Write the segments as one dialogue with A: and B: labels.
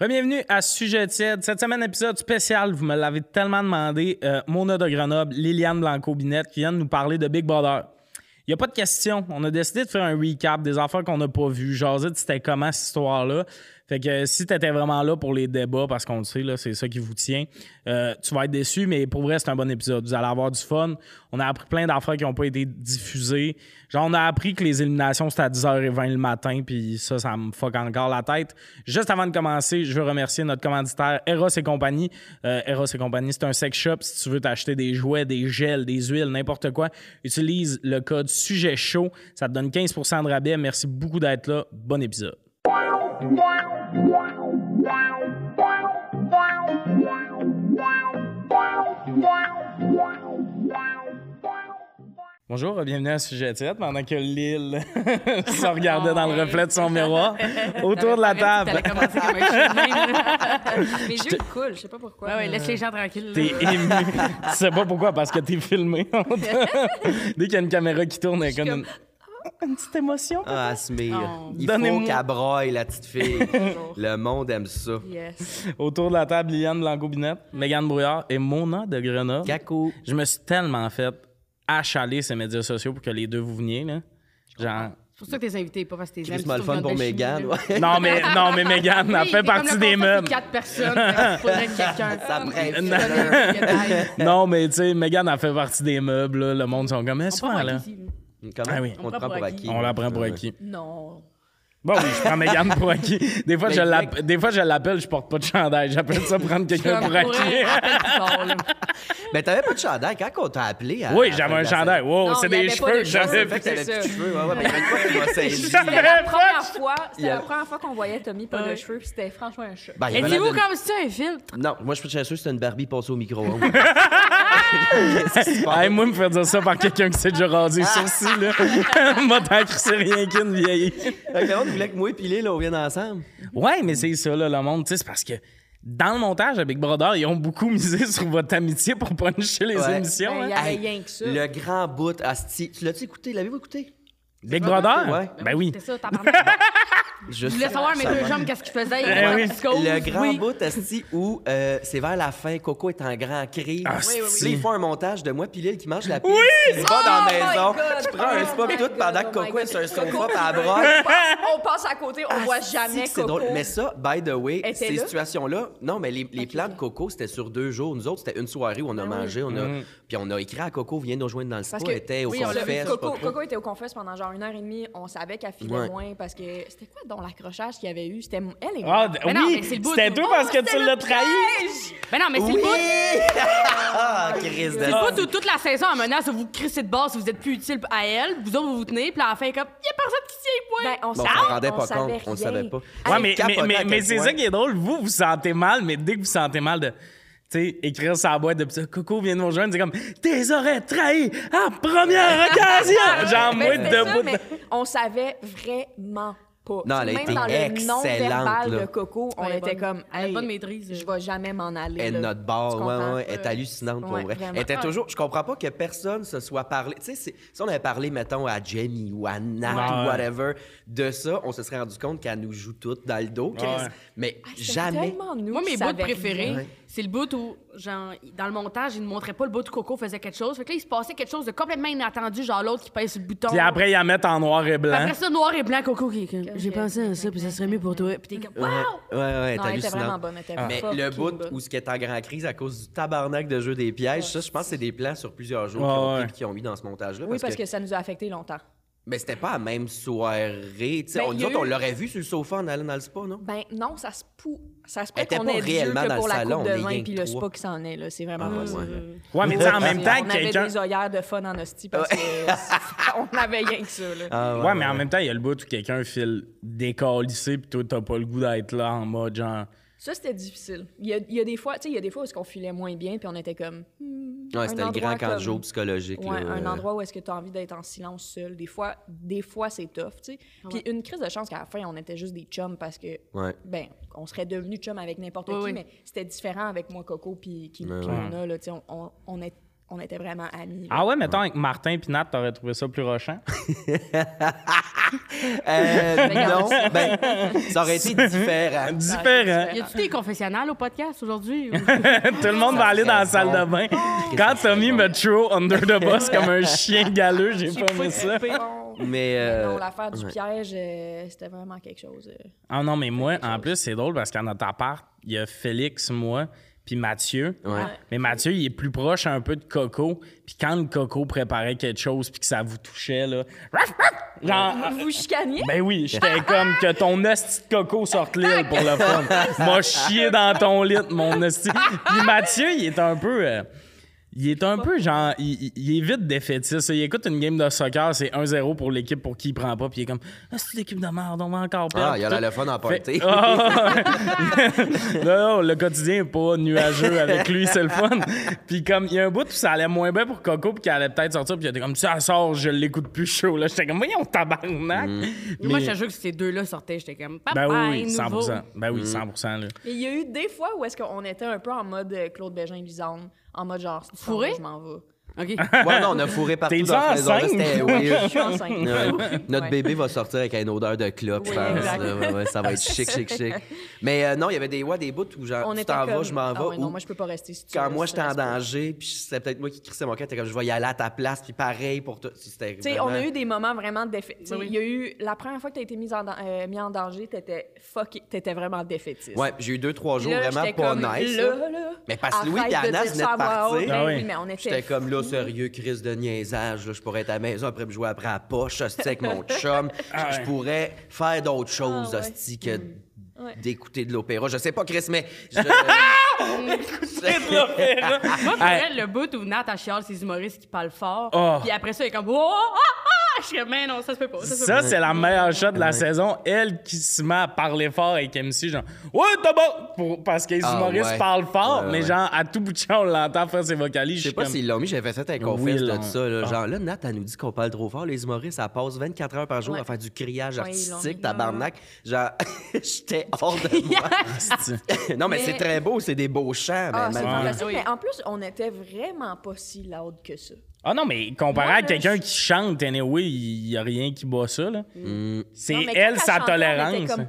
A: Bienvenue à Sujet tiède. Cette semaine, épisode spécial, vous me l'avez tellement demandé, euh, Mona de Grenoble, Liliane Blanco-Binette qui viennent nous parler de Big Brother. Il n'y a pas de question. On a décidé de faire un recap des affaires qu'on n'a pas vues. Jaser de c'était comment cette histoire-là. Fait que euh, si tu étais vraiment là pour les débats, parce qu'on le sait, là, c'est ça qui vous tient, euh, tu vas être déçu, mais pour vrai, c'est un bon épisode. Vous allez avoir du fun. On a appris plein d'affaires qui n'ont pas été diffusées. Genre, on a appris que les éliminations, c'était à 10h20 le matin, puis ça, ça me fuck encore la tête. Juste avant de commencer, je veux remercier notre commanditaire Eros et compagnie. Euh, Eros et compagnie, c'est un sex shop. Si tu veux t'acheter des jouets, des gels, des huiles, n'importe quoi, utilise le code sujet chaud. Ça te donne 15% de rabais. Merci beaucoup d'être là. Bon épisode. Bonjour, bienvenue à Sujet Tiède. Pendant que Lille se regardait dans le reflet de son miroir, autour de la table.
B: T'allais commencer comme un chemin.
C: Mes yeux coulent, je sais pas pourquoi.
B: Ouais, ouais, laisse les gens tranquilles. là.
A: T'es ému. tu sais pas pourquoi, parce que t'es filmé. Dès qu'il y a une caméra qui tourne, il y a comme une... une petite émotion.
D: Ah, Asmir.
B: Oh.
D: Il
A: Donnez-moi-
D: faut qu'elle broille, la petite fille. Le monde aime ça.
B: Yes.
A: Autour de la table, Liliane Blanco-Binette, Mégane Brouillard et Mona de Grenoble.
D: Cacou.
A: Je me suis tellement fait achaler ces médias sociaux pour que les deux vous veniez, là. Genre...
B: C'est pour ça que t'es invité, pas parce que t'es amis.
D: Plus mal fun pour Megan. ouais.
A: Non, mais, non, mais Mégane, elle fait partie des meubles.
B: quatre personnes, il faudrait que quelqu'un.
D: Ça presse.
B: Tu connais le détail.
A: Non, mais tu sais, Mégane, elle fait partie des meubles, là. Le monde sont comme, eh,
B: On
A: c'est
B: prend
A: moi,
B: pour
A: là.
B: acquis, là.
D: Comment?
A: Ah oui.
D: On te prend pour acquis.
A: On la prend pour acquis.
B: Non.
A: Bon, Bah oui, je prends Mégane pour acquis. Des fois, je
D: Mais-
A: l'app- des fois, je l'appelle, je porte pas de chandail. J'appelle ça prendre quelqu'un pour
B: Ouais,
A: acquis.
B: appelle plus tard, là.
D: Mais t'avais pas de chandail quand on t'a appelé. à-
A: Oui,
D: à-
A: j'avais
D: à-
A: un chandail. Wow,
B: Ah, Non,
A: c'est
B: il y
A: des
B: avait pas
A: cheveux que
B: de cheveux,
A: j'avais.
D: Fait que t'avais
B: C'est
D: des petits
B: ça.
D: cheveux. Ouais, ouais, mais une fois que tu m'as saisi.
A: Jamais.
C: C'était la première
A: Fuck.
C: fois, c'était la
D: Yeah.
C: première fois qu'on voyait Tommy pas de
B: Ouais.
C: cheveux, puis c'était franchement un choc.
D: Ben, il y avait
B: Êtes-vous
D: l'air d'une-
B: comme si tu as un filtre?
D: Non, moi, je suis chanceux, c'était une Barbie passée au micro-ondes. Qu'est-ce qui se passe?
A: Hey, moi, me faire dire ça par quelqu'un qui s'est déjà rasé les sourcils, là. Moi, t'en crissé rien qu'une vieille.
D: Fait que le monde voulait que moi et Pilé, là, on vienne ensemble.
A: Ouais, mais c'est ça, là, le monde, tu sais, c'est parce que dans le montage avec Brother, ils ont beaucoup misé sur votre amitié pour puncher les
D: Ouais.
A: émissions.
C: Ben,
A: hein.
C: Il y avait
D: Hey,
C: rien que ça.
D: Le grand bout, Asti. Tu l'as-tu écouté? L'avez-vous écouté?
A: Big Brother?
D: Ouais.
A: Ben oui.
B: C'est ça, t'as parlé.
D: Je
B: Je voulais savoir mes deux jambes, qu'est-ce qu'ils faisaient.
A: Eh oui.
D: Le grand bout, esti, où euh, c'est vers la fin, Coco est en grand cri.
A: Ah, Oui, oui, oui.
D: Là, ils font un montage de moi, puis Lille qui mange la pizza.
A: Oui!
D: Il se bat dans
C: Oh
D: la
C: my
D: maison.
C: God!
D: Je prends un
C: Oh
D: spot
C: my
D: tout
C: God!
D: pendant
C: Oh
D: que Coco
C: my
D: est sur un
C: God!
D: sofa,
C: Coco,
D: puis elle
C: on
D: brosse.
C: passe- on passe à côté, on
A: Ah,
C: voit
D: Asti
C: jamais
D: que c'est
C: Coco.
D: drôle. Mais ça, by the way,
C: Était
D: ces
C: là?
D: situations-là, non, mais les, les plans de Coco, c'était sur deux jours. Nous autres, c'était une soirée où on a mangé, on a,
A: Mm.
D: puis on a écrit à Coco, viens nous rejoindre dans le spa,
C: Ah Parce
D: elle était
C: que,
D: au
C: oui, on l'a vu.
D: confesse.
C: Coco, Coco était au confesse pendant genre une heure et demie. On savait qu'elle filait
D: Ouais.
C: moins parce que c'était quoi donc l'accrochage qu'il y avait eu? C'était m- elle et
A: Ah,
C: moi.
A: d-
B: Mais non,
A: oui,
B: mais c'est le bout
A: c'était
B: du-
A: tout
B: Oh,
A: parce que
C: c'est
A: tu
C: le
A: l'as trahi.
C: piège!
B: Mais non, mais c'est
D: Oui!
B: le bout.
D: ah, Chris de...
B: C'est pas tout- toute la saison en menace, vous vous crissez de base, vous êtes plus utile à elle, vous autres vous vous tenez, puis à la fin, comme, il y a personne qui tient, point.
C: Ben, on
D: Bon, on s'en rendait pas compte, on le savait pas.
A: Ouais,
D: Elle
A: mais, mais,
D: capotait à
A: mais-
D: quel
A: mais c'est
D: point.
A: ça qui est drôle. Vous, vous sentez mal, mais dès que vous sentez mal de. Tu sais, écrire sa boîte de ça, Coco vient de nous rejoindre, c'est comme T'es aurais trahi à première
C: Ah,
A: occasion! Genre, moi, debout.
C: ben, mais on savait vraiment pas.
D: Non, elle a
C: Même
D: été
C: dans le
D: excellente,
C: non-verbal
D: là.
C: de Coco, on
B: Ouais,
C: était
B: bonne-
C: comme...
B: elle a
C: hey,
B: bonne maîtrise.
C: Je vais jamais m'en aller.
D: Elle
C: là. Ah,
D: notre
C: Tu
D: bord, ouais,
C: comprends?
D: ouais, elle est hallucinante pour
C: Ouais,
D: vrai.
C: vraiment. Ah.
D: Elle était
C: Ouais.
D: toujours, je comprends pas que personne se soit parlé. Tu sais, c'est- si on avait parlé, mettons, à Jamie ou à Nat
A: Ouais.
D: ou whatever, de ça, on se serait rendu compte qu'elle nous joue toutes dans le dos, Chris.
A: Ouais.
D: Mais
C: Ah, c'était
D: jamais.
C: tellement nous
B: Moi,
C: qui
B: mes bouts
C: savions
B: préférés,
C: rien.
D: Ouais.
B: c'est le bout où, genre, dans le montage, ils ne montraient pas le bout où Coco faisait quelque chose. Fait que là, il se passait quelque chose de complètement inattendu, genre l'autre qui pèse sur le bouton.
A: Puis après, hein? ils la mettent en noir et
B: Puis
A: blanc.
B: après ça, noir et blanc, Coco qui est comme, j'ai pensé à ça, puis ça serait mieux pour toi. Puis t'es comme,
D: Ouais,
B: wow!
D: ouais, ouais, elle est
C: Non, elle était vraiment
D: hallucinante.
C: bonne. elle était
D: Mais
C: fucking
D: le bout
C: bonne.
D: où ce qui est en grande crise à cause du tabarnak de jeu des pièges, ça, je pense que c'est des plans sur plusieurs jours
A: Ouais,
D: qui ont, pris
A: ouais.
D: puis qui ont eu dans ce montage-là.
C: Oui, parce que ça nous a affecté longtemps.
D: Mais c'était pas la même soirée. tu sais,
C: Ben,
D: on,
C: il
D: nous
C: y a
D: autres, on
C: eu-
D: l'aurait vu sur le sofa en allant dans le spa, non?
C: Ben non, ça se pou... ça se peut
D: Elle était
C: qu'on
D: pas
C: ait dit
D: réellement
C: que
D: dans
C: pour
D: le
C: la
D: salon,
C: coupe
D: on
C: de
D: est rien
C: vin
D: que
C: puis le
D: trois.
C: spa qui s'en est là, c'est vraiment
D: Ah,
C: ça.
D: ouais.
A: Ouais, mais tu sais, en même temps,
C: on avait
A: quelqu'un.
C: des œillères de fun en hostie parce que on avait rien que ça là.
D: Ah,
A: Ouais, mais en même temps, il y a le bout où quelqu'un file décalissé, puis toi, t'as pas le goût d'être là en mode genre.
C: Ça c'était difficile. Il y, a, il y a des fois, tu sais, il y a des fois où est-ce qu'on filait moins bien puis on était comme
D: Ouais, c'était
C: un
D: le grand
C: endroit
D: camp de
C: comme-
D: jour psychologique.
C: ouais,
D: là. euh.
C: un endroit où est-ce que tu as envie d'être en silence seul. Des fois, des fois c'est tough, tu sais. Puis une crise de chance qu'à la fin on était juste des chums parce que
D: Ouais.
C: ben on serait devenus chums avec n'importe
B: Oui,
C: qui,
B: oui.
C: mais c'était différent avec moi Coco puis qui
D: Ouais,
C: puis
D: Ben ouais.
C: on a là, tu sais, on, on, on est- on était vraiment amis. là.
A: Ah ouais, mettons, avec Martin Pinat, t'aurais trouvé ça plus rochant?
D: Euh,
B: Regarde.
D: non, ben, ça aurait été différent.
A: Différent.
B: Y a-tu des confessionnels au podcast aujourd'hui? ou-
A: Tout le monde va aller dans la salle de bain. Quand Tommy me throw under the bus comme un chien galeux, j'ai pas aimé ça.
D: Mais,
C: Mais
D: euh,
C: non, l'affaire du
D: ouais.
C: piège, euh, c'était vraiment quelque chose. euh.
A: Ah non, mais moi, en plus, c'est drôle parce qu'en notre appart, il y a Félix, moi, puis Mathieu.
D: Ouais.
A: Mais Mathieu, il est plus proche un peu de Coco. Puis quand le Coco préparait quelque chose puis que ça vous touchait, là... raf, raf,
B: Ah.
A: Genre,
C: Vous chicaniez?
A: Ben oui, j'étais comme que ton hostie de coco sorte l'île pour le fun. M'a chié dans ton lit, mon hostie. Puis Mathieu, il est un peu... euh, il est un peu genre... Il, il- il est vite défaitiste. Il écoute une game de soccer, c'est 1-0 pour l'équipe pour qui il prend pas, puis il est comme « Ah, c'est une équipe de merde, on va encore perdre.
D: Ah, il y a
A: Puis
D: l'air le fun en party.
A: Ah! non, non, le quotidien est pas nuageux avec lui, c'est le fun. Puis comme il y a un bout où ça allait moins bien pour Coco, puis qu'elle allait peut-être sortir, puis il était comme ça sort, je l'écoute plus chaud là. J'étais comme voyons tabarnak.
D: Mm.
B: Moi, je
A: Mais-
B: te jure que si ces deux-là sortaient, j'étais comme, bye
A: ben oui,
B: bye,
A: oui,
B: Ah, nouveau.
A: 100%. Ben
D: Mm.
A: oui, 100%. Là.
C: Mais il y a eu des fois où est-ce qu'on était un peu en mode euh, Claude Bégin lisande en mode genre, si tu t'en
B: Fourré?
C: vas, je m'en vais.
B: OK.
D: Ouais, non, on a fourré partout
A: T'es-tu
D: dans cette maison-là,
A: enceinte?
D: c'était
C: Je
D: weird.
C: suis enceinte.
D: Ouais. Notre
C: Ouais.
D: bébé va sortir avec une odeur de clope, je
C: Oui,
D: pense.
C: exact.
D: là. Ouais, ouais, ça va être chic, chic, chic. Mais euh, non, il y avait des, ouais, des bouts où genre,
C: On
D: tu
C: était
D: t'en vas,
C: comme,
D: je m'en
C: Ah
D: vais.
C: ouais, non,
D: ou
C: moi, je peux pas rester si tu
D: quand
C: veux,
D: moi,
C: ça
D: j'étais en
C: reste pas.
D: danger, puis c'était peut-être moi qui crissais mon cœur, t'es comme, je vais y aller à ta place, puis pareil pour toi. C'était
C: Tu sais, on
D: vraiment-
C: a eu des moments vraiment défaitistes.
B: Oui.
C: Il y a eu la première fois que t'as été mise en, dan- euh, mis en danger, t'étais fucké, t'étais vraiment défaitiste.
D: Ouais, j'ai eu deux, trois jours
C: Là,
D: vraiment
C: j'étais
D: pas
C: comme,
D: nice.
C: là,
D: là.
C: là,
D: Mais parce que
C: arrête
D: Louis et
C: de
D: Anna
C: dire
D: venaient
C: ça
D: de
C: à voix
D: partir.
C: haute.
A: Ah
C: Ben
A: oui.
C: oui, mais on était
D: J'étais comme là, sérieux, crise de niaisage. Là, je pourrais être à la maison après me jouer après la poche, hostie, avec mon chum.
A: Ah
D: Je- Je
A: ouais.
D: pourrais faire d'autres choses,
C: Ah ouais. Hmm.
D: hostie, que
C: Ouais.
D: d'écouter de l'opéra. Je sais pas, Chris, mais. je-
B: Moi, pour vrai, le bout où Nat, elle chiale ces humoristes qui parlent fort.
A: Oh.
B: Puis après ça, elle est comme, oh, ah, ah! Je suis comme, mais non, ça se peut pas. Ça, se peut
A: Ça, c'est la meilleure shot de la saison. Elle qui se met à parler fort avec MC, genre Ouais, t'as bon! Pour- parce que les
D: Ah,
A: humoristes
D: ouais.
A: parlent fort,
D: Ouais,
A: mais
D: ouais.
A: genre à tout bout de champ, on l'entend faire ses vocalises.
D: Je sais pas
A: comme-
D: s'ils l'ont mis, j'avais fait un
A: Oui,
D: confesse
A: ils
D: de
A: l'ont.
D: ça. là.
A: Ah.
D: Genre là, Nat, elle nous dit qu'on parle trop fort. Les humoristes, ça passe 24 heures par jour
C: Ouais.
D: à faire du criage
C: Ouais, ils
D: artistique,
C: l'ont mis.
D: tabarnak. Genre, j'étais hors de moi. non, mais,
C: Mais-
D: c'est très beau, c'est des beaux chants.
C: Ah,
D: mais
C: c'est
D: malgré-
C: fantastique.
B: Oui.
C: Mais en plus, on était vraiment pas si loud que ça.
A: Ah non, mais comparé
C: Moi,
A: à
C: là,
A: quelqu'un
C: je-
A: qui chante, anyway, il y a rien qui bat ça, là. C'est
C: Non, mais quand
A: elle,
C: elle
A: sa
C: chantait, on était
A: tolérance.
C: comme,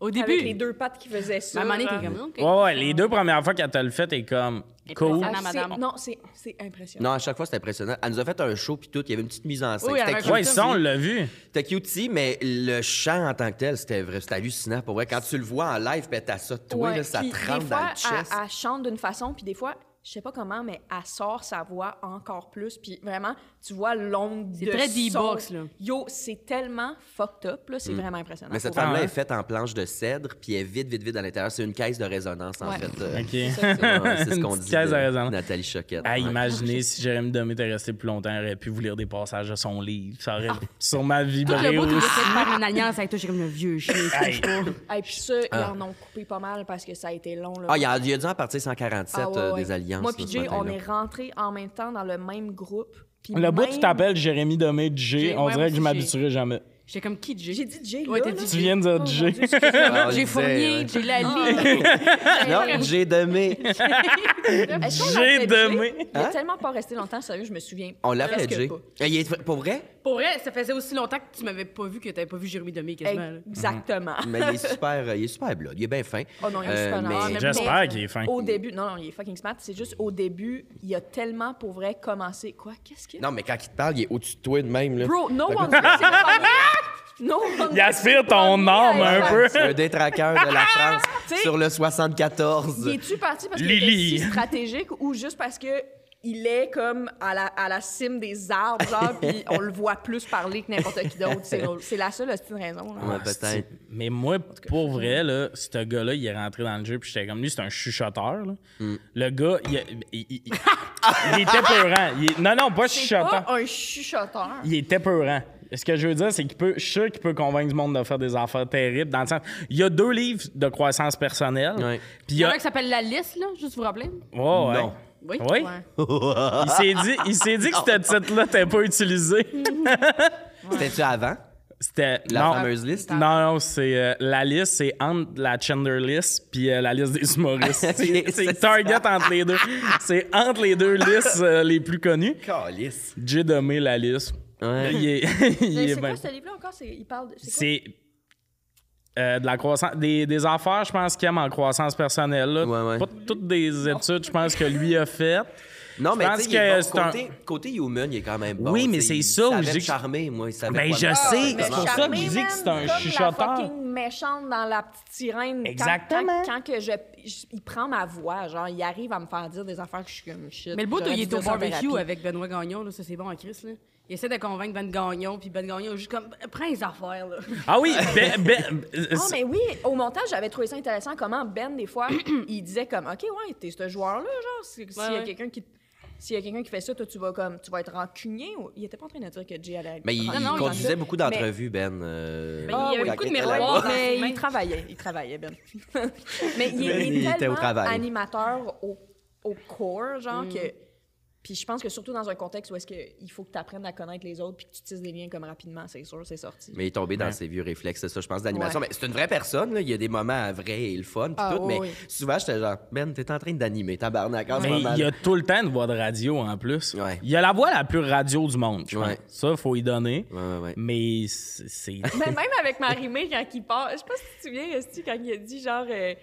B: Au
C: Avec les
B: début,
C: deux pattes qui faisaient ça.
B: ma manée, t'es
C: genre.
B: comme, OK.
A: Ouais, ouais, les deux premières fois qu'elle te le fait, t'es comme cool.
C: Ah, c'est-
B: madame.
C: Non, c'est c'est impressionnant.
D: Non, à chaque fois, c'était impressionnant. Elle nous a fait un show, puis tout. Il y avait une petite mise en scène.
B: Oui, elle
D: C'était
B: avait
D: cute.
B: un
A: Ouais, ça, on l'a vu.
D: C'était cutie, mais le chant en tant que tel, c'était vrai, c'était hallucinant. Pour vrai, quand tu le vois en live, pis t'as ça, toi,
C: Ouais,
D: là, ça
C: puis
D: te rentre
C: des
D: dans le
C: fois, elle-
D: chest.
C: Elle, chante d'une façon, puis des fois, je sais pas comment, mais elle sort sa voix encore plus, puis vraiment, tu vois l'onde
B: C'est
C: de
B: très
C: son.
B: D-box, là.
C: Yo, c'est tellement fucked up, là, c'est vraiment impressionnant.
D: Mm. Mais cette
C: Pour
D: femme-là
A: Ah ouais.
D: est faite en planche de cèdre, puis elle est vide, vide, vide à l'intérieur. C'est une caisse de résonance, en
C: Ouais.
D: fait. euh,
A: OK.
D: ouais, C'est ce
A: Une
D: qu'on
A: petite
D: dit.
A: caisse
D: de
A: de résonance.
D: Nathalie Choquette.
A: Ah,
D: ouais.
A: imaginez si Jérémy Domé était resté plus longtemps, elle aurait pu vous lire des passages de son livre. Ça
C: Ah.
A: aurait sûrement
B: Tout le
A: vibré
B: bout, tu
A: aussi.
B: essaies de faire une alliance avec toi. J'ai comme le vieux chien.
A: Hey.
C: vrai. Hey, puis ça, ils en ont coupé pas mal parce que ça a été long. Là.
D: Ah, il y a, il y a dû en partir 147
C: Ah, ouais,
D: euh,
C: ouais.
D: des alliances.
C: Moi
D: là,
C: puis
D: ce
C: Jay, on
D: matin-là.
C: est rentrés en même temps dans le même groupe. puis
A: Le bout,
C: même-
A: tu t'appelles Jérémy Domé G.
B: J,
A: On
B: ouais,
A: dirait
B: moi
A: que je
B: aussi,
A: m'habituerai jamais.
B: J'étais comme, qui, Jay?
C: J'ai dit Jay,
B: Ouais,
C: là,
B: t'as
C: là.
B: dit
A: Tu viens de
C: Oh
A: dire G. Oh,
D: Ah, on
B: J'ai
D: le
B: Fournier,
D: disait,
B: j'ai Lali.
D: Non, j'ai demé.
C: Est-ce qu'on
A: J'ai
C: l'appelait
A: demé.
C: Jay? Il a tellement pas resté longtemps, sérieux, je me souviens.
D: Hein? On l'appelait
C: presque
D: Jay.
C: pas.
D: Eh, il est- Pour vrai?
B: Pour vrai, ça faisait aussi longtemps que tu m'avais pas vu que t'avais pas vu Jérémy Demé quasiment. là.
C: Exactement.
D: Mais il est super, euh, il est super blood. Il est bien fin.
C: Oh non, il est
D: Euh,
C: super
D: mais-
C: nice.
B: mais-
A: J'espère qu'il est fin.
C: Au début, non, non, il est fucking smart. C'est juste au début, il a tellement pour vrai commencé. Quoi, qu'est-ce qu'il y a?
D: Non, mais quand il te parle, il est au-dessus de toi de même. Là.
C: Bro, no one knows c'est le premier. No one
A: Il aspire ton âme
C: Ouais.
A: un peu.
D: C'est un détraqueur de la France
C: T'sais,
D: sur le 74.
C: Il est-tu parti parce qu'il était
A: Lily.
C: si stratégique ou juste parce que il est comme à la, à la cime des arbres, genre, puis on le voit plus parler que n'importe qui d'autre. C'est drôle. C'est la seule hostile raison. là.
A: Ah,
D: Ouais, peut-être.
A: Mais moi, pour vrai, là, ce gars-là, il est rentré dans le jeu, puis j'étais comme lui, c'est un chuchoteur. là.
D: Hmm.
A: Le gars, il, il- il- il- il était peurant. Il est- non, non, pas
C: C'est pas
A: chuchoteur.
C: Ah, un chuchoteur.
A: Il était peurant. Ce que je veux dire, c'est qu'il peut, je suis sûr qu'il peut convaincre du monde de faire des affaires terribles. Dans le sens, il y a deux livres de croissance personnelle.
D: Ouais.
A: Puis
B: Il y en a un qui s'appelle La Liste, là, juste vous rappeler.
A: Oh, ouais.
D: Non.
B: Oui.
A: Oui?
B: Ouais.
A: Il s'est dit, il s'est dit que ce titre-là t'es pas utilisé.
D: C'était-tu avant?
A: C'était
D: La
A: non.
D: fameuse liste?
A: Non, non, c'est euh, la liste, c'est entre la gender list puis euh, la liste des humoristes. C'est-
D: c'est
A: c'est target entre les deux. C'est entre les deux listes euh, les plus connues.
D: Calice.
A: J'ai nommé la liste.
D: Ouais.
A: Il est, il est
C: C'est
A: bien-
C: quoi ce livre-là encore? C'est- Il parle de. C'est
A: C'est euh, de la croissance. Des, des affaires, je pense, qu'il aime en croissance personnelle. là.
D: Ouais, ouais.
A: Pas toutes des études, je pense, que lui a faites.
D: Non, mais
A: pense
D: tu sais, il est
A: que
D: bon.
A: c'est un-
D: côté, côté human, il est quand même bon.
A: Oui, mais
D: tu sais,
A: c'est
D: il
A: ça où
D: savait
A: je dis
D: me
A: que-
D: charmer, moi. il savait
A: Ben,
D: quoi
A: je
D: me
A: sais,
D: faire,
A: c'est pour ça que
D: charmer.
A: je dis que c'est un
C: Comme
A: chuchoteur.
C: la fucking méchante dans la petite sirène. Quand-
A: Exactement.
C: Quand, quand que je, je- il prend ma voix, genre, il arrive à me faire dire des affaires que je suis comme shit.
B: Mais le bout,
C: j'aurais
B: il
C: dû
B: est
C: dire
B: au
C: ça en
B: barbecue
C: thérapie.
B: avec Benoît Gagnon, là, ça c'est bon à Chris. Là. Il essaie de convaincre Ben Gagnon, puis Ben Gagnon est juste comme prends les affaires. Là.
A: Ah oui, ben, ben,
C: Ah, mais oui, au montage, j'avais trouvé ça intéressant comment Ben, des fois, il disait comme, OK, ouais, t'es ce joueur-là, genre, si- s'il y a
B: ouais.
C: quelqu'un qui. S'il y a quelqu'un qui fait ça, toi, tu vas comme, tu vas être rancunier. ou- Il était pas en train de dire que Jay allait.
D: Mais il,
C: prendre
D: il
B: non,
C: une
D: conduisait
C: tangente.
D: beaucoup d'entrevues, Ben. euh,
B: Ben, il y avait
D: quand
B: beaucoup de
D: était
C: Mais,
B: miroirs.
D: là-bas.
B: dans ses
C: mais
B: mains.
C: il travaillait, il travaillait, Ben. mais il, est
D: Mais il
C: tellement
D: était au travail.
C: animateur au, au corps, genre, que. Puis je pense que surtout dans un contexte où est-ce qu'il faut que tu apprennes à connaître les autres puis que tu tisses des liens comme rapidement, c'est sûr, c'est sorti.
D: Mais il est tombé dans ses vieux réflexes, c'est ça, je pense, d'animation.
C: Ouais.
D: Mais c'est une vraie personne, là. il y a des moments vrais et le fun, pis
C: Ah,
D: tout,
C: oui,
D: mais
C: oui.
D: souvent, j'étais genre, Ben, t'es en train d'animer, tabarnak, en ce
A: Mais
D: moment.
A: il y a tout le temps de voix de radio en plus.
D: Ouais.
A: Il y a la voix la plus radio du monde, je pense.
D: Ouais.
A: Ça, faut y donner.
D: Ouais, ouais, ouais.
A: Mais c'est. c'est-
C: Mais Ben, même avec Marimé, quand il part, je sais pas si tu te souviens, Esti, quand il a dit genre. euh,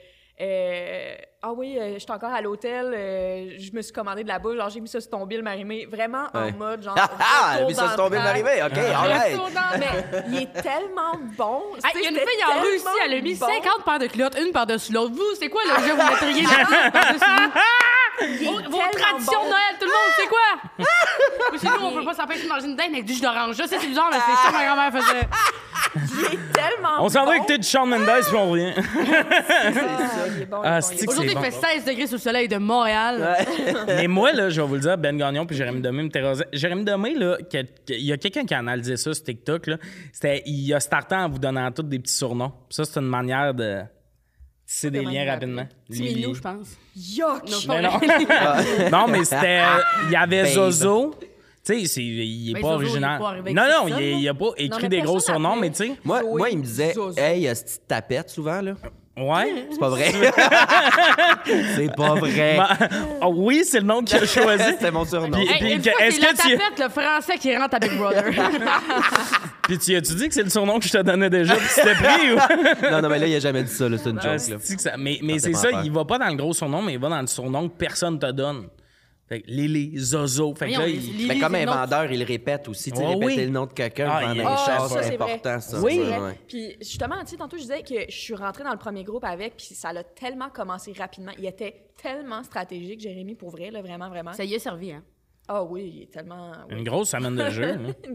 C: euh, ah oui, euh, je suis encore à l'hôtel, euh, je me suis commandé de la bouffe, genre j'ai mis ça sur ton bill, Marimé. Vraiment en
D: Ouais.
C: mode genre.
D: Ah ah!
C: retour
D: Mais ça,
C: dans
D: c'est
C: le
D: tombé de
C: track.
D: l'arrivée, ok, alright!
C: Retour dans- Mais il est tellement bon.
B: Hey, il y a une fille en Russie, elle a mis 50 paires de culottes, une par-dessus l'autre. Vous, c'est quoi le jeu vous mettriez là par-dessus vous? Vos- Vos traditions de Noël, tout le monde, c'est quoi? Parce que nous, on peut pas s'empêcher de manger une dinde avec du jus d'orange. là. Ça, c'est bizarre, là. C'est ça que ma grand-mère faisait.
C: Il est tellement
A: On s'en va
C: bon.
A: avec Ted Shawn Mendes puis on revient.
C: Ah, il est bon, il est
A: Ah,
C: bon, il est
A: c'est-
C: bon.
B: Aujourd'hui, il
A: bon.
B: fait 16 degrés sous le soleil de Montréal.
A: Mais moi, là, je vais vous le dire, Ben Gagnon puis Jérémy Domé me terrorisaient. Jérémy Domé, là, que- que- il y a quelqu'un qui a analysé ça sur TikTok, là. C'était, il a starté en vous donnant tous des petits surnoms. Puis ça, c'est une manière de tisser des
C: Comment
A: liens
C: il
A: rapidement.
B: C'est
A: Les-
B: Minou, je pense.
C: Yuck!
B: Non, c'est
A: Mais
B: pas
A: non.
B: vrai.
A: non, mais c'était. Il y avait
D: Babe.
A: Zozo. Tu sais, c'est- il est
B: Mais
A: pas
B: Zozo, il est
A: original.
B: pas arrivé avec
A: non, non,
B: ça,
A: il, est-
B: là.
A: il a pas
C: Non,
A: écrit
C: mais
A: des gros
C: personne
A: surnoms,
C: après.
A: mais tu sais.
D: Moi,
C: Zoé,
D: moi, il me disait,
C: Zozo.
D: hey, est-ce que tu tapette souvent, là?
A: Ouais.
D: C'est pas vrai. c'est pas vrai.
A: Ah oui, c'est le nom qu'il a choisi.
D: C'était mon surnom.
A: Puis-
B: Hey,
A: puis
B: une
A: que-
B: fois,
A: est-ce
B: c'est la
A: que tu-
B: tapette, le français qui rentre à Big Brother.
A: Puis tu as-tu dit que c'est le surnom que je te donnais déjà, puis c'était pris ou.
D: Non, non, mais là, il a jamais dit ça, là, c'est une
A: Ah,
D: joke, là.
A: c'est-tu que ça- Mais, mais
D: Non,
A: c'est
D: t'as
A: ça,
D: pas peur.
A: il va pas dans le gros surnom, mais il va dans le surnom que personne te donne. Fait que Lily, Zozo. Fait que
B: Voyons,
A: là,
B: les-
A: il-
B: les-
D: Mais
B: les-
D: comme un
B: les noms-
D: vendeur, il le répète aussi. Tu sais,
A: Oh,
D: répéter
A: oui.
D: le nom de quelqu'un
A: Ah,
D: pendant
A: il-
D: un
A: Ah,
D: char,
A: ça,
D: c'est
C: c'est
D: important,
C: vrai.
D: ça.
A: Oui.
D: Ouais,
C: vrai.
D: ouais.
C: Puis justement, tu sais, tantôt, je disais que je suis rentrée dans le premier groupe avec, puis ça l'a tellement commencé rapidement. Il était tellement stratégique, Jérémy, pour vrai, là, vraiment, vraiment.
B: Ça y est servi, hein.
C: Ah oui, il est tellement... oui.
A: une grosse semaine de jeu. hein.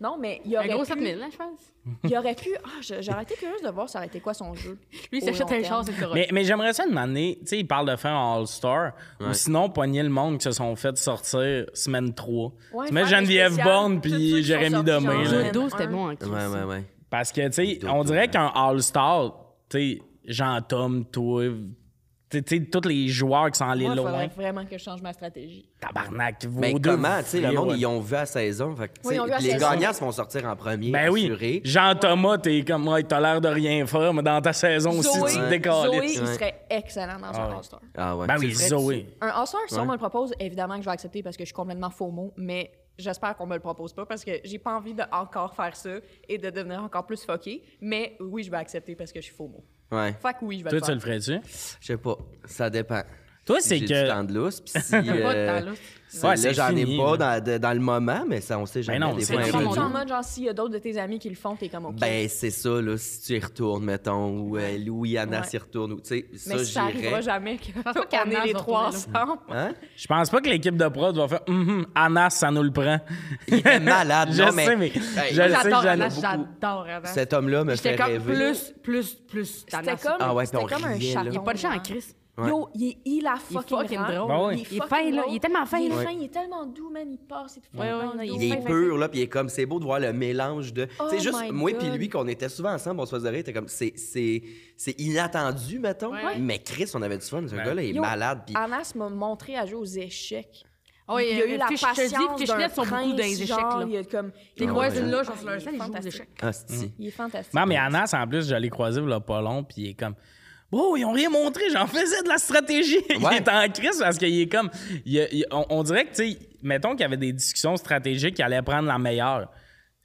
C: non, mais il
B: Un
C: aurait,
B: gros
C: pu,
B: 7000, là, je pense.
C: il aurait pu... Ah, je- j'aurais été curieuse de voir ça aurait été quoi son jeu.
B: Lui, il
C: au
B: s'achète
C: long
B: un char,
C: terme.
B: c'est correct.
A: Mais, mais j'aimerais ça demander, tu sais, il parle de faire un All-Star, ou sinon pogner le monde qui se sont fait sortir semaine 3.
C: Ouais,
A: tu mets
C: faire des
A: Geneviève
C: spéciales,
A: Bourne
C: tous ceux
A: puis
C: qui sont
A: Jérémy
C: sortis,
A: Domé.
C: genre,
A: là.
C: Zozo.
B: Jeu d'eau, c'était bon, hein, Chris.
D: Ouais, ouais, ouais.
A: Parce que, tu sais,
D: Dodo,
A: on dirait
D: ouais.
A: qu'un All-Star, tu sais, Jean-Tom, toi, tu sais, tu sais, tous les joueurs qui sont allés
C: Moi, il
A: loin,
C: faudrait vraiment que je change ma stratégie.
A: tabarnak, vos
D: Mais
A: deux.
D: comment, tu sais, le
A: frios,
D: monde,
A: ouais.
D: ils ont vu à 16 ans. Fait, que, tu
C: Oui,
D: sais,
C: ils ont vu à
D: les
C: 16 ans.
D: gagnants se font sortir en premier,
A: Ben oui,
D: assuré.
A: Jean-Thomas, t'es comme, ouais, t'as l'air de rien faire, mais dans ta saison aussi, tu te
C: Zoé,
A: décolles.
C: Zoé,
D: Ouais.
C: il serait excellent dans un All-Star.
D: Ah ouais.
A: Ben
D: C'est
A: oui,
D: vrai que
A: Zoé.
C: Un All-Star, si on me le propose, évidemment que je vais accepter parce que je suis complètement faux mot, mais j'espère qu'on me le propose pas parce que j'ai pas envie de encore faire ça et de devenir encore plus fucké. Mais oui, je vais accepter parce que je suis faux mot.
D: tu- Ouais.
C: Fait que oui, je vais
A: Toi,
C: le
A: tu
C: faire.
A: le ferais-tu?
D: Je sais pas. Ça dépend.
A: Toi, c'est
D: J'ai
A: que-
D: du temps de lousse, pis si.
B: de
D: euh,
B: temps de lousse.
A: Ouais,
D: celle-là,
A: c'est
D: j'en
A: fini, Ben
D: ai pas dans, de- dans le moment, mais ça, on sait jamais.
A: non,
D: des
A: c'est
D: fois,
B: fini.
D: un
C: T'es-tu
D: peu.
C: en mode genre s'il y a d'autres de tes amis qui le font, t'es comme ok.
D: Ben, c'est ça, là, si tu y retournes, mettons, ou euh, Louis, Anna
C: Ouais.
D: s'y retourne, ou tu sais, ça,
C: mais ça arrivera
D: j'irais.
C: jamais que-
B: pense pas
C: qu'on
B: qu'Anna
C: est les
B: va
C: trois
B: retourner là.
C: ensemble.
D: Hein?
A: Je pense pas que l'équipe de prod va faire Hum, hum, Anas, ça nous le prend.
D: Il était malade,
A: Je
D: non, mais.
A: sais, mais-
D: Hey,
A: je- sais
B: J'adore
A: que j'en ai
B: Anna,
D: beaucoup.
B: j'adore Anna.
D: Cet homme-là me fait
B: J'étais comme
D: rêver.
B: plus, plus, plus.
C: C'était comme,
D: Ah ouais, puis
C: c'était
D: on
C: comme un
D: riait,
C: chat.
D: là.
B: Il n'y a pas de chance en Chris.
C: Yo, il est il a fucking,
B: fucking
C: grand.
B: drôle.
A: Ben oui.
B: Il est
C: fucking
B: fin, là.
C: drôle.
B: Il est tellement fin,
C: Il
B: là.
C: est fin, il est tellement doux, man. Il passe, il te
B: Ouais, ouais,
C: dans le
B: il
C: dos.
D: Il est
C: Fin, fin,
D: pur, là, puis il est comme, c'est beau de voir le mélange de.
C: Oh
D: c'est juste,
C: my
D: moi puis
C: God.
D: lui, qu'on était souvent ensemble, on se faisait rire, t'es comme, c'est, c'est, c'est inattendu, mettons.
B: Ouais.
D: Mais Chris, on avait du fun, ce gars-là, il est
C: Yo, ah.
D: malade, puis.
C: Anas m'a montré à jouer aux échecs.
B: Oh,
C: il y a eu la patience d'un
B: Fishnets sont beaucoup dans les
C: prince,
B: échecs,
C: genre,
B: là.
C: Il y a comme
B: Les
D: Ah,
B: voisines
D: ouais.
B: là, j'en suis
C: Ah,
B: leur
C: il
B: salle,
C: est
B: ils jouent aux
C: fantastique.
B: échecs.
D: Hostie.
C: Il est fantastique.
A: Non, mais Anas, en plus, je l'ai croisé il y a pas long, puis il est comme. Bro, ils ont rien montré, j'en faisais de la stratégie. il
D: Ouais.
A: est en crise parce qu'il est comme. il a- il- on, on dirait que, tu sais, mettons qu'il y avait des discussions stratégiques qui allaient prendre la meilleure.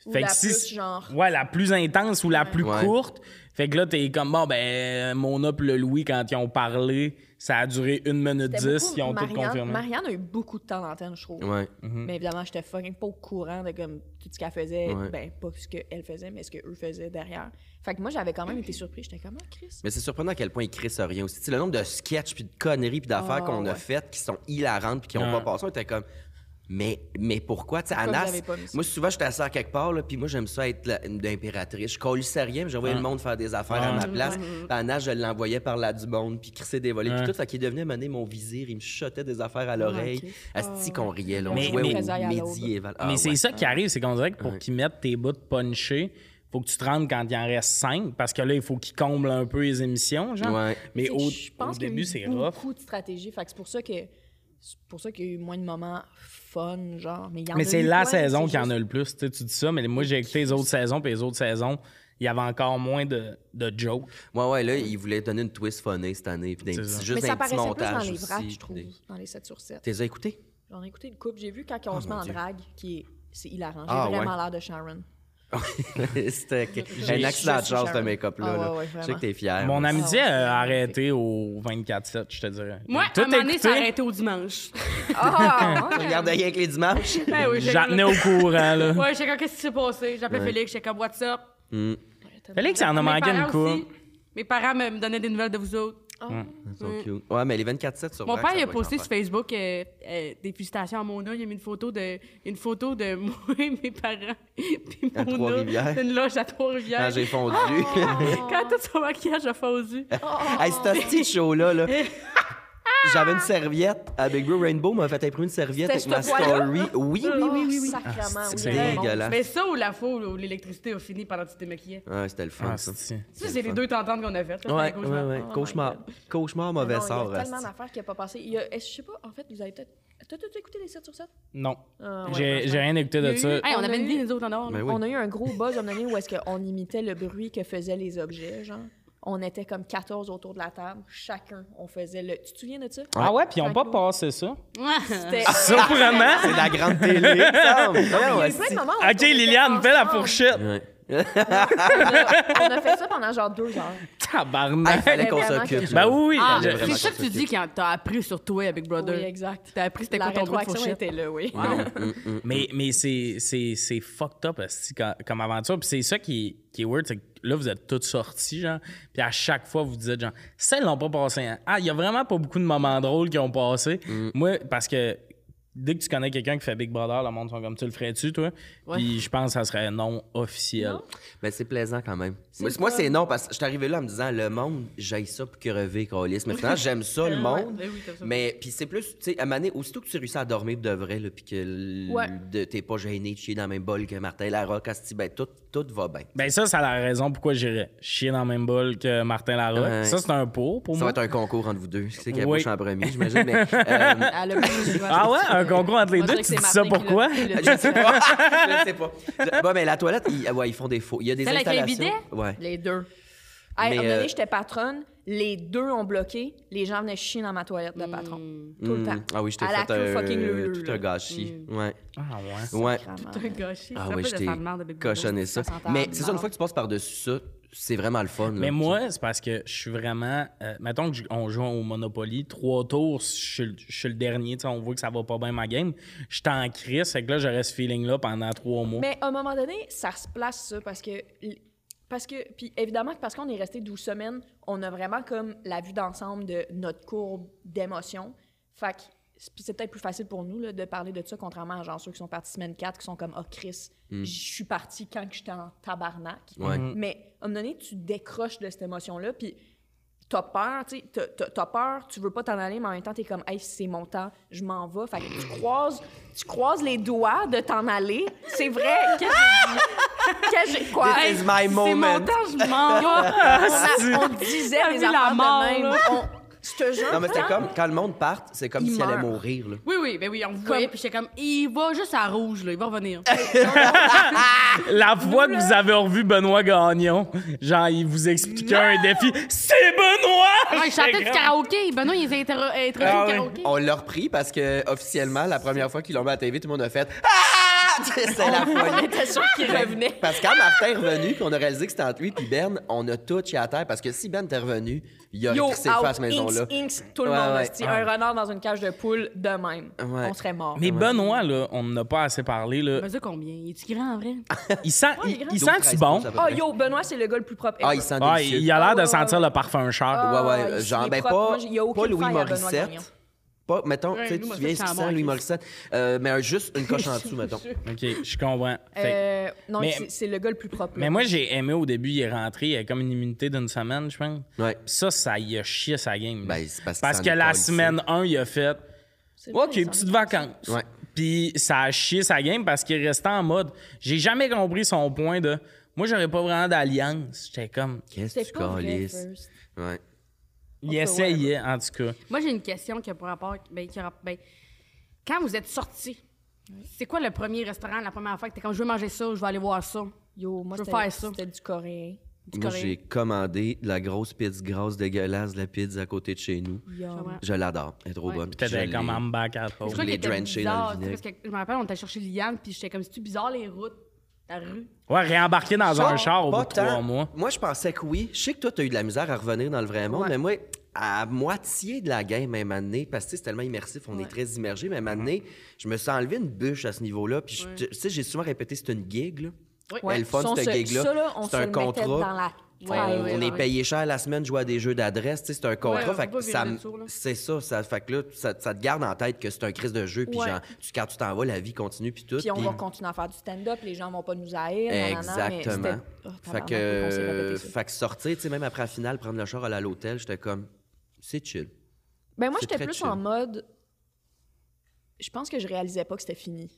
C: Ou la plus, genre.
A: Ouais, la plus intense ou la plus
D: Ouais.
A: courte. Fait que là, t'es comme, bon, ben, Mona puis le Louis, quand ils ont parlé, ça a duré une minute
C: C'était
A: dix,
C: beaucoup
A: ils ont tout
C: Marianne-
A: confirmé.
C: Marianne a eu beaucoup de temps d'antenne, je trouve.
D: Ouais.
C: Mais évidemment, j'étais fucking pas au courant de comme tout ce qu'elle faisait.
D: Ouais.
C: Ben, pas ce qu'elle faisait, mais ce qu'eux faisaient derrière. Fait que moi, j'avais quand même été surpris. J'étais comme, ah, Chris.
D: Mais c'est surprenant à quel point ils créent ça rien aussi. Tu sais, le nombre de sketchs puis de conneries puis d'affaires
C: Ah,
D: qu'on a
C: ouais.
D: faites qui sont hilarantes puis qui n'ont
A: Ouais.
D: pas passé, on était comme. Mais, mais pourquoi? Tu sais,
C: Pourquoi vous
D: Anas,
C: avez pas mis ça?
D: moi, souvent, j'étais assis à quelque part, là, puis moi, j'aime ça être la- une impératrice. Je colissais rien, mais j'envoyais
A: Ouais.
D: le monde faire des affaires à
A: Ouais.
D: ma place. Puis Anas, je l'envoyais par là du monde, puis crissait des volets, puis tout. Fait qu'il devenait mener mon visir, il me chuchotait des affaires à l'oreille.
C: Ah, ok. Ah,
D: Asti qu'on riait, là. On
A: Mais-
D: jouait
A: mais-
C: Trésor à
D: au
C: l'aube.
D: médiéval. Ah,
A: mais c'est
D: ouais.
A: ça qui arrive, c'est qu'on dirait que pour qu'ils mettent tes bouts punchés, faut que tu te rendes quand il en reste cinq, parce que là, il faut qu'ils comblent un peu les émissions, genre.
D: Ouais.
A: Mais
C: Tu
A: au,
C: sais, je pense
A: au
C: qu'il y a eu
A: début, c'est rough.
C: beaucoup de stratégies. Fait que c'est pour ça que c'est pour ça qu'il y a eu moins de moments fun, genre. Mais, il y en
A: Mais
C: a
A: c'est
C: eu
A: la
C: plein,
A: saison
C: c'est
A: qui en
C: juste-
A: a le plus. Tu sais, tu dis ça, mais moi, j'ai écouté les autres saisons, puis les autres saisons, il y avait encore moins de, de jokes.
D: Ouais, ouais, là, ils voulaient donner une twist funnée cette année, puis des
A: C'est
D: petits-
A: ça.
D: juste
C: Mais ça
D: un petit
C: paraissait plus dans
D: montage.
C: les vracs,
D: aussi,
C: je trouve,
D: des-
C: dans les 7 sur 7.
D: T'es les as écoutés?
C: J'en ai écouté une coupe. J'ai vu quand on se met
D: Ah, mon
C: en
D: Dieu.
C: drague, qui est, c'est hilarant. J'ai
D: Ah,
C: vraiment
D: ouais.
C: l'air de Sharon.
D: C'était
C: J'ai-
D: un accident de
C: je suis
D: chance, ce
C: Sharon.
D: make-up-là.
C: Ah,
D: là.
C: ouais, ouais,
D: je sais
C: vraiment.
D: que t'es fier.
A: Mon
D: mais-
A: amitié
C: Ah ouais.
A: a arrêté au 24-7, je te dirais.
B: Moi,
A: Tout
B: à un moment donné,
A: écouté,
B: ça a arrêté au dimanche.
C: Ah,
D: Tu regardes rien que les dimanches.
B: Ben oui,
A: j'en tenais au courant, là.
B: Ouais, j'étais comme, qu'est-ce qui s'est passé? J'appelais
D: Ouais.
B: Félix, j'étais comme, what's up?
A: Félix, il en a
B: Mes
A: manqué une
B: parents
A: coupe.
B: aussi, Mes parents me me donnaient des nouvelles de vous autres.
D: Ils sont
C: Mm.
D: cute. Ouais, mais les 24-7 sur
B: Mon
D: Vrac,
B: père,
D: ça
B: il a
D: doit être
B: posté sur
D: l'enfer.
B: Facebook euh, euh, des félicitations à Mona. Il a mis une photo de, une photo de moi et mes parents. Puis
D: À Trois-Rivières. Ah,
B: Mona, une loge à
D: Quand
B: Trois-Rivières.
D: j'ai fondu.
B: Quand tout son maquillage a fondu.
C: Oh.
D: hey, c'est un petit show-là. Là. J'avais une serviette. À Big Blue Rainbow m'a fait imprimer une serviette avec
C: C'était
D: ma
C: ce poil-là?
D: story. Oui, oui, oui. oui.
C: Sacrement,
A: Ah,
C: oui,
A: c'est
C: il y a du monde.
D: dégueulasse.
B: Mais ça, ou la foule, où l'électricité a fini pendant que tu te maquillais.
D: Ah, c'était le fun,
A: Ah,
D: ça.
A: c'est-
B: Ça,
D: C'est
B: c'est
D: le
B: les
D: fun.
B: deux tententes qu'on a faites. là.
D: Ouais,
B: C'était un
D: ouais, ouais.
B: cauchemar.
C: Oh my
D: Cauchemar. Cauchemar,
C: Non,
D: mauvais
C: Il
D: sort.
C: y a tellement
D: asti.
C: d'affaires qui n'ont pas passé. Il y a- est-ce- je sais pas, en fait, vous avez peut-être. T'as tout écouté les 7 sur 7?
A: Non.
C: Ah, ouais,
A: J'ai
C: franchement.
A: j'ai rien écouté de
B: Il y a eu-
A: ça.
B: Hey, on,
C: On a
B: avait une
C: eu-
B: vie, nous autres, en or.
D: Ben oui.
C: On a eu un gros buzz un année où est-ce qu'on imitait le bruit que faisaient les objets, genre. On était comme 14 autour de la table, chacun, on faisait le... Tu te souviens de ça?
A: Ah ouais, puis ils n'ont pas
C: Cinq
A: passé ça.
C: C'était...
A: Surprenant.
D: C'est la grande télé. ça. Non,
C: Il y a eu plein de
D: asti.
C: moments où on
A: OK,
C: était
A: Ah, Liliane, fais la
C: ensemble.
A: fourchette.
D: Ouais.
C: On a, on a fait ça pendant genre deux heures.
D: Ah, il
A: Tabarnak.
D: fallait qu'on
C: Vraiment
D: s'occupe.
A: Ben
D: là.
A: oui, oui.
B: Ah,
A: je-
D: vraiment
B: c'est ça que tu
D: constructif.
B: dis quand t'as appris sur toi avec Brother.
C: Oui, exact.
B: T'as appris c'était
C: La
B: quoi ton bruit de
C: rétroaction
B: fourchette.
C: était là, oui.
A: Mais, mais c'est, c'est, c'est fucked up esti, comme, comme aventure. Puis c'est ça qui, qui est weird, c'est que là, vous êtes toutes sorties, genre. Puis à chaque fois, vous dites, genre, celles n'ont pas passé. hein. Ah, il y a vraiment pas beaucoup de moments drôles qui ont passé.
D: Mm.
A: Moi, parce que dès que tu connais quelqu'un qui fait Big Brother, le monde sont comme, tu le ferais-tu, toi? Puis je pense que ça serait non officiel.
D: Mais Ben, c'est plaisant quand même. Moi, moi, c'est non, parce que je suis arrivé là en me disant le monde, j'aille ça pour crever, Calis. Mais finalement, j'aime ça, le monde.
B: ben oui, t'aimes ça.
D: mais puis c'est plus, tu sais, à Mané, aussitôt que tu réussis à dormir de vrai, là, puis que l-
C: Ouais.
D: de- t'es pas gêné de chier dans le même bol que Martin Larocque, Asti, ben, tout, tout va bien.
A: Ben ça, c'est la raison pourquoi j'irais chier dans le même bol que Martin Larocque.
D: Ouais.
A: Ça, c'est un pour pour
D: Ça va
A: moi.
D: être un concours entre vous deux. C'est qui
A: Oui.
D: bouche en premier, j'imagine. Mais, euh,
C: Ah, le bruit, je-
A: Ah ouais, un concours entre les
C: Moi,
A: deux,
C: je dirais
A: tu
C: que
A: dis
C: c'est
A: ça
C: Martin qui
A: pourquoi?
C: l'a-
D: je sais pas. je sais pas. Je- Bon, mais la toilette, ils, ouais, ils font des faux. Il y a des
B: Celle avec les
D: installations. ouais.
C: Les deux. Hey,
D: Mais,
C: à un moment donné,
D: euh,
C: j'étais patronne. Les deux ont bloqué. Les gens venaient chier dans ma toilette de patron. Tout le
D: Mm.
C: temps.
D: Ah oui, je t'ai
C: À la
D: fait
C: queue fucking
D: un,
C: leu-leu,
D: tout un
C: là.
D: gâchis. Ouais.
A: Ah ouais.
D: Ouais.
C: Vraiment.
B: T'as gâché.
D: Ah
B: Ça
D: oui,
B: peut
D: je
B: de
D: t'ai
B: faire de merde avec Brother.
D: cochonné ça.
C: Ça sent
D: Mais
C: la
D: c'est ça, une
C: merde.
D: fois que tu passes par-dessus ça, c'est vraiment le fun. là.
A: Mais moi, c'est parce que je suis vraiment. euh, mettons qu'on joue au Monopoly, trois tours, je suis le- je suis le dernier, tu sais, on voit que ça va pas bien ma game. Je suis en crise, fait que là, j'aurais ce feeling-là pendant trois mois.
C: Mais à un moment donné, ça se place, ça, parce que. Parce que, puis évidemment, que parce qu'on est resté 12 semaines, on a vraiment comme la vue d'ensemble de notre courbe d'émotion. Fait que c'est- puis c'est peut-être plus facile pour nous là, de parler de ça, contrairement à genre ceux qui sont partis semaine 4, qui sont comme, oh Chris, je suis parti quand que j'étais en tabarnak.
D: Hmm. Ouais.
C: Mais à un moment donné, tu décroches de cette émotion-là, puis t'as peur, tu sais, t'as- t'as t'as peur, tu veux pas t'en aller, mais en même temps, t'es comme, hey, c'est mon temps, je m'en vais. Fait que tu croises, tu croises les doigts de t'en aller. C'est vrai. Qu'est-ce que j'ai dit? Qu'est-ce que j'ai- Quoi?
D: This is my
B: C'est mon
D: moment.
B: temps, je m'en vais.
A: Ah,
C: On, a- on disait
B: T'as
C: les
B: vu la
C: affaires
B: mort,
C: de même.
B: là?
C: On- je te jure.
D: Non, mais c'était
C: quand-
D: comme quand le monde part, c'est comme
C: Il
D: s'il allait
C: meurt.
D: mourir. Là.
B: Oui, oui, ben oui, on vous voyait, puis j'étais comme, il va juste à rouge, là, il va revenir.
A: La fois que vous avez revu Benoît Gagnon, genre, il vous expliquait un défi. C'est Benoît!
B: Ouais, je chantais du karaoké. Benoît, il les a inter- introduits
A: Ah
B: au
A: oui.
B: karaoké.
D: On l'a repris parce que officiellement, la première fois qu'ils l'ont mis à la TV, tout le monde a fait Ah! C'est la folie.
C: T'es sûr qu'il revenait.
D: Parce que quand Martin est revenu, puis on a réalisé que c'était entre lui puis Ben, on a tout chié à terre parce que si Ben était revenu, il aurait
C: Yo,
D: crissé le feu à
C: out,
D: cette maison-là.
C: inks, inks, tout le
D: Ouais,
C: monde.
D: ouais.
C: hostie, Un renard dans une cage de poule, de même.
D: Ouais.
C: On serait mort.
A: Mais Benoît, là, on n'a pas assez parlé. Là.
B: Mesure combien? Il est grand en vrai?
A: Il sent,
C: il est
A: il,
C: grand.
A: il sent-tu bon?
C: Oh, yo, Benoît, c'est le gars le plus propre.
D: Ah,
C: ever.
D: il sent
A: Ah,
D: délicieux.
A: il a l'air de
C: Ouais,
A: sentir
C: ouais.
A: le parfum cher.
D: Ouais, ouais,
C: Oh, Ah,
D: euh,
C: il
D: genre,
C: est
D: ben
C: propre.
D: pas,
C: Moi, il y a aucune
D: pas Louis
C: faille à Benoît
D: Morissette.
C: Gagnon.
D: Pas, mettons,
B: Ouais,
D: tu sais,
B: Louis
D: tu viens
B: Morissette,
D: ici
B: c'est un
D: sans
B: bon
D: Louis
B: artiste.
D: Morissette, euh, mais un- juste une coche en dessous, mettons.
A: OK, je comprends. Fait-
C: Euh, non,
A: Mais-
C: c'est- c'est le gars le plus propre.
A: Mais moi, j'ai aimé au début, il est rentré, il a comme une immunité d'une semaine, je pense.
D: Ouais.
A: Puis ça, ça y a chié sa game. là.
D: Ben, c'est parce que ça
A: que
D: en est
A: la
D: pas ici.
A: semaine 1, il a fait
C: C'est vrai,
A: OK,
C: il s'en
A: petites
C: est-
A: vacances.
D: Ouais.
A: Puis ça a chié sa game parce qu'il restait en mode. J'ai jamais compris son point de. Moi, j'aurais pas vraiment d'alliance. J'étais comme.
D: Qu'est-ce que
C: C'est
D: tu
C: pas vrai,
D: calisses?
C: first.
D: Ouais.
A: Il essayait, en tout cas.
B: Moi, j'ai une question qui a pour rapport. Ben, qui a rap- ben, quand vous êtes sortis, c'est quoi le premier restaurant, la première fois que t'es comme je veux manger ça, je vais aller voir ça?
C: Yo, moi,
B: Je veux
C: c'était-
B: faire ça.
C: c'était du coréen.
B: Du
D: Moi,
B: coréen.
D: j'ai commandé de la grosse pizza grasse dégueulasse, de la pizza à côté de chez nous.
C: Yo.
B: Ouais.
D: Je l'adore. Elle est trop
B: Ouais.
D: bonne. Puis
A: T'étais
D: je
A: comme
D: l'ai-
A: en bac à
B: Je
A: pauvre.
B: crois qu'il
D: les
B: était
D: drencher dans le
B: bizarre. tu sais,
D: vinaigre.
B: Parce que je me rappelle, on était chercher Liliane, puis j'étais comme, c'est-tu bizarre les routes, la rue?
A: Ouais, réembarqué dans
D: Pas-
A: un char au bout
D: pas
A: de trois
D: tant.
A: mois.
D: Moi, je pensais que oui. Je sais que toi, t'as eu de la misère à revenir dans le vrai monde,
B: Ouais.
D: mais moi, à moitié de la game, même année, parce que tu sais, c'est tellement immersif, on est très immergé, même
A: Mm-hmm.
D: année, je me suis enlevé une bûche à ce niveau-là. Puis, je- tu sais, j'ai souvent répété, c'est une gig, là.
B: Oui.
D: Elle le fun,
C: Ça, on
D: ce
C: se- ça,
D: gig-là.
C: là, on
D: C'est
C: se
D: un
C: le mettait
D: contrat.
C: dans la
D: On,
B: Ouais, ouais,
D: on
B: ouais.
D: est payé cher la semaine, jouer à des jeux d'adresse, tu sais, c'est un contrat.
B: Ouais,
D: fait
B: faut
D: que
B: pas
D: ça
B: virer
D: me-
B: le tour, là.
D: c'est ça, ça fait que là, ça, ça te garde en tête que c'est un crise de jeu, puis
B: Ouais.
D: genre, tu, quand tu t'en vas, la vie continue, puis tout.
C: Puis on
D: puis-
C: va continuer à faire du stand-up, les gens vont pas nous haïr. nanana, mais
D: Exactement.
C: c'était- Oh,
D: fait,
C: tabarnak, on s'est
D: que,
C: répété ça.
D: fait que sortir, tu sais, même après la finale, prendre le char, aller à l'hôtel, j'étais comme, c'est chill.
C: Ben moi,
D: c'est
C: j'étais
D: très
C: plus
D: chill.
C: en mode. Je pense que je réalisais pas que c'était fini.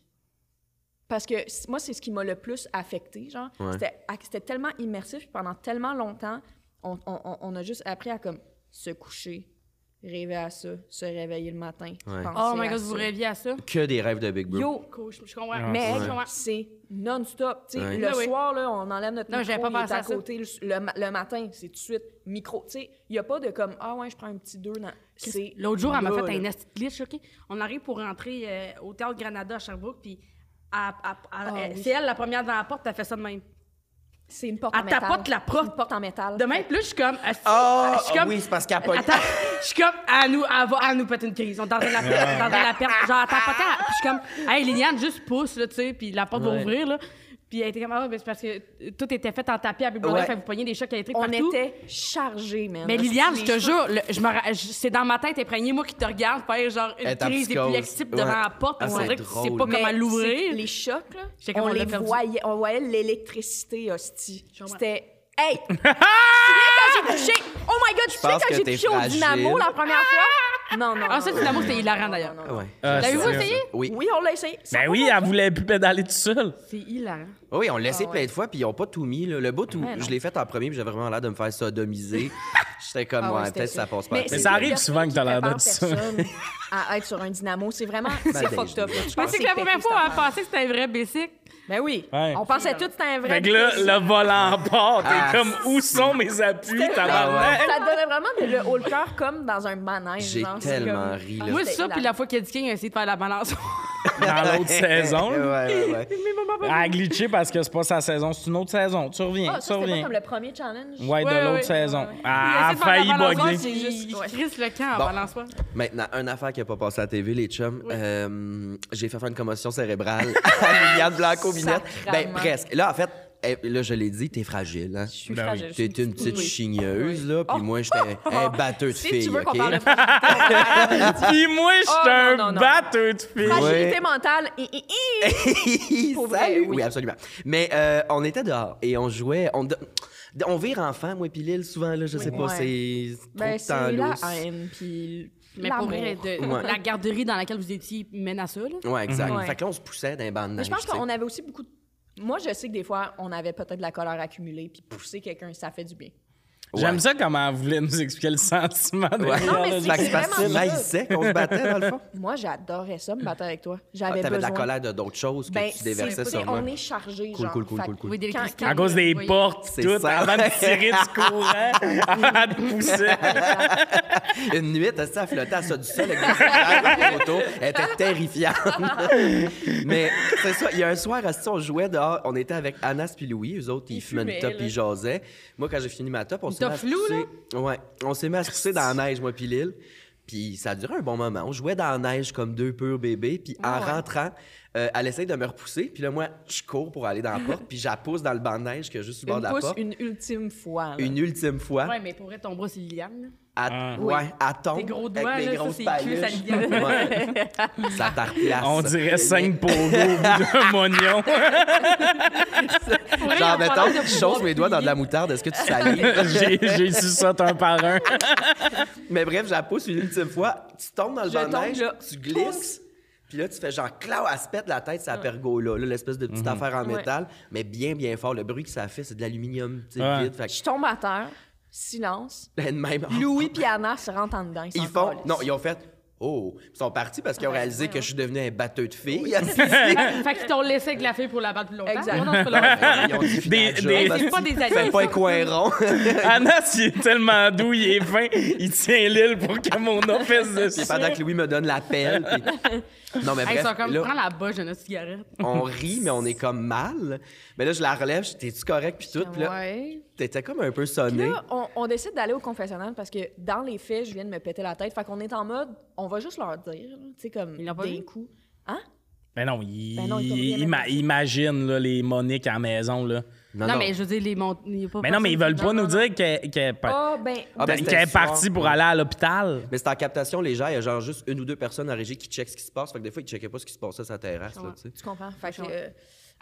C: Parce que c- moi, c'est ce qui m'a le plus affecté. Genre,
D: Ouais.
C: c'était, à- c'était tellement immersif puis pendant tellement longtemps, on, on- on- on a juste appris à comme se coucher, rêver à ça, se réveiller le matin.
D: Ouais.
C: penser
B: Oh my
C: à
B: god, vous
C: ça.
B: rêviez à ça?
D: Que des rêves de Big Bro.
C: Yo,
B: Cool, je, je comprends.
C: mais
B: je comprends.
C: Ah, c'est non-stop. Tu sais,
D: Ouais.
C: Le
B: Ah oui.
C: soir, là, on enlève notre
B: Non, j'avais
C: micro,
B: pas
C: il est
B: pensé à
C: à
B: ça.
C: côté. Le, le ma- le matin, c'est tout de suite micro. Tu sais, il n'y a pas de comme « Ah ouais, je prends un petit deux dans... » C'est
B: L'autre jour, elle m'a
C: là,
B: fait un
C: là.
B: esti de glitch, OK? On arrive pour rentrer euh, au Théâtre Granada à Sherbrooke, puis à- à- à-
C: Ah,
B: elle-
C: oui.
B: c'est elle, la première dans la porte, elle fait ça de même.
C: C'est une porte
B: Elle
C: en métal.
B: tapote la prof.
C: Une porte en métal.
B: De même, puis là, je suis comme... esti-
D: Ah,
B: je suis comme-
D: oui, c'est parce qu'elle a pas-
B: Attends, je suis comme, elle nous, elle va, elle nous pète une crise. On est en train de la perdre, on est en train de la perdre. Genre, attends, pas tant. Puis je suis comme, hey, Liliane, juste pousse, là, tu sais, puis la porte
A: Ouais.
B: va ouvrir, là. Puis elle était comme, ah, ouais, ben, c'est parce que tout était fait en tapis à Big Brother,
D: Ouais.
B: fait que vous preniez des chocs électriques
C: On
B: partout.
C: était chargés, man.
B: Mais
C: Parce que
B: Liliane,
C: les
B: je te
C: cheveux-
B: jure, le- je me ra- je- c'est dans ma tête imprégné, moi qui te regarde faire genre une
D: Elle est en
B: crise
D: psychose.
B: épileptique
D: Ouais.
B: devant la porte,
D: Ah,
B: on
D: c'est
B: dirait que tu sais
D: drôle.
B: pas
C: Mais
B: comment
C: c'est-
B: l'ouvrir.
C: Les chocs, là,
B: Je sais comment
C: on
B: on l'a
C: les
B: perdu.
C: voyait. On voyait l'électricité, hostie.
B: comprends.
C: C'était... Hey! Tu te souviens quand j'ai touché... Oh my God, tu te souviens
D: pense que
C: quand j'ai
D: t'es
C: touché au
D: fragile.
C: dynamo la première fois? Non, non,
B: Ah,
C: non,
B: ça,
C: non,
B: le dynamo,
C: non,
B: c'était
C: non,
B: hilarant,
C: non,
B: d'ailleurs.
C: non,
D: Ah
C: non.
D: ouais.
A: Ah,
B: L'avez-vous
A: c'est-
B: essayé?
D: Oui. oui.
C: Oui, on l'a essayé.
A: Ben oui, elle voulait plus pédaler tout seul.
B: C'est hilarant.
D: oui, on l'a essayé
C: Ah,
D: plein de fois, puis ils ont pas tout mis. là. Le bout où
B: non.
D: je l'ai fait en premier, puis j'avais vraiment l'air de me faire sodomiser. J'étais comme,
C: Ah
D: ouais,
C: ouais, c'était
D: peut-être que ça passe pas.
C: Mais,
D: après.
C: c'est
A: ça arrive
C: une
A: souvent que t'as l'air
C: personne
A: de
C: qui
A: ça.
C: prépare personne à être sur un dynamo, c'est vraiment c'est
D: Ben,
C: fucked up. là.
D: je
C: Je
B: Parce que la première fois, on pensait que c'était un vrai basic.
C: Ben oui,
A: Ouais.
C: on pensait tout que c'était un vrai.
A: Fait que là,
C: baiser.
A: le volant part. T'es
D: Ah,
A: comme, où sont mes appuis, tabarnak?
C: Euh, Ça donnait vraiment de- le haut le cœur comme dans un manège.
D: J'ai
C: genre, c'est
D: tellement
C: comme- Ah,
D: ri. Là.
B: Moi,
C: c'est
B: ça, puis
C: hilarant.
B: la fois qu'Eddie King a essayé de faire la balance.
A: Dans l'autre saison,
D: ouais,
A: là.
D: ouais, ouais.
A: Elle a glitché parce que c'est pas sa saison, c'est une autre saison. Tu reviens,
C: Ah,
A: tu
C: ça, c'était pas
A: reviens.
C: comme le premier challenge.
A: Ouais, de
B: Ouais,
A: l'autre
B: ouais.
A: saison.
B: Ouais.
A: Ah,
B: Il
A: Elle a failli
B: essayé de faire la balançoire,
A: bugger.
C: bugger.
B: puis
C: C'est juste-
B: Il
C: ouais.
B: crisse le camp en
D: Bon.
B: balançoire.
D: Maintenant, une affaire qui n'a pas passé à la TV, les chums. Euh, j'ai fait faire une commotion cérébrale à Liliane Blanco-Binette. Ben,
C: Sacrement.
D: presque. Là, en fait, eh, là, je l'ai dit, t'es fragile. Hein?
C: Je suis
A: Ben oui.
C: fragile.
D: T'es une petite
C: Oui.
D: chigneuse, là, puis moi, j'étais un batteur de
C: Si tu
D: filles,
C: veux qu'on
D: OK?
C: parle de fragilité,
A: Puis moi,
C: Oh,
A: j'étais
C: non, non,
A: un
C: non.
A: batteur de filles.
C: fragilité mentale, hi, hi, hi. Pour vrai,
D: Salut!
C: oui.
D: Oui, absolument. Mais euh, on était dehors et on jouait... On, on vire enfant, moi puis Lille, souvent, là, je sais pas,
C: Ouais.
D: c'est trop
C: Ben,
D: de temps
C: c'est la
D: lousse.
C: haine, puis
B: Mais pour vrai,
C: l'amour.
B: de-
D: Ouais.
B: la garderie dans laquelle vous étiez mène à ça, là.
D: Ouais, exact.
C: Mhm. Ouais.
D: Fait que là, on se poussait d'un banc de
C: Mais je pense
D: neige, tu sais.
C: qu'on avait aussi beaucoup de... Moi, je sais que des fois, on avait peut-être de la colère accumulée, puis pousser quelqu'un, ça fait du bien.
A: J'aime ça comment elle voulait nous expliquer le sentiment de
D: Ouais.
C: Non, mais
A: Regarde,
C: c'est
D: Fait que c'est parce
C: vraiment
D: que
C: ça.
D: maïssait qu'on se battait, dans le fond.
C: Moi, j'adorais ça, me battre avec toi.
D: Ah,
C: J'avais
D: T'avais
C: besoin.
D: de la colère de d'autres choses que
C: Ben,
D: tu
C: c'est-
D: déversais sur moi.
C: On est chargé,
D: Cool,
C: genre.
D: cool, cool,
C: Fait que-
D: cool, cool.
B: Oui, d'électricité.
A: À cause des
B: Oui.
A: portes,
D: C'est
A: tout,
D: ça.
A: avant de tirer du courant, avant de pousser.
D: Une nuit, elle s'est flottée à ça du sol avec des éclairs dans l'auto. Elle était terrifiante. Mais c'est ça, il y a un soir, assis, on jouait dehors. On était avec Anas puis Louis. Eux autres, ils,
C: Ils
D: fumaient
C: fumaient,
D: une top
C: là.
D: puis ils jasaient. Moi, quand j'ai fini ma top, on s'est
B: top
D: mis à se
B: flou,
D: pousser. Ouais. On s'est mis à se pousser dans la neige, moi puis Lille. Puis ça a duré un bon moment. On jouait dans la neige comme deux purs bébés. Puis
C: Ah
D: en rentrant, euh, elle essaye de me repousser. Puis là, moi, je cours pour aller dans la porte. Puis je la pousse dans le banc de neige que juste sur le
C: Une
D: bord de la
C: pousse
D: porte. Une...
C: une ultime fois. là.
D: ultime fois.
B: Ouais, mais pour vrai, ton bras, c'est Liliane.
D: À,
A: Ah.
D: ouais, à tombe.
B: Tes gros doigts,
D: avec des
B: là, ça,
D: grosses
B: c'est cul, ça
D: pailluches.
B: liait.
D: Ouais. Ça t'a replace.
A: On dirait 5 pour vous au bout d'un moignon.
B: Pour vrai,
D: Genre,
B: on parlait
D: mettons,
B: de
D: je
B: bras
D: chausse mes doigts dans de la moutarde, est-ce que tu salives?
A: J'ai j'ai su ça un par un.
D: Mais bref, je la pousse une ultime fois, tu tombes dans le
C: Je
D: banc de
C: tombe,
D: neige,
C: là.
D: tu glisses, puis là, tu fais genre, claw, elle se pète la tête,
B: Ah.
D: ça pergola, là, l'espèce de
A: Mhm.
D: petite affaire en
C: Ouais.
D: métal, mais bien, bien fort. Le bruit que ça fait, c'est de l'aluminium, tu sais,
A: Ouais.
D: vide. Fait
C: Je tombe à terre, silence.
D: que, de même,
C: Louis puis Anna se rentrent en dedans. s'en
D: ils font,
C: calissent.
D: non, ils ont fait, oh, ils sont partis parce qu'ils ont réalisé que je suis devenu un batteur de filles.
B: Fait- Fait qu'ils t'ont laissé avec la fille pour la battre plus longtemps.
C: Exact.
B: Non, non, c'est pas leur affaire.
D: ils ont dit,
A: Des-
D: finalement,
A: des-
D: parce
B: C'est
D: que
B: pas des adultes.
D: Fais pas un coin rond.
A: Anas, il est tellement doux, il est fin, il tient l'île pour que mon nom fasse
D: Puis
A: dessus.
D: pendant que Louis me donne la pelle. puis- Non, mais
B: Hey,
D: bref,
B: ils sont comme,
D: là,
B: prends la boche de notre cigarette.
D: on rit, mais on est comme mal. Mais là, je la relève, je- t'es-tu correct? Puis tout. Puis là,
B: Ouais.
D: t'étais comme un peu sonné.
C: Là, on, on décide d'aller au confessionnal parce que dans les faits, je viens de me péter la tête. Fait qu'on est en mode, on va juste leur dire, là, tu sais, comme
B: Ils l'ont pas
C: d'un
B: vu?
C: coup. Hein?
A: Ben non, il,
C: Ben non, ils peuvent rien
A: il- ima-
C: mettre.
A: imagine là, les Moniques à la maison. Là.
B: Non, mais je veux dire, les mont... il y a pas
A: Mais non, mais ils veulent pas nous
B: personne qui-
A: dire qu'elle qu'elle est pas-
C: Ah, ben,
D: Ah, ben,
A: qu'elle
D: c'était
A: est partie
D: soir.
A: pour aller à l'hôpital.
D: Mais c'est en captation, les gens, il y a genre juste une ou deux personnes en régie qui checkent ce qui se passe. Fait que des fois, ils checkaient pas ce qui se passait sur la terrasse. Là, tu sais.
C: tu comprends. Fait que, euh,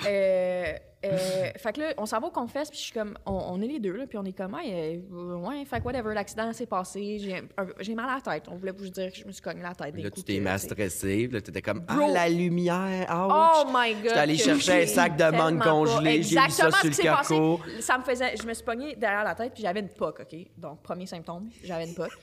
C: euh, euh, fait que là, on s'en va au confesse, puis je suis comme, on, on est les deux, là, puis on est comme, hey, euh, ouais, fait que whatever, l'accident s'est passé, j'ai un- j'ai mal à la tête. On voulait vous dire que je me suis cogné la tête. d'un
D: Là,
C: coup
D: tu t'es
C: que,
D: mis à
C: tu sais.
D: stresser. Là, t'étais comme, ah,
C: Bro.
D: la lumière,
C: Oh
D: ouch.
C: my god.
D: J'étais allé
C: que
D: chercher un
C: j'ai
D: sac de mangue
C: tellement
D: congelé,
C: pas-
D: j'ai mis ça
C: Exactement
D: sur
C: ce
D: le
C: qui s'est passé.
D: caco.
C: Ça me faisait je me suis pognée derrière la tête puis j'avais une poque, OK Donc premier symptôme, j'avais une poque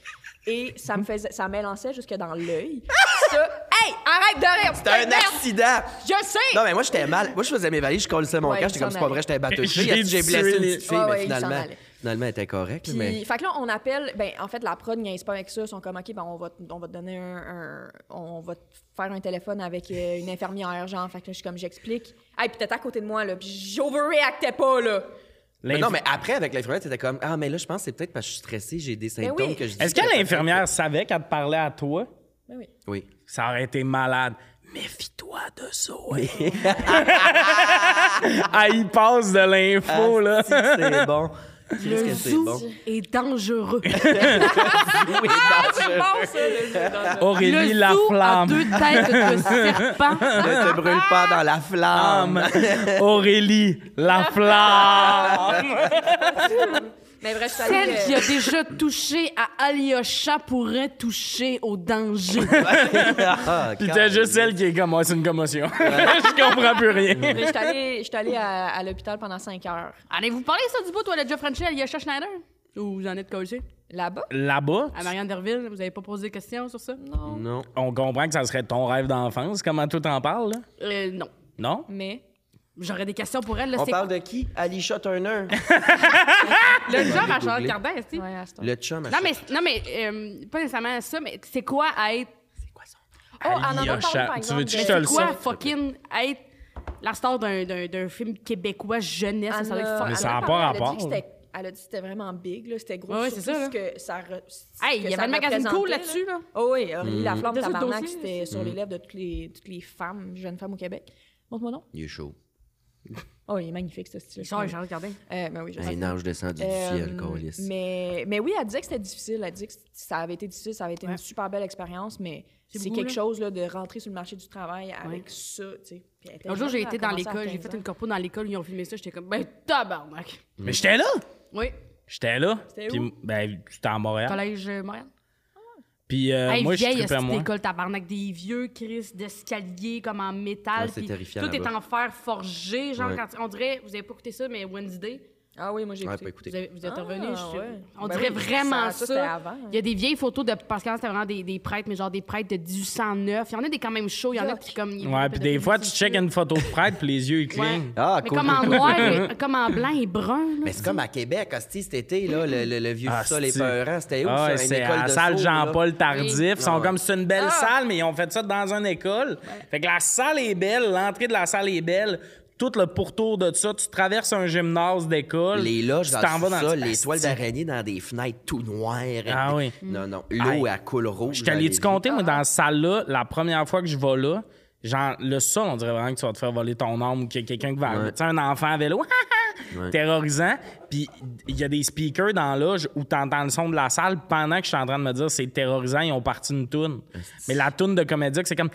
C: et ça me faisait ça m'élançait jusque dans l'œil. ça Hey, arrête de rire.
D: C'était un accident!
C: Je sais.
D: Non, mais moi, j'étais mal. Moi, je faisais mes valises, je collais mon
C: Ouais,
D: cas.
C: il
D: J'étais comme,
C: s'en
D: c'est pas
C: allait.
D: vrai, j'étais un batteur de
A: J'ai
D: filles. J'ai
A: tué
D: blessé une
A: les-
D: petite fille,
C: Ouais,
D: mais
C: ouais, il s'en
D: finalement,
C: allait.
D: finalement, elle était correcte.
C: Puis,
D: Mais...
C: fait que là, on appelle, ben, en fait, la prod niaise pas avec ça. Ils sont comme, OK, ben, on va, te- on va te donner un, un- On va te faire un téléphone avec euh, une infirmière, genre. Fait que là, je suis comme, j'explique. Hey, puis t'étais à côté de moi, là. Puis j'overreactais pas, là.
D: Mais
A: L'inf-
D: non, mais après, avec l'infirmière, t'étais comme Ah, mais là, je pense que c'est peut-être parce que je suis stressée, j'ai des symptômes
C: oui.
D: que je dis.
A: Est-ce que l'infirmière savait qu'elle te parlait à toi?
C: Ben oui.
D: Oui.
A: Ça aurait été malade. Méfie-toi de Zoé. ah, il passe de l'info, là.
D: Ah, si, C'est bon. Qu'est-ce que
B: Le
D: c'est
B: zoo
D: bon?
B: est dangereux.
D: Oui,
C: C'est
D: dangereux.
C: bon, ça, le zoo dans le-
A: Aurélie
B: le zoo a
A: Laflamme.
B: deux têtes de serpent.
D: Ne te brûle pas dans la
A: Ah,
D: flamme.
A: Aurélie Laflamme.
C: Mais bref, je suis allée,
B: Celle qui
C: euh,
B: a déjà touché à Alyosha pourrait toucher au danger.
D: Ah,
A: Puis
D: quand-
A: t'as juste elle qui est comme, moi, c'est une commotion. Je comprends plus rien.
C: mais je suis allée- je suis allée à, à l'hôpital pendant 5 heures.
B: Allez-vous parler ça du bout, toi, le Jeff Frenchy, Alyosha Schneider? Ou vous en êtes causé?
C: Là-bas?
A: Là-bas,
B: À Marianne Derville, vous avez pas posé de questions sur ça?
C: Non.
D: Non.
A: on comprend que ça serait ton rêve d'enfance, comment tout en parle, là.
B: Euh, non.
A: Non?
C: Mais.
B: J'aurais des questions pour elle. Là,
D: On
B: c'est
D: parle de qui? Alicia Turner.
B: le job à
D: googler.
B: Charles Cardin, est-ce que-
C: Ouais, à cette heure.
D: Le chum. à
B: Non, mais, non, mais euh, pas nécessairement ça, mais c'est quoi être.
C: Oh, on en a parlé,
A: Alyosha.
C: par
A: Tu
C: exemple,
A: veux-tu
C: de-
A: que je te le
B: C'est quoi
A: sorte?
B: fucking être la star d'un- d'un d'un film québécois jeunesse? Ça
C: Anna-
B: s'en est
A: Mais
B: fuck-
A: ça a
C: Anna
A: pas
C: parlé,
A: rapport,
C: Elle a dit que c'était- elle a dit que c'était vraiment big, là, c'était gros.
B: Ouais, ouais,
C: surtout
B: c'est ça,
C: ce
B: là.
C: que ça re- ce
B: Hey, il
C: que
B: y
C: ça
B: avait le magazine
C: représentait,
B: Cool là-dessus, là.
C: Oh oui,
A: Mm-hmm.
C: Aurélie Laflamme,
B: Dessous de
C: tabarnak,
B: dossier,
C: c'était sur les lèvres de toutes les, toutes les femmes, jeunes femmes au Québec. Montre-moi non.
D: Il est chaud.
C: Oh, il est magnifique, ce style.
B: Il sort, Charles Cardin.
C: Euh, ben oui, je sais.
D: Un ange descendu du
C: Euh,
D: ciel, Colis.
C: mais, mais oui, elle disait que c'était difficile. Elle disait que c- ça avait été difficile, ça avait été une super belle expérience, mais
B: C'est
C: c'est
B: beaucoup,
C: quelque
B: là.
C: chose là, de rentrer sur le marché du travail avec
B: Ouais.
C: ça. tu sais. Puis elle était
B: Un jour, j'ai
C: jeune,
B: été
C: elle
B: dans
C: commençait à
B: l'école, j'ai
C: 15
B: fait
C: ans.
B: une corpo dans l'école, ils ont filmé ça, j'étais comme, ben tabarnak.
A: Mais j'étais là.
B: Oui,
A: J'étais là.
C: C'était
A: Puis,
C: où?
A: ben, j'étais à Montréal.
B: collège euh, Montréal.
A: Puis, euh,
B: hey,
A: moi, je
B: vieille
A: tripais
B: petite
A: moi.
B: école tabarnak, des vieux Chris d'escalier comme en métal.
A: Ah,
D: Ouais, c'est
B: puis
D: terrifiant,
B: Tout est
D: là-bas.
B: en fer forgé, genre,
D: Ouais.
B: quand- on dirait, vous avez pas écouté ça, mais Wednesday,
C: Ah oui, moi j'ai
D: Ouais,
C: écouté.
D: pas écouté.
B: Vous, avez- vous êtes
C: Ah,
B: revenu, je-
C: ouais.
B: on
C: Ben
B: dirait
C: oui,
B: vraiment
C: ça,
B: ça.
C: ça, c'était avant, hein.
B: Il y a des vieilles photos de parce qu'avant c'était vraiment des, des prêtres, mais genre des prêtres de 1809. Il y en a des quand même chauds, il y en a qui comme. ils-
A: Ouais, puis des fois, tu check une photo de prêtre, puis les yeux, ils
B: Ouais.
A: clignent.
D: Ah,
B: mais
D: cool,
B: comme
D: cool,
B: en noir, et- comme en blanc et brun. là.
D: Mais c'est comme à Québec, hostie, cet été, là, le, le- le vieux
A: Ah,
D: sol est
A: c'est-
D: peurant. C'était où,
A: Ah,
D: ça?
A: ouais,
D: Une
A: c'est
D: école
A: à la
D: de
A: salle
D: saut,
A: Jean-Paul Tardif.
B: Oui.
A: Ils sont
D: Ah.
A: comme c'est une belle salle, mais ils ont fait ça dans une école. Fait que la salle est belle, l'entrée de la salle est belle. Tout le pourtour de ça, tu traverses un gymnase
D: là.
A: d'école.
D: Les loges
A: tu
D: dans
A: t'en
D: tout
A: vas
D: ça, les
A: Ah,
D: toiles
A: c'est-
D: d'araignée dans des fenêtres tout noires.
A: Ah oui.
D: Non, non, l'eau
A: Aïe.
D: à coule rouge.
A: Je
D: dans les
A: t'allais te
D: rues.
A: compter,
B: Ah.
A: moi, dans cette salle-là, la première fois que je vais là, genre, le sol, on dirait vraiment que tu vas te faire voler ton âme ou qu'il y a quelqu'un qui va. Tu sais, un enfant à vélo, terrorisant. Puis il y a des speakers dans la loge où t'entends le son de la salle pendant que je suis en train de me dire c'est terrorisant, ils ont parti une toune. Mais la toune de comédie, c'est comme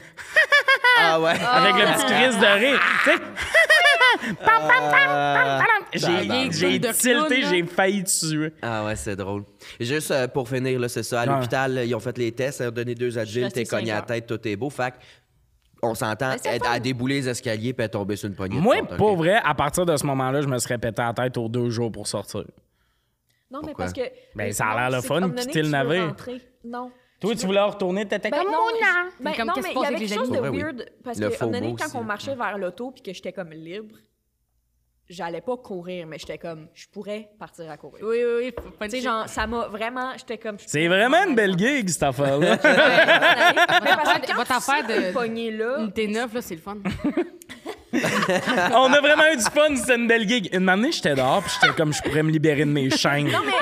D: Ah ouais.
A: avec le petit crise de rire. Tu
B: Ah.
A: sais,
D: Euh,
A: ah, j'ai-
D: ben,
A: J'ai
B: ben. De clown,
A: tilté,
B: là.
A: j'ai failli tuer.
D: Ah ouais, c'est drôle. Juste euh, pour finir, là, c'est ça. À
A: Ouais.
D: l'hôpital, ils ont fait les tests, ils ont donné deux adultes,
C: restée
D: t'es cogné
C: cinq
D: à la tête, tout est beau. Fait que on s'entend
C: Mais c'est
D: être
C: fun.
D: à débouler les escaliers puis à tomber sur une poignée. de
A: Moi,
D: porte,
A: pour
D: ok.
A: vrai, à partir de ce moment-là, je me serais pété la tête aux deux jours pour sortir.
C: Non, mais
D: Pourquoi?
C: parce que.
A: Ben, ça a l'air le
C: c'est
A: fun,
C: comme donné
A: quitter
C: que
A: le
C: tu veux
A: navire.
C: rentrer. Non.
A: Toi, tu voulais retourner, t'étais
C: Ben
A: comme
C: non, je- ben
B: C'est comme
C: non,
B: qu'est-ce
C: mais il y
B: qui se passe
C: avait
B: avec
C: quelque
B: les
C: chose de
D: amis.
C: weird parce
D: Ben Le
C: que à un moment donné,
D: FOMO
C: quand
D: aussi,
C: on
D: là.
C: marchait vers l'auto puis que j'étais comme libre, j'allais pas courir, mais j'étais comme je pourrais partir à courir.
B: Oui, oui,
C: Tu
B: oui.
C: sais, genre, ça m'a vraiment. J'étais comme. je
A: C'est
C: pourrais
A: vraiment
C: m'en
A: une belle
C: aller.
A: gig, cette affaire-là.
C: Mais parce que quand
B: Votre
C: tu sais que
B: affaire
C: t'es
B: de-
C: pogné là.
B: Une T9, là, c'est le fun.
A: On a vraiment eu du fun, c'était une belle gig. Une année, j'étais dehors, puis j'étais comme, je pourrais me libérer de mes chaînes.
C: Non, mais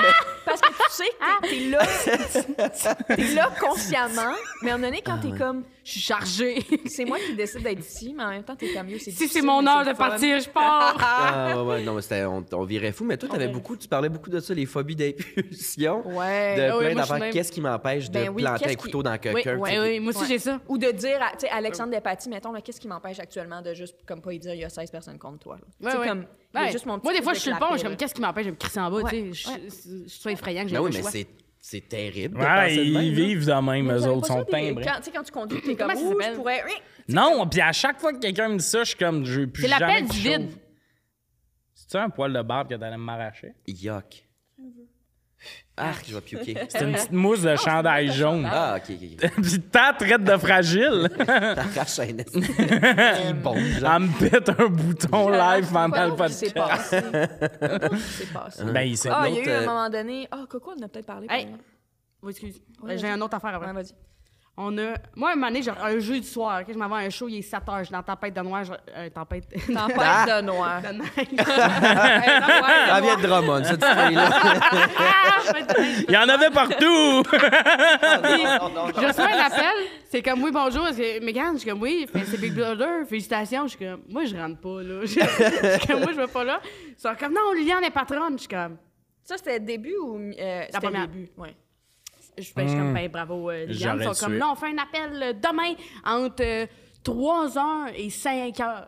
C: parce que tu sais que t'es- t'es là.
B: Ah!
C: T'es là consciemment, mais à un moment donné,
A: Ah,
C: quand t'es comme.
B: Je suis chargée.
C: C'est moi qui décide d'être ici, mais en même temps, t'es comme mieux.
B: si c'est mon heure de partir, je pars.
D: Ah ouais, ouais, non, mais c'était- on, on virait fou. Mais toi, t'avais beaucoup, tu parlais beaucoup de ça, les phobies d'impulsion.
C: Ouais.
D: De plein
B: Ah ouais, moi, je suis
D: d'affaires.
B: même-
D: Qu'est-ce qui m'empêche de
C: Ben oui,
D: planter un
C: qu'est-ce qui-
D: couteau dans
B: Oui,
D: quelqu'un?
B: oui,
D: tu sais?
B: oui, moi aussi,
C: Ouais.
B: j'ai ça.
C: Ou de dire, à- tu sais, Alexandre Despatie, mettons, là, qu'est-ce qui m'empêche actuellement de juste, comme pas y dire, il y a 16 personnes contre toi. là. Tu
B: Ouais,
C: sais,
B: ouais.
C: comme, il y a
B: Ouais.
C: juste mon petit
B: moi, des
C: truc
B: fois,
C: de
B: je suis le
C: clapet,
B: pont, j'aime
C: là.
B: qu'est-ce qui m'empêche de me crisser en bas,
C: Ouais,
B: tu sais. Je- Je je suis effrayant que j'ai
D: Ben oui,
B: pas
D: mais
B: le choix.
D: c'est, c'est terrible. de
A: Ouais,
D: penser de
A: ils
D: même, là.
A: vivent de même,
C: Vous
A: eux
C: avez
A: autres,
C: pas ça
A: sont
C: des-
A: timbrés.
C: Quand, tu sais, quand tu conduis, t'es comme,
B: Comment ça
C: ouh, je
B: s'appelle?
C: pourrais...
A: Non, puis à chaque fois que quelqu'un me dit ça, je suis comme, je veux plus
B: C'est
A: jamais
B: l'appel
A: que
B: du
A: je chauffe.
B: vide.
A: C'est-tu un poil de barbe que t'allais me m'arracher?
D: Yuck. Arc, je vais piouquer.
A: C'est une petite mousse de chandail jaune.
D: Ah, ok, ok. ok.
A: Puis t'as traite de fragile.
D: T'arraches un esti. Bon, genre.
A: Elle me pète un bouton live pendant le podcast.
C: C'est passé. C'est passé.
A: Ben, il s'est-
C: Ah, il y a
D: L'autre,
C: eu un
D: euh,
C: moment donné... Ah, Coco, on en a peut-être parlé.
B: Hey.
C: quand même.
B: Oui, excuse. Euh,
C: Ouais,
B: j'ai
C: vas-y.
B: un autre affaire avant.
C: Ouais, vas-y.
B: On a. Moi, un moment donné, genre, un jeu du soir, ok, je m'en vais à un show, il est 7 h, je suis dans Tempête de Noir, je... euh, Tempête.
C: Tempête de noir.
B: de Neige. Hey, Tempête
D: Ah,
B: de
D: vient
B: Noir.
D: de Drummond, cette histoire-là.
B: Ah, Tempête de Neige.
A: Il y en avait partout!
B: Je reçois un appel, c'est comme oui, bonjour, est-ce que Mégane, je suis comme oui, fait, c'est Big Brother, félicitations, je suis comme moi, je rentre pas là. Je je suis comme moi, je vais pas là. Ils sont comme non, Liliane est patronne, je suis comme.
C: Ça, c'était début ou... euh, C'était
B: première.
C: début, ouais.
B: Je fais je suis comme, ben bravo, euh, Liliane. Ils
A: Hmm. J'aurais
B: sont comme,
A: tué.
B: non, on fait un appel euh, demain entre 3h et 5h.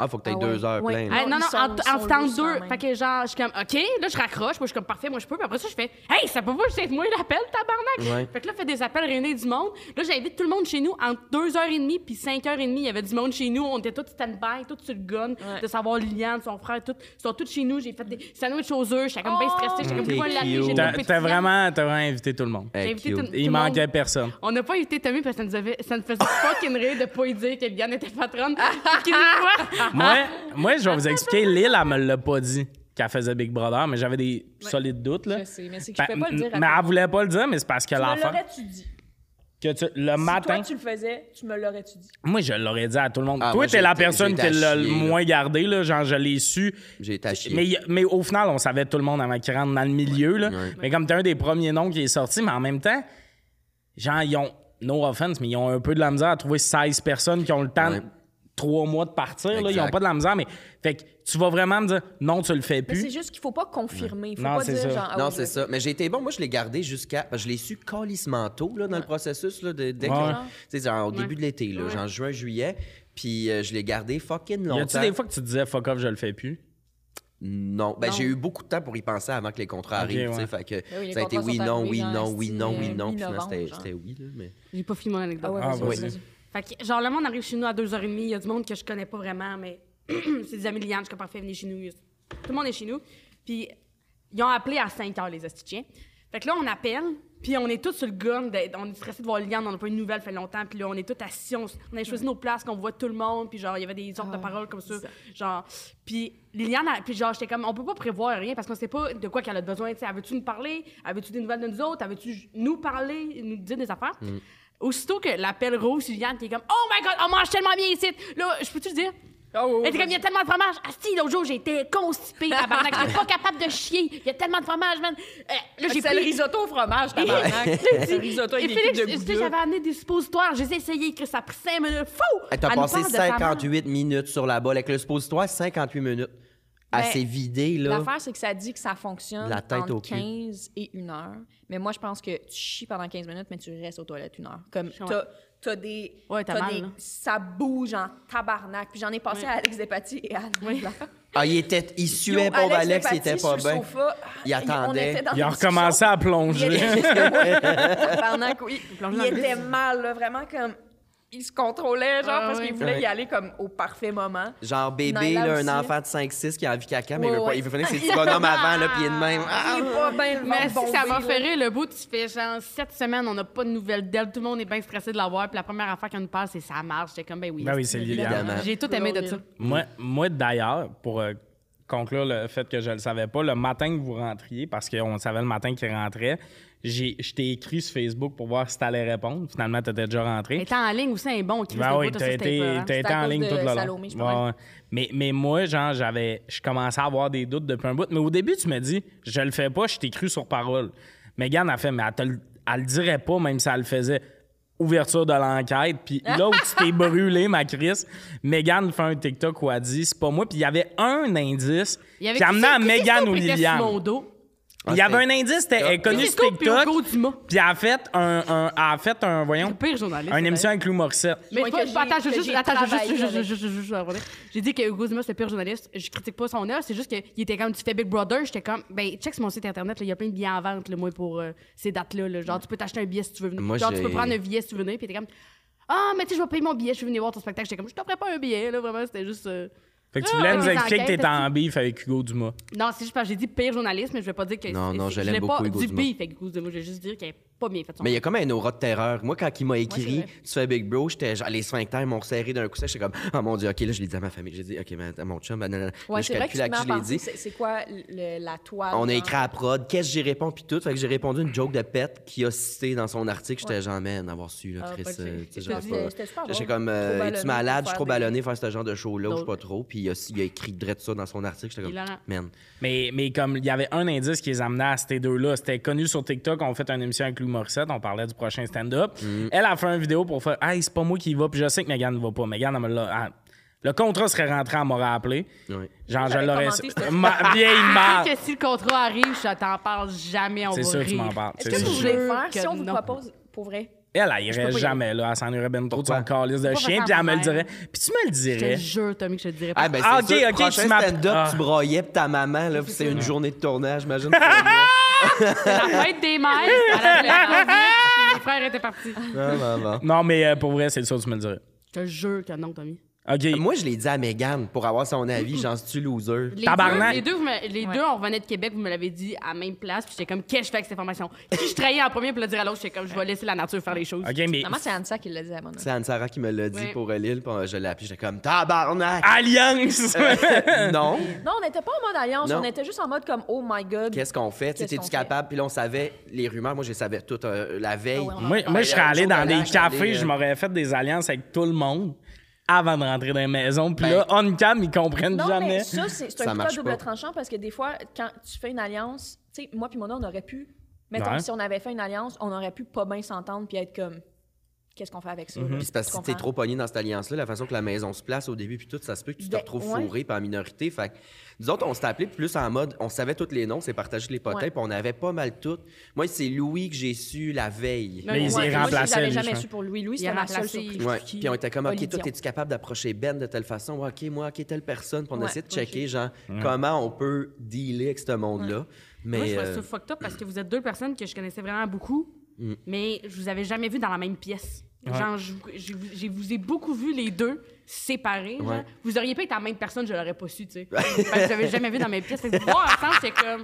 D: Ah, faut que t'aies
C: Ah ouais.
D: deux heures
C: Ouais.
D: pleines.
C: Ah,
B: non, non,
C: ils sont-
B: en,
C: ils
B: en
C: sont
B: temps
C: lourds quand
B: deux.
C: même.
B: Fait que genre, je suis comme, OK, là, je raccroche. Moi, je suis comme, parfait, moi, je peux. Puis après ça, je fais, hey, ça peut pas juste être moi l'appel, tabarnak.
D: Ouais.
B: Fait que là, fait des appels réunis du monde. Là, j'invite tout le monde chez nous entre 2h30 puis 5h30. Il y avait du monde chez nous. On était tous stand-by, tous sur le gun, de savoir Liliane, son frère, tous. Ils sont tous chez nous. J'ai fait des sandwichs aux œufs. J'étais comme, bien
C: Oh!
B: stressée. J'étais comme,
D: T'es
B: pourquoi la
D: cute.
B: j'ai
A: T'as
B: pas
A: t'as
B: de pétillant.
A: vraiment, t'as vraiment invité tout le monde.
D: Eh,
B: J'ai invité
D: cute.
B: tout-
A: Il
B: le monde.
A: manquait personne.
B: On n'a pas évité Tommy parce que ça nous, avait, ça nous faisait fucking rire de pas lui dire que Liliane était patronne. Puis qu'il nous voit.
A: Moi,
C: Ah.
A: moi, je vais vous expliquer. Lille, elle me l'a pas dit qu'elle faisait Big Brother, mais j'avais des solides doutes. Là. Ben,
C: Je sais, mais c'est que je pouvais pas le dire à
A: Mais
C: toi.
A: elle voulait pas le dire, mais c'est parce que
C: Tu me
A: l'enfant.
C: l'aurais-tu dit?
A: Que tu- le
C: Si
A: matin,
C: toi, tu le faisais, tu me l'aurais-tu dit?
A: moi, je l'aurais dit à tout le monde.
D: Ah,
A: toi,
D: moi,
A: t'es la
D: j'ai été-
A: personne
D: j'ai
A: qui
D: été à
A: l'a le
D: chier, là.
A: moins gardé, là. Genre, je l'ai su.
D: J'ai été à chier.
A: Mais, il y a- mais au final, on savait tout le monde avant qu'il rentre dans le milieu, là. Mais comme t'es un des premiers noms qui est sorti, mais en même temps, genre, ils ont, no offense, mais ils ont un peu de la misère à trouver 16 personnes qui ont le temps de
D: Ouais.
A: trois mois de partir, là. Ils ont
D: Exact.
A: pas de la misère, mais fait que tu vas vraiment me dire, non, tu le fais
C: Mais c'est
A: plus.
C: juste qu'il faut pas confirmer. Il faut
A: Non,
C: pas
A: c'est
C: dire
A: ça.
C: genre... ah
D: non,
C: oui, je
D: c'est
C: le
D: ça. Mais j'ai été bon. Moi, je l'ai gardé jusqu'à. parce que Je l'ai su calissement tôt, là, dans le processus. Là, de, dès que-
A: Ouais.
D: Tu sais, genre, au début de l'été, là, genre juin, juillet. Puis euh, je l'ai gardé fucking
A: Y
D: longtemps.
A: a-tu des fois que tu disais, fuck off, je le fais plus?
D: Non. Ben, j'ai eu beaucoup de temps pour y penser avant que les contrats
A: Ok,
D: arrivent. tu sais,
A: ouais.
D: Fait que
C: Ben oui, les
D: ça a été
C: contrats
D: oui,
C: sont
D: non,
C: arrivés
D: oui,
C: en
D: non, oui,
C: style,
D: non, oui,
C: euh,
D: non. Puis finalement,
C: mi-novembre,
D: c'était
C: genre.
D: c'était oui. Là, mais...
B: J'ai pas fini mon anecdote.
C: Ah ouais,
A: Ah,
C: vas-y,
A: vas-y.
C: vas-y.
B: Fait que, genre, le monde arrive chez nous à 2h30. Il y a du monde que je connais pas vraiment, mais c'est des amis de Liane. Je suis comme, parfait, venez chez nous. Tout le monde est chez nous. Puis ils ont appelé à 5 heures, les astichiens. Fait que là, on appelle, puis on est tous sur le gun. de- on est stressé de voir Liliane, on n'a pas eu de nouvelles, fait longtemps. Puis là, on est tous assis, on, s- on a choisi nos places, qu'on voit tout le monde. Puis genre, il y avait des sortes de paroles comme ça. Genre, puis Liliane, elle- puis genre, j'étais comme, on peut pas prévoir rien parce qu'on sait pas de quoi qu'elle a besoin. Tu sais, veux-tu nous parler? Avais-tu des nouvelles de nous autres? Avais-tu j- nous parler, nous dire des affaires? Aussitôt que l'appel rouge, Liliane, qui est comme, oh my god, on mange tellement bien ici. Là, je peux-tu le dire? Elle était comme, il y a tellement de fromage. Asti, l'autre jour, j'étais constipée, tabarnak. J'étais pas capable de chier. Il y a tellement de fromage, man. Euh, là, j'ai
E: C'est le
B: pris...
E: risotto au fromage, tabarnak. C'est le risotto
B: Et
E: avec des
B: Félix,
E: de
B: tu sais,
E: gouda.
B: j'avais amené des suppositoires. J'ai essayé, Chris, ça a pris 5 minutes. Fou!
D: Hey, T'as
B: Elle nous
D: passé
B: parle de sa mère.
D: 58 minutes sur la balle. Avec le suppositoire, 58 minutes. Elle
C: Ben,
D: s'est vidée, là.
C: L'affaire, c'est que ça dit que ça fonctionne
D: La tête
C: entre
D: au cul.
C: 15 et 1 heure. Mais moi, je pense que tu chies pendant 15 minutes, mais tu restes aux toilettes une heure. Comme,
B: Ouais.
C: t'as, t'as des...
B: Ouais, t'as mal,
C: des
B: là.
C: ça bouge en tabarnak. Puis j'en ai passé
B: Ouais.
C: à Alex Despatie et à Anne.
D: Ah, il était. Il
C: Yo,
D: suait, pauvre Alex, il était
C: Despatie,
D: pas
C: sur le
D: bien.
C: sofa,
D: Il attendait.
C: On était dans
A: Ils
C: une
A: ont recommencé à plonger.
C: Tabarnak, oui. Il était mal, là, vraiment comme. Il se contrôlait, genre,
B: Ah,
C: parce
B: oui.
C: qu'il voulait
D: Ouais.
C: y aller comme au parfait moment.
D: Genre bébé,
C: Naila
D: là, un
C: aussi.
D: enfant de 5-6 qui a envie de caca, mais il veut,
C: Ouais,
D: pas,
C: ouais.
D: il veut finir ses petits bonhommes avant, là, puis il est de même. Ah!
C: Il est pas bien
B: Mais si ça m'a
C: rebondi,
B: fait
C: là.
B: rire le bout, tu fais genre 7 semaines, on n'a pas de nouvelles d'elle, tout le monde est bien stressé de l'avoir, puis la première affaire qu'on nous parle, c'est ça marche. J'étais comme, ben oui.
A: Ben oui, c'est Liliane.
D: Évidemment.
B: J'ai tout aimé de ça.
A: Moi, moi d'ailleurs, pour euh, conclure le fait que je le savais pas, le matin que vous rentriez, parce qu'on le savait le matin qu'il rentrait, j'ai, je t'ai écrit sur Facebook pour voir si t'allais répondre. Finalement, t'étais déjà rentré.
B: Étant en ligne aussi, un hein. bon Chris
A: Ben
B: le
A: oui,
B: bout,
A: t'as
B: ça, c'était
A: été,
B: épeurant.
A: t'as
C: C'était
A: été
C: à
A: en
C: cause
A: ligne
C: de
A: tout le long.
C: Salomé, je pense.
A: Ouais, ouais. Mais, mais moi, genre, j'avais, je commençais à avoir des doutes depuis un bout. Mais au début, tu m'as dit, je le fais pas, je t'ai cru sur parole. Megan a fait, mais elle, te le- elle le dirait pas, même si elle le faisait. Ouverture de l'enquête. Puis là où tu t'es brûlé, ma Chris, Megan fait un TikTok où elle dit, c'est pas moi. Puis il y avait un indice
B: Il y avait
A: qui amenait à
B: Chris- Chris
A: Megan ou
B: Christophe était sur
A: Liliane.
B: mon dos.
A: Il y avait un indice, c'était- elle est connue sur
B: Christophe puis Hugo
A: TikTok.
B: Dumas.
A: Puis elle a fait un, un- elle a fait un voyons,
B: Le pire journaliste.
A: une
B: c'est
A: émission avec Lou Morissette.
B: Mais
C: Moi,
B: pas-
C: que j'ai-
B: attends, je
C: que
B: veux juste,
C: j'ai
B: attends, je veux juste,
C: travaillé
B: je veux
C: avec.
B: juste, je veux juste, je veux revenir. J'ai dit que Hugo Zuma, c'est le pire journaliste. Je critique pas son œuvre, c'est juste qu'il était comme, tu fais Big Brother, j'étais comme, ben, check sur mon site internet, là, il y a plein de billets en vente, le moi, pour euh, ces dates-là. là. Genre, tu peux t'acheter un billet si tu veux venir.
D: Moi,
B: Genre, tu
D: j'ai-
B: peux prendre un billet si tu veux venir, puis t'es comme, ah, mais tu sais, je vais payer mon billet, je vais venir voir ton spectacle. J'étais comme, je t'offrais pas un billet, là, vraiment, c'était juste. euh,
A: Fait que tu
B: Ah,
A: voulais
B: ouais,
A: nous
B: les
A: expliquer que
B: enquêtes,
A: t'étais en bif avec Hugo Dumas.
B: Non, c'est juste parce que j'ai dit pire journaliste, mais je vais pas dire que.
D: Non, non,
B: c'est-
D: je l'aime
B: l'ai
D: beaucoup,
B: pas
D: Hugo
B: du
D: Dumas.
B: pire, fait que Hugo Zuma, je vais juste dire qu'il a pas bien fait son
D: Mais il y a comme un aura de terreur. Moi, quand il m'a écrit,
C: vrai.
D: tu fais Big Bro, j'étais genre, les sphincters m'ont serré d'un coup sec. J'étais comme, oh mon Dieu, OK, là, je l'ai dit à ma famille. J'ai dit, OK, mais à mon chum, ben, nan, nan, nan. Là,
C: Ouais,
D: je
C: c'est vrai que
D: calcule à
C: tu
D: qui je
C: m'as
D: l'ai dit.
C: C'est c'est quoi le- la toile?
D: On a
C: genre?
D: écrit à la prod, qu'est-ce que j'y réponds, puis tout. Fait que j'ai répondu une joke de pet qui a cité dans son article. J'étais genre, man, avoir su, là,
B: Ah,
D: Chris.
B: pas de-
D: euh, tu sais,
B: je te
D: j'aurais
B: dis,
D: pas-
C: c'était super
D: J'étais
C: drôle.
D: comme, euh,
C: Trop
D: es-tu
C: ballonné
D: malade?
C: pour
D: Je suis
C: faire
D: trop
C: des-
D: ballonné faire ce genre de show-là, ou je sais
B: Drôle.
D: pas trop. Puis il a, il a écrit direct ça dans son article. J'étais comme,
B: Hilarant.
D: man.
A: Mais, mais comme il y avait un indice qui les amenait à ces deux-là, c'était connu sur TikTok, on fait une émission avec Lou Morissette, on parlait du prochain stand-up. Elle a fait une vidéo pour faire Hey, c'est pas moi qui y va, puis je sais que Megan ne va pas. Megan, elle me l'a- elle- le contrat serait rentré, elle m'aurait appelé.
D: Ouais.
A: Genre, je
C: J'avais
A: l'aurais.
C: commenté, c'était-
A: Ma vieille
D: ah!
A: marde.
B: que si le contrat arrive, je t'en parle jamais, on va
A: C'est sûr, tu
B: rire.
A: m'en parles.
C: Est-ce
A: c'est
C: que vous
A: sûr.
C: voulez
B: sûr
C: faire
B: que
C: si on vous
B: non.
C: propose pour vrai?
A: Elle, elle irait
C: peux pas y
A: jamais, là. Elle s'en irait bien trop de son
D: Pourquoi?
A: calice de
B: Pourquoi
A: chien,
B: faire
A: puis elle me le
B: mal?
A: dirait. Puis tu me le
B: Je te
A: dirais.
B: jure, Tommy, que je te dirais pas.
D: Ah, ben, c'est
A: Ah, ok,
D: sûr,
A: ok,
D: prochain
A: tu m'app-
D: stand-up,
A: Ah.
D: tu broyais pis ta maman, là, pis c'est une journée de tournage, Ah, j'imagine. pour moi.
B: Ça va être des mères. à la place. Mon frère était parti.
D: Non, non, non.
A: Non, mais euh, pour vrai, c'est sûr, tu me le dirais.
B: Je te jure que non, Tommy.
A: OK.
D: Moi, je l'ai dit à Megan pour avoir son avis, j'en suis loser.
B: Les
A: Tabarnak.
B: Deux, les deux, vous me- les deux, on revenait de Québec, vous me l'avez dit à même place, puis j'étais comme, qu'est-ce que je fais avec cette information? Qui je trahis en premier pour le dire à l'autre? J'étais comme, je vais laisser la nature faire les choses.
A: OK, mais.
C: Maman, c'est Anissa qui l'a dit à mon
D: C'est Anne-Sarah qui me l'a dit
B: Ouais.
D: pour euh, Lille, puis euh, je l'ai appelé, j'étais comme tabarnak!
A: Alliance!
D: non!
C: Non, on n'était pas en mode alliance,
D: Non.
C: on était juste en mode comme oh my god.
D: Qu'est-ce qu'on fait? Tu sais,
C: Qu'est-ce
D: T'es-tu
C: qu'on
D: capable? Puis là, on savait les rumeurs, moi, je les savais toutes euh, la veille.
C: Ah ouais, on
A: Moi, moi, je serais
D: Euh,
A: allé
D: jour
A: dans
D: de
A: des
D: l'an, j'étais allé,
A: cafés,
D: euh,
A: je m'aurais fait des alliances avec tout le monde avant de rentrer dans la maison. Puis là, on cam, ils comprennent
C: Non,
A: jamais.
C: mais ça, c'est c'est
D: Ça
C: un coup à
D: marche
C: double
D: pas.
C: tranchant parce que des fois, quand tu fais une alliance, tu sais, moi puis Mona, on aurait pu, mettons,
A: Ouais.
C: si on avait fait une alliance, on aurait pu pas bien s'entendre puis être comme, qu'est-ce qu'on fait avec
A: Mhm.
C: ça? là?
D: Puis c'est parce que
C: Tu
D: si t'es
C: comprends?
D: trop pogné dans cette alliance-là, la façon que la maison se place au début, puis tout, ça se peut que tu te
C: Ben,
D: retrouves
C: ouais.
D: fourré, puis en minorité. Fait que, nous autres, on s'est appelé plus en mode, on savait tous les noms, c'est partagé les potins,
C: Ouais.
D: puis on avait pas mal tout. Moi, c'est Louis que j'ai su la veille.
A: Mais ils
C: Ouais,
A: y
C: moi, je
A: remplaçaient,
C: l'avais
A: les
C: jamais
A: gens.
C: su pour Louis. Louis,
B: Il a
C: c'était ma seule
B: remplacé-
C: surprise.
D: Ouais. Puis on était comme, OK, toi,
C: Olivier.
D: es-tu capable d'approcher Ben de telle façon? Ouais, OK, moi, OK, telle personne. Puis on
C: Ouais,
D: essaie de
C: ok.
D: checker, genre, comment on peut dealer avec ce monde-là.
B: Moi,
D: Mais.
B: je
D: euh,
B: trouve ça fucked up parce que vous êtes deux personnes que je connaissais vraiment beaucoup, mais je vous avais jamais vu dans la même pièce.
A: Ouais.
B: Genre, je, vous- je vous- je vous ai beaucoup vu les deux séparés. genre.
D: Ouais.
B: Vous auriez pas été la même personne, je l'aurais pas su, tu sais. Parce que je l'avais jamais vu dans mes pièces. Fait que voir ensemble, c'est comme.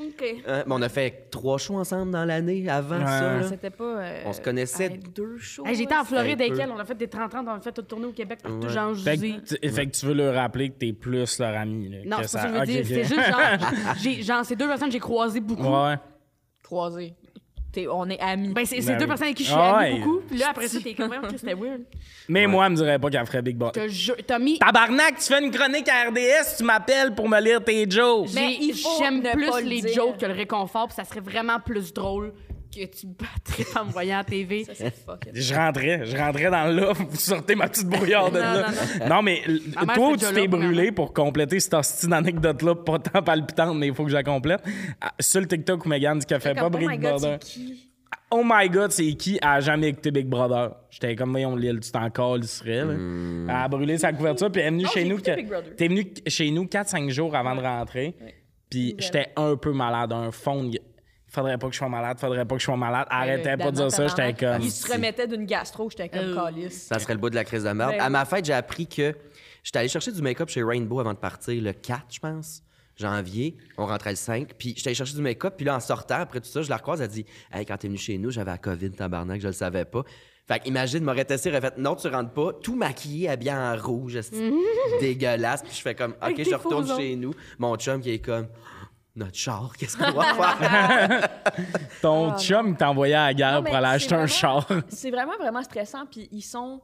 B: OK.
D: Hein, mais on a fait trois shows ensemble dans l'année avant
A: Ouais.
D: ça. là.
C: C'était pas. euh,
D: On se connaissait.
C: hey, deux shows.
B: Hey, J'étais
C: là,
B: en Floride
D: un
B: avec
D: peu.
B: elle, on a fait des 30-30, on a fait toute tournée au Québec partout.
D: Ouais.
B: Genre, je
A: Fait
B: vous ai-
A: que, tu- fait que tu veux leur rappeler que t'es plus leur ami. là,
B: Non,
A: que
B: c'est pas ça que
A: ça-
B: je veux
A: ok,
B: dire.
A: ok.
B: C'était juste genre, j'ai- genre, ces deux personnes, que j'ai croisé beaucoup.
A: Ouais.
C: croisés. T'es- on est amis.
B: Ben, c'est
A: Ben
B: ces deux
A: oui.
B: personnes avec qui je suis
A: Ah
B: amie
A: ouais.
B: beaucoup. Puis là, après ça, t'es comme, Voyons, Chris, c'était weird.
A: Mais moi, elle me dirait pas qu'elle ferait Big Boss.
B: T'as ju- T'as mis.
A: Tabarnak, tu fais une chronique à RDS, tu m'appelles pour me lire tes jokes.
B: Mais
C: il faut
B: j'aime
C: ne
B: plus
C: pas le
B: les
C: dire.
B: jokes que le réconfort, puis ça serait vraiment plus drôle que tu me battrais en me voyant à TV.
C: Ça, c'est fuck it.
A: Je rentrais, je rentrais dans l'offre, vous sortez ma petite brouillarde de
B: Non,
A: là. Non, mais l-
C: Ah,
B: Ma mère
A: toi,
B: fait
A: tu
B: déjà
A: t'es
B: là,
A: brûlé pour compléter cette hostile anecdote-là, pas tant palpitante, mais il faut que je la complète. Ah, Sur le TikTok où Megan dit qu'elle fait pas
C: Comme, oh
A: Big
C: my God,
A: Brother.
C: c'est qui?
A: Oh my God, c'est qui Elle a jamais écouté Big Brother? J'étais comme, voyons, Lille, tu t'en cales, serait, là. Elle a brûlé sa couverture, puis elle est venue
C: Non,
A: chez
C: Oh, j'ai
A: nous.
C: écouté
A: que-
C: Big Brother.
A: T'es venue chez nous 4-5 jours avant de rentrer, puis j'étais un peu malade, un fond de... Faudrait pas que je sois malade, faudrait pas que je sois malade. Arrêtez pas de dire ça, j'étais comme...
C: Euh, Il se remettait d'une gastro, j'étais comme calice.
D: Ça serait le bout de la crise de merde.
C: Ben
D: À
C: oui.
D: ma fête, j'ai appris que j'étais allé chercher du make-up chez Rainbow avant de partir le 4, je pense. Janvier, on rentrait le 5, puis j'étais allé chercher du make-up, puis là, en sortant, après tout ça, je la recroise, elle dit « Hey, quand t'es venu chez nous, j'avais la COVID, tabarnak, je le savais pas. » Fait que imagine, m'aurait testé, aurait fait « Non, tu rentres pas. » Tout maquillé, habillé en rouge, esti, dégueulasse, puis je fais comme « Ok,
B: Avec
D: je
B: tes
D: retourne
B: faux ongles.
D: chez nous. » Mon chum qui est comme « Notre char, qu'est-ce qu'on va faire?
A: Ton chum il t'envoyait à la guerre
C: Ah, Non, mais
A: pour aller acheter
C: c'est
A: un
C: vraiment-
A: char.
C: C'est vraiment, vraiment stressant. Puis ils sont.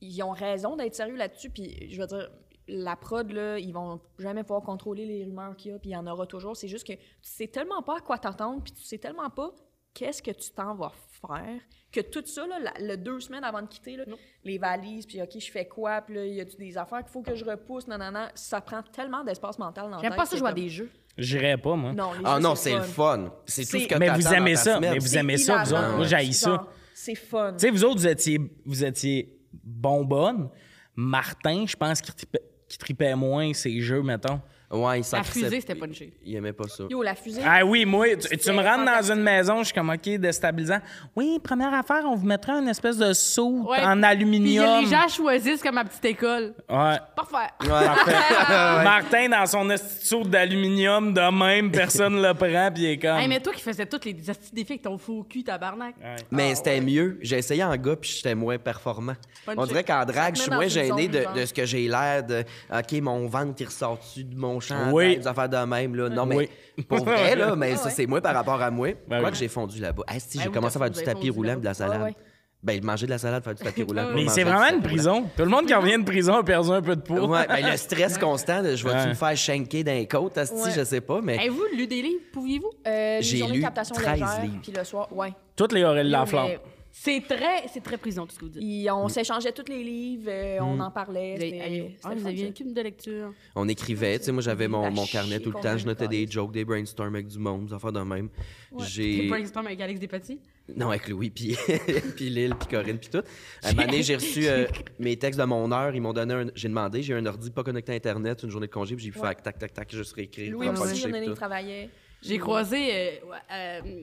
C: Ils ont raison d'être sérieux là-dessus. Puis je veux dire, la prod, là, ils vont jamais pouvoir contrôler les rumeurs qu'il y a. Puis il y en aura toujours. C'est juste que tu sais tellement pas à quoi t'attendre. Puis tu sais tellement pas qu'est-ce que tu t'en vas faire. Que tout ça, là, la- le deux semaines avant de quitter, là, les valises, puis OK, je fais quoi, puis là, il y a des affaires qu'il faut que je repousse, non, non, non. Ça prend tellement d'espace mental dans la
B: J'aime
C: tête
B: pas ça
C: que
B: jouer à
C: comme-
B: des jeux.
A: J'irais pas, moi. »
C: Non, les
D: Ah
C: jeux,
D: non, c'est le fun. C'est tout
C: C'est-
D: ce que
A: Mais
D: t'attends
A: vous
D: dans
A: aimez
D: ta
A: ça,
D: semaine.
A: mais vous
C: C'est
A: aimez ça, vous autres.
C: hilarant.
A: Moi, j'haïs ça.
C: Genre, C'est fun.
A: Tu sais, vous autres, vous étiez, vous étiez bonbonne. Martin, je pense qu'il tripait, qu'il tripait moins ses jeux, mettons.
D: Ouais, il s'en
B: La fusée,
D: crissait-
B: c'était punché.
D: Il aimait pas ça.
C: Yo, la fusée.
A: Ah oui, moi, tu, tu me rentres dans une maison, je suis comme, OK, déstabilisant. Oui, première affaire, on vous mettra une espèce de saut
B: Ouais.
A: en aluminium.
B: Puis les gens choisissent comme ma petite école.
A: Ouais.
B: Parfait.
A: Ah Martin, dans son saut d'aluminium, de même, personne le prend, puis il est comme...
B: Hey, mais toi qui faisais tous les petits défis avec ton faux cul, tabarnak.
A: Ouais.
D: Mais c'était mieux. J'ai essayé en gars, puis j'étais moins performant.
B: Punché.
D: On dirait qu'en drague, je
C: Ça te
D: suis
C: met
D: moins
C: dans une
D: gêné
C: zone,
D: de,
C: genre.
D: de ce que j'ai l'air de. OK, mon ventre qui ressort dessus de mon champ,
A: Oui.
D: des affaires de même. Là. Non, mais
A: Oui.
D: pour vrai, là, mais ça,
C: ouais.
D: c'est moi par rapport à moi.
A: Ben
D: Quoi
A: oui.
D: que j'ai fondu là-bas. Ah, si,
B: Ben
D: j'ai
B: oui,
D: commencé à
B: t'as
D: faire du
B: fondu,
D: tapis
B: t'as fondu
D: roulant puis de la salade.
C: Ouais, ouais.
D: Ben, manger de la salade, faire du tapis roulant.
B: Ouais.
D: pas
A: Mais
D: manger
A: c'est
D: du
A: vraiment
D: tapis
A: une
D: roulant.
A: prison. Tout le monde qui revient de prison a perdu un peu de poids.
D: Ouais, ben, le stress constant de je vais-tu
A: Ouais.
D: me faire shanker d'un côte, asti,
C: Ouais.
D: je sais pas, mais.
B: Avez-vous lu des livres? Pouviez-vous?
C: Euh,
D: J'ai
C: J'ai
D: lu
C: lu captation
D: 13
C: légère,
D: livres.
C: puis le soir, ouais.
A: Toutes les Aurélie Laflamme.
C: Mais
B: C'est très, c'est très prison, tout ce que vous dites.
C: ils-
D: Mm.
C: on s'échangeait tous les livres, euh, on en parlait.
B: Vous
C: c'était-
B: avez- aïe,
C: c'était
B: ah, vous
C: fun,
B: aviez
C: ça.
B: une cube de lecture.
D: On écrivait, tu sais, moi j'avais mon,
C: La
D: mon
C: chier
D: carnet tout le
C: qu'on
D: temps, je
C: veut,
D: notais des
C: câlisse.
D: jokes, des brainstorms avec du monde, des affaires de même.
B: Des
D: J'ai
B: brainstorms avec Alex Despatie.
D: non avec Louis puis puis Lille puis Corinne puis tout. À un moment donné, j'ai reçu euh, mes textes de mon heure, ils m'ont donné un j'ai demandé, j'ai un ordi pas connecté à internet, une journée de congé, puis j'ai fait
C: Ouais.
D: tac tac tac, juste réécrire.
C: Louis
D: faire
B: Louis
C: aussi,
D: puncher,
C: on allait
D: puis
C: il
D: tout.
C: travaillait.
B: J'ai croisé. euh, ouais, euh,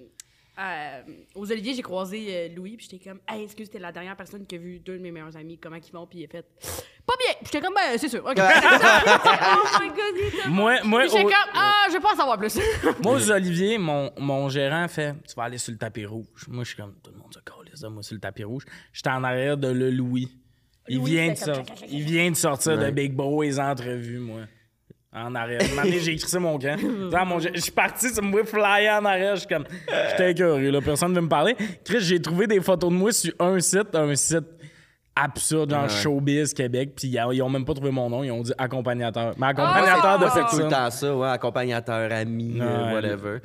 B: euh, aux Oliviers, j'ai croisé euh, Louis, puis j'étais comme, hey, est-ce que c'était la dernière personne qui a vu deux de mes meilleurs amis, comment ils vont, puis il a fait, pas bien. Puis j'étais comme, ben, c'est sûr, ok. oh my god, il est tellement-
A: Moi, moi,
B: Puis j'étais
A: au-
B: comme, ah, je vais pas en savoir plus.
A: Moi, aux Olivier, mon, mon gérant fait Tu vas aller sur le tapis rouge. Moi, je suis comme Tout le monde se calisse de moi sur le tapis rouge. J'étais en arrière de le Louis. Il,
C: Louis,
A: vient, de
C: c'était comme-
A: sortir, il vient de sortir de Big Bro et les entrevues, moi. En arrière. Un moment donné, j'ai écrit ça mon camp. Dans mon- Je suis parti, tu me vois flyer en arrière. Je suis comme, j'étais écœuré, là. Personne ne veut me parler. Chris, j'ai trouvé des photos de moi sur un site, un site absurde, genre Showbiz Québec. Puis ils ils ont même pas trouvé mon nom. Ils ont dit accompagnateur.
C: Ah,
A: Mais accompagnateur de
D: Moi, c'est tout le
A: personne.
D: temps ça, ouais, accompagnateur, ami, euh,
A: Ah, Ouais.
D: whatever.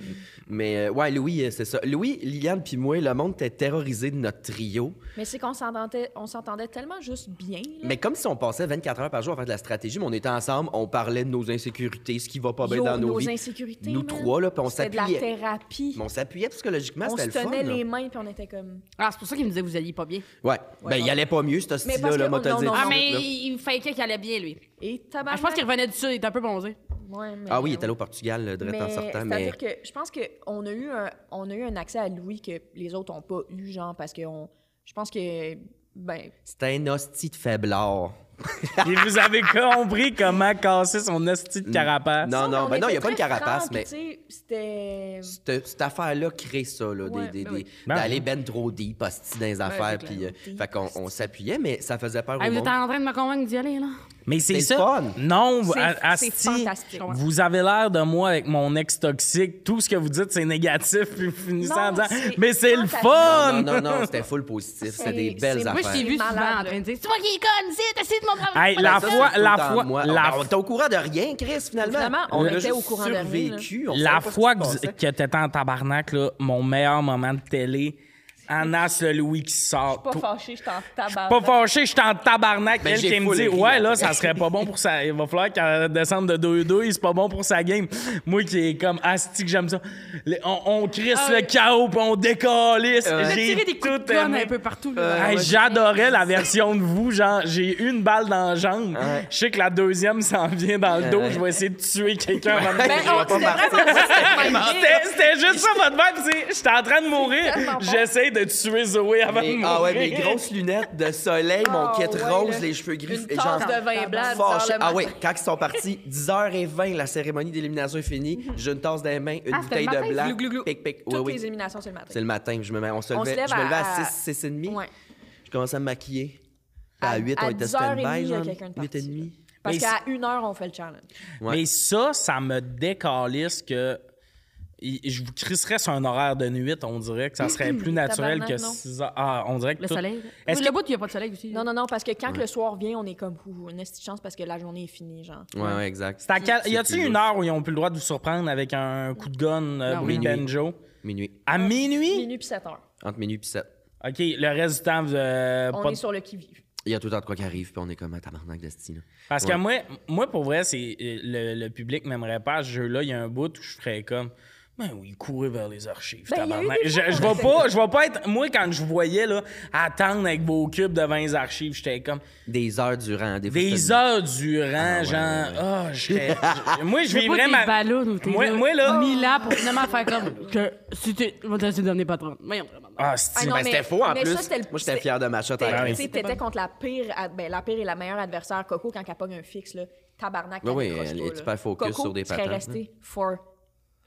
D: Mais euh, ouais, Louis, euh, c'est ça. Louis, Liliane puis moi, le monde était terrorisé de notre trio.
C: Mais c'est qu'on s'entendait, on s'entendait tellement juste bien. là.
D: Mais comme si on passait 24 heures par jour à faire de la stratégie, mais on était ensemble, on parlait de nos insécurités, ce qui va pas bien
C: Yo,
D: ah ben, dans nos,
C: nos
D: vies.
C: insécurités,
D: Nous
C: man.
D: trois, là, puis on
C: C'était de la
D: s'appuyait.
C: thérapie.
D: Mais on s'appuyait psychologiquement,
C: on
D: c'était
C: se
D: le fun.
C: tenait
D: là.
C: les mains, puis on était comme.
B: Ah, c'est pour ça qu'il me disait, vous alliez pas bien.
D: Ouais. Ben, il allait pas mieux, ce
C: Mais
D: style-là,
C: parce
D: là,
C: que-
D: moi, te
C: non,
D: le dis
C: non,
D: tout
B: Ah,
D: de
B: mais
D: suite, là.
B: il, il faisait qu'il allait bien, lui.
C: Et
B: Ah,
C: tabarnak.
B: je pense qu'il revenait du sud, il était un peu bronzé.
C: Ouais, mais-
D: Ah oui, il est allé au Portugal, le direct en
C: Mais
D: sortant, mais.
C: C'est-à-dire que je pense qu'on a, eu un- on a eu un accès à Louis que les autres n'ont pas eu, genre, parce que on- je pense que Ben,
D: C'est un hostie de faiblard.
A: Et vous avez compris comment casser son hostie de carapace.
D: Non, non,
C: on
D: ben
C: était
D: non, il n'y a pas de
C: très
D: carapace,
C: francs,
D: mais
C: puis tu sais, C'était.
D: cette, cette affaire-là crée ça, là, des-
C: Ouais,
D: des-
C: ben oui.
D: des-
A: Ben
D: d'aller ben trop deep, hostie, dans les affaires.
B: c'est
D: puis, euh, fait qu'on on s'appuyait, mais ça faisait peur
B: Hey,
D: au
B: Ah, vous
D: monde.
B: êtes en train de me convaincre d'y aller, là.
A: Mais c'est
D: C'est
A: ça.
D: le fun.
A: Non,
C: C'est-
A: a-
C: c'est
A: Asti,
C: fantastique.
A: vous avez l'air de moi avec mon ex toxique. Tout ce que vous dites, c'est négatif. Puis vous finissez
C: Non,
A: en disant
C: c'est
A: Mais c'est le
C: fantastique.
A: fun!
D: Non, non, non, non, c'était full positif. C'était des
C: C'est-
D: belles
C: c'est-
A: Ah,
C: moi,
D: affaires.
B: Moi, je t'ai vu souvent
C: malade,
B: en train de dire C'est toi qui es conne, c'est t'as essayé de m'en prendre.
A: Hey, la
D: Ça,
A: fois,
D: c'est tout
A: la
D: le temps
A: fois,
D: moi.
A: la
D: Ah, on
A: fois.
D: était au courant de rien, Chris, finalement.
C: Finalement, on
D: a
C: était
D: juste
C: au courant de rien,
D: survécu, on savait
A: La
D: pas ce qui
A: fois
D: se hein.
A: que, vous-
D: passait.
A: que t'étais en tabarnak, là, mon meilleur moment de télé, Anas le Louis qui sort.
C: Pas
A: Tout-
C: fâché, je t'en
B: Ah,
C: tabarnak.
A: Pas fâché, je suis en tabarnak.
D: Mais
A: elle
D: Ben, j'ai
A: qui me
D: full
A: dit,
D: ri
A: ouais, là,
D: après.
A: ça serait pas bon pour ça. Il va falloir qu'elle descende de 2-2, c'est pas bon pour sa game. Moi qui est comme asti que j'aime ça. Le- on, on crisse
B: Ah
A: le chaos puis on décalisse.
B: J'ai tiré
A: J'ai
B: des coups de
A: tout
B: conne un
A: aimé.
B: peu partout. là.
A: Hey, J'adorais la version de vous, genre j'ai eu une balle dans la jambe. Je sais que la deuxième s'en vient dans le dos, je vais essayer de tuer quelqu'un.
C: Ben,
A: avant de mourir.
D: on-
B: c'est vraiment ça, c'était une bonne idée.
A: C'était c'était juste ça votre vibe, c'est j'étais en train de mourir,
C: tellement bon.
A: j'essaie de tuer Zoé avant de
D: Mais-
A: mourir.
D: ah ouais, mes grosses lunettes de soleil, mon
C: Ah
D: kit
C: ouais,
D: rose,
C: là.
D: les cheveux gris.
C: Une
D: et
C: tasse
D: genre-
C: de vin blanc,
D: Fâché.
C: bizarre, le
D: Ah
C: matin.
D: oui, quand ils sont partis, 10h20, la cérémonie d'élimination est finie.
C: Mhm.
D: J'ai une tasse dans les mains, une
B: Ah, c'était
D: bouteille
B: le
D: de
B: matin?
D: blanc.
B: Glou, glou, glou.
D: Pic, pic. Oui,
C: Toutes
D: oui.
C: les éliminations, c'est le matin.
D: C'est le matin que je me mets. On se
C: On se
D: levait,
C: lève
D: je me levais à,
C: à-
D: 6, 6h30.
C: Ouais.
D: Je commençais à me maquiller. À,
C: À-
D: 8,
C: à
D: on était
C: 10h30, il y a
D: stand-by, genre.
C: quelqu'un de
D: 8h30.
C: Parce
A: Mais
C: qu'à une heure, on fait le challenge.
D: Ouais.
A: Mais ça, ça me décalisse que y- je vous crisserais sur un horaire de nuit, on dirait que ça serait plus naturel que
C: Tabarnak, non.
A: 6 heures. Ah, on dirait que
B: Le
A: tout-
B: soleil.
A: Est-ce
B: Oui,
A: que-
B: Le bout, il n'y a pas de soleil aussi.
C: Non, non, non, parce que quand que le soir vient, on est comme, ouh, une petite chance parce que la journée est finie, genre.
D: Ouais, ouais, exact.
A: C'est à quel- Y
D: C'est
A: a-tu
D: plus
A: une
D: louche.
A: heure où ils ont plus le droit de vous surprendre avec un coup de gun euh,
B: Non.
A: bruit
D: Minuit.
A: banjo?
D: Minuit.
A: À minuit?
C: Minuit puis 7 heures.
D: Entre minuit et 7.
A: OK, le reste du temps, vous, euh,
C: On
A: pas
C: est
A: de-
C: sur le qui-vive.
D: Il y a tout le temps de quoi qui arrive, puis on est comme un tabarnak de style.
A: Parce que
D: Ouais.
A: moi, moi, pour vrai, c'est euh, le, le public m'aimerait pas à ce jeu-là. Il y a un bout où je ferais comme. Ben oui, courez vers les archives.
C: Ben, il y a eu
A: tabarnak.
C: des
A: je,
C: fois
A: je
C: qu'on
A: vais pas, je vais pas être. Moi, quand je voyais là, attendre avec vos cubes devant les archives, j'étais comme
D: Des heures durant. Des, fois,
A: des
D: c'était-
A: heures durant,
D: ouais,
A: genre.
D: ouais, ouais.
A: Ah, je serais- je- Moi, je
B: Je
A: vivrais ma.
B: ma... ballons ou t'es
A: Moi- moi, là-
B: Mille ans pour finalement faire comme. Que si tu. Moi, t'as essayé de donner pas 30. Voyons, vraiment.
A: Ah, c'est-
C: Ah, non,
D: Ben,
C: mais-
D: c'était faux en
C: mais
D: plus.
C: ça, c'était le-
D: Moi, j'étais fier de ma shot.
C: T'étais
D: à-
A: oui.
C: t'sais, t'étais contre la pire, ad- ben, la pire et la meilleure adversaire, Coco, quand elle pogne un fixe, là, tabarnak.
D: Oui, oui,
C: décroche
D: elle
C: pas,
D: est
C: là.
D: super focus
C: Coco
D: sur des
C: serait
D: patentes,
C: restée forever.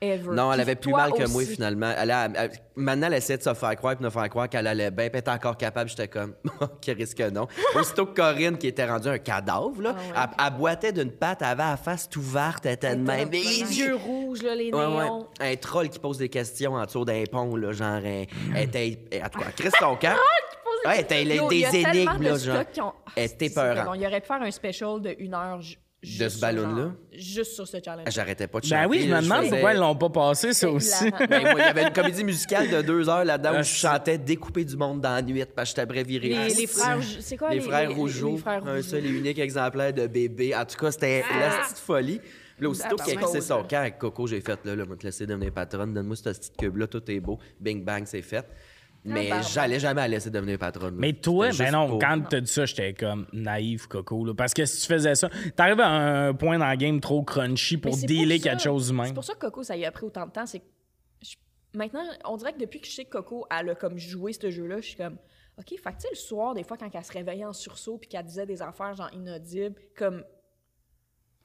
D: Non, elle
C: Puis
D: avait plus
C: toi
D: mal que moi,
C: aussi.
D: finalement. Elle a- elle- maintenant, elle essayait de se faire croire et de me faire croire qu'elle allait bien. Puis elle était encore capable. J'étais comme, qui risque non. Aussitôt que Corinne, qui était rendue un cadavre, là,
C: Ah ouais.
D: elle, elle boitait d'une patte, elle avait la face tout ouverte, elle était de même.
C: Les yeux rouges, là, les
D: Ouais,
C: néons.
D: ouais. Un troll qui pose des questions en dessous d'un pont, là, genre, elle,
C: Hmm.
D: elle était. elle- En tout cas, Chris son camp.
C: Ah,
D: Ouais, elle était- elle
C: Yo,
D: était
C: il y a
D: des
C: tellement
D: énigmes,
C: de
D: là,
C: stocks
D: genre. Eh,
C: qui ont- Ah,
D: Elle
C: c'est-
D: était
C: c'est très
D: peurante.
C: bon. Il aurait pu faire un special de une heure ju- juste
D: ce
C: sur,
D: ballon-là?
C: genre, Juste sur ce challenge.
D: J'arrêtais pas de chanter.
A: Ben oui, je me demande
D: faisais-
A: pourquoi ils l'ont pas passé, ça aussi.
C: hilarant.
D: Ben, moi, il y avait une comédie musicale de deux heures là-dedans
A: Ah,
D: où je chantais Découper du monde dans la nuit parce que j'étais après viré.
C: Les,
D: Ah,
C: les frères, Ju- c'est quoi
D: les, frères
C: Rougeau,
D: Rougeau,
C: les frères Ah!
D: un
C: Rougeau.
D: seul et unique exemplaire de bébé. En tout cas, c'était la petite folie. Puis Là, aussitôt
C: Ah,
D: qu'il a
C: pardon.
D: crissé son camp avec Coco, j'ai fait là, là, va te laisser devenir patronne. Donne-moi cette petite cube-là, tout est beau. Bing bang, c'est fait.
C: Ah,
D: Mais
C: pardon.
D: j'allais jamais la laisser devenir patronne.
A: Mais
D: C'était
A: toi,
D: juste
A: ben non,
D: pour-
A: quand t'as dit ça, j'étais comme naïf, coco. Là, parce que si tu faisais ça, t'arrives à un point dans le game trop crunchy
C: Mais
A: pour
C: c'est
A: dealer
C: pour ça-
A: quelque chose d'humain.
C: C'est pour ça que Coco, ça y a pris autant de temps. C'est que je- Maintenant, on dirait que depuis que je sais que Coco, elle a comme joué ce jeu-là, je suis comme, OK, fait que tu sais, le soir, des fois, quand elle se réveillait en sursaut puis qu'elle disait des affaires genre inaudibles, comme,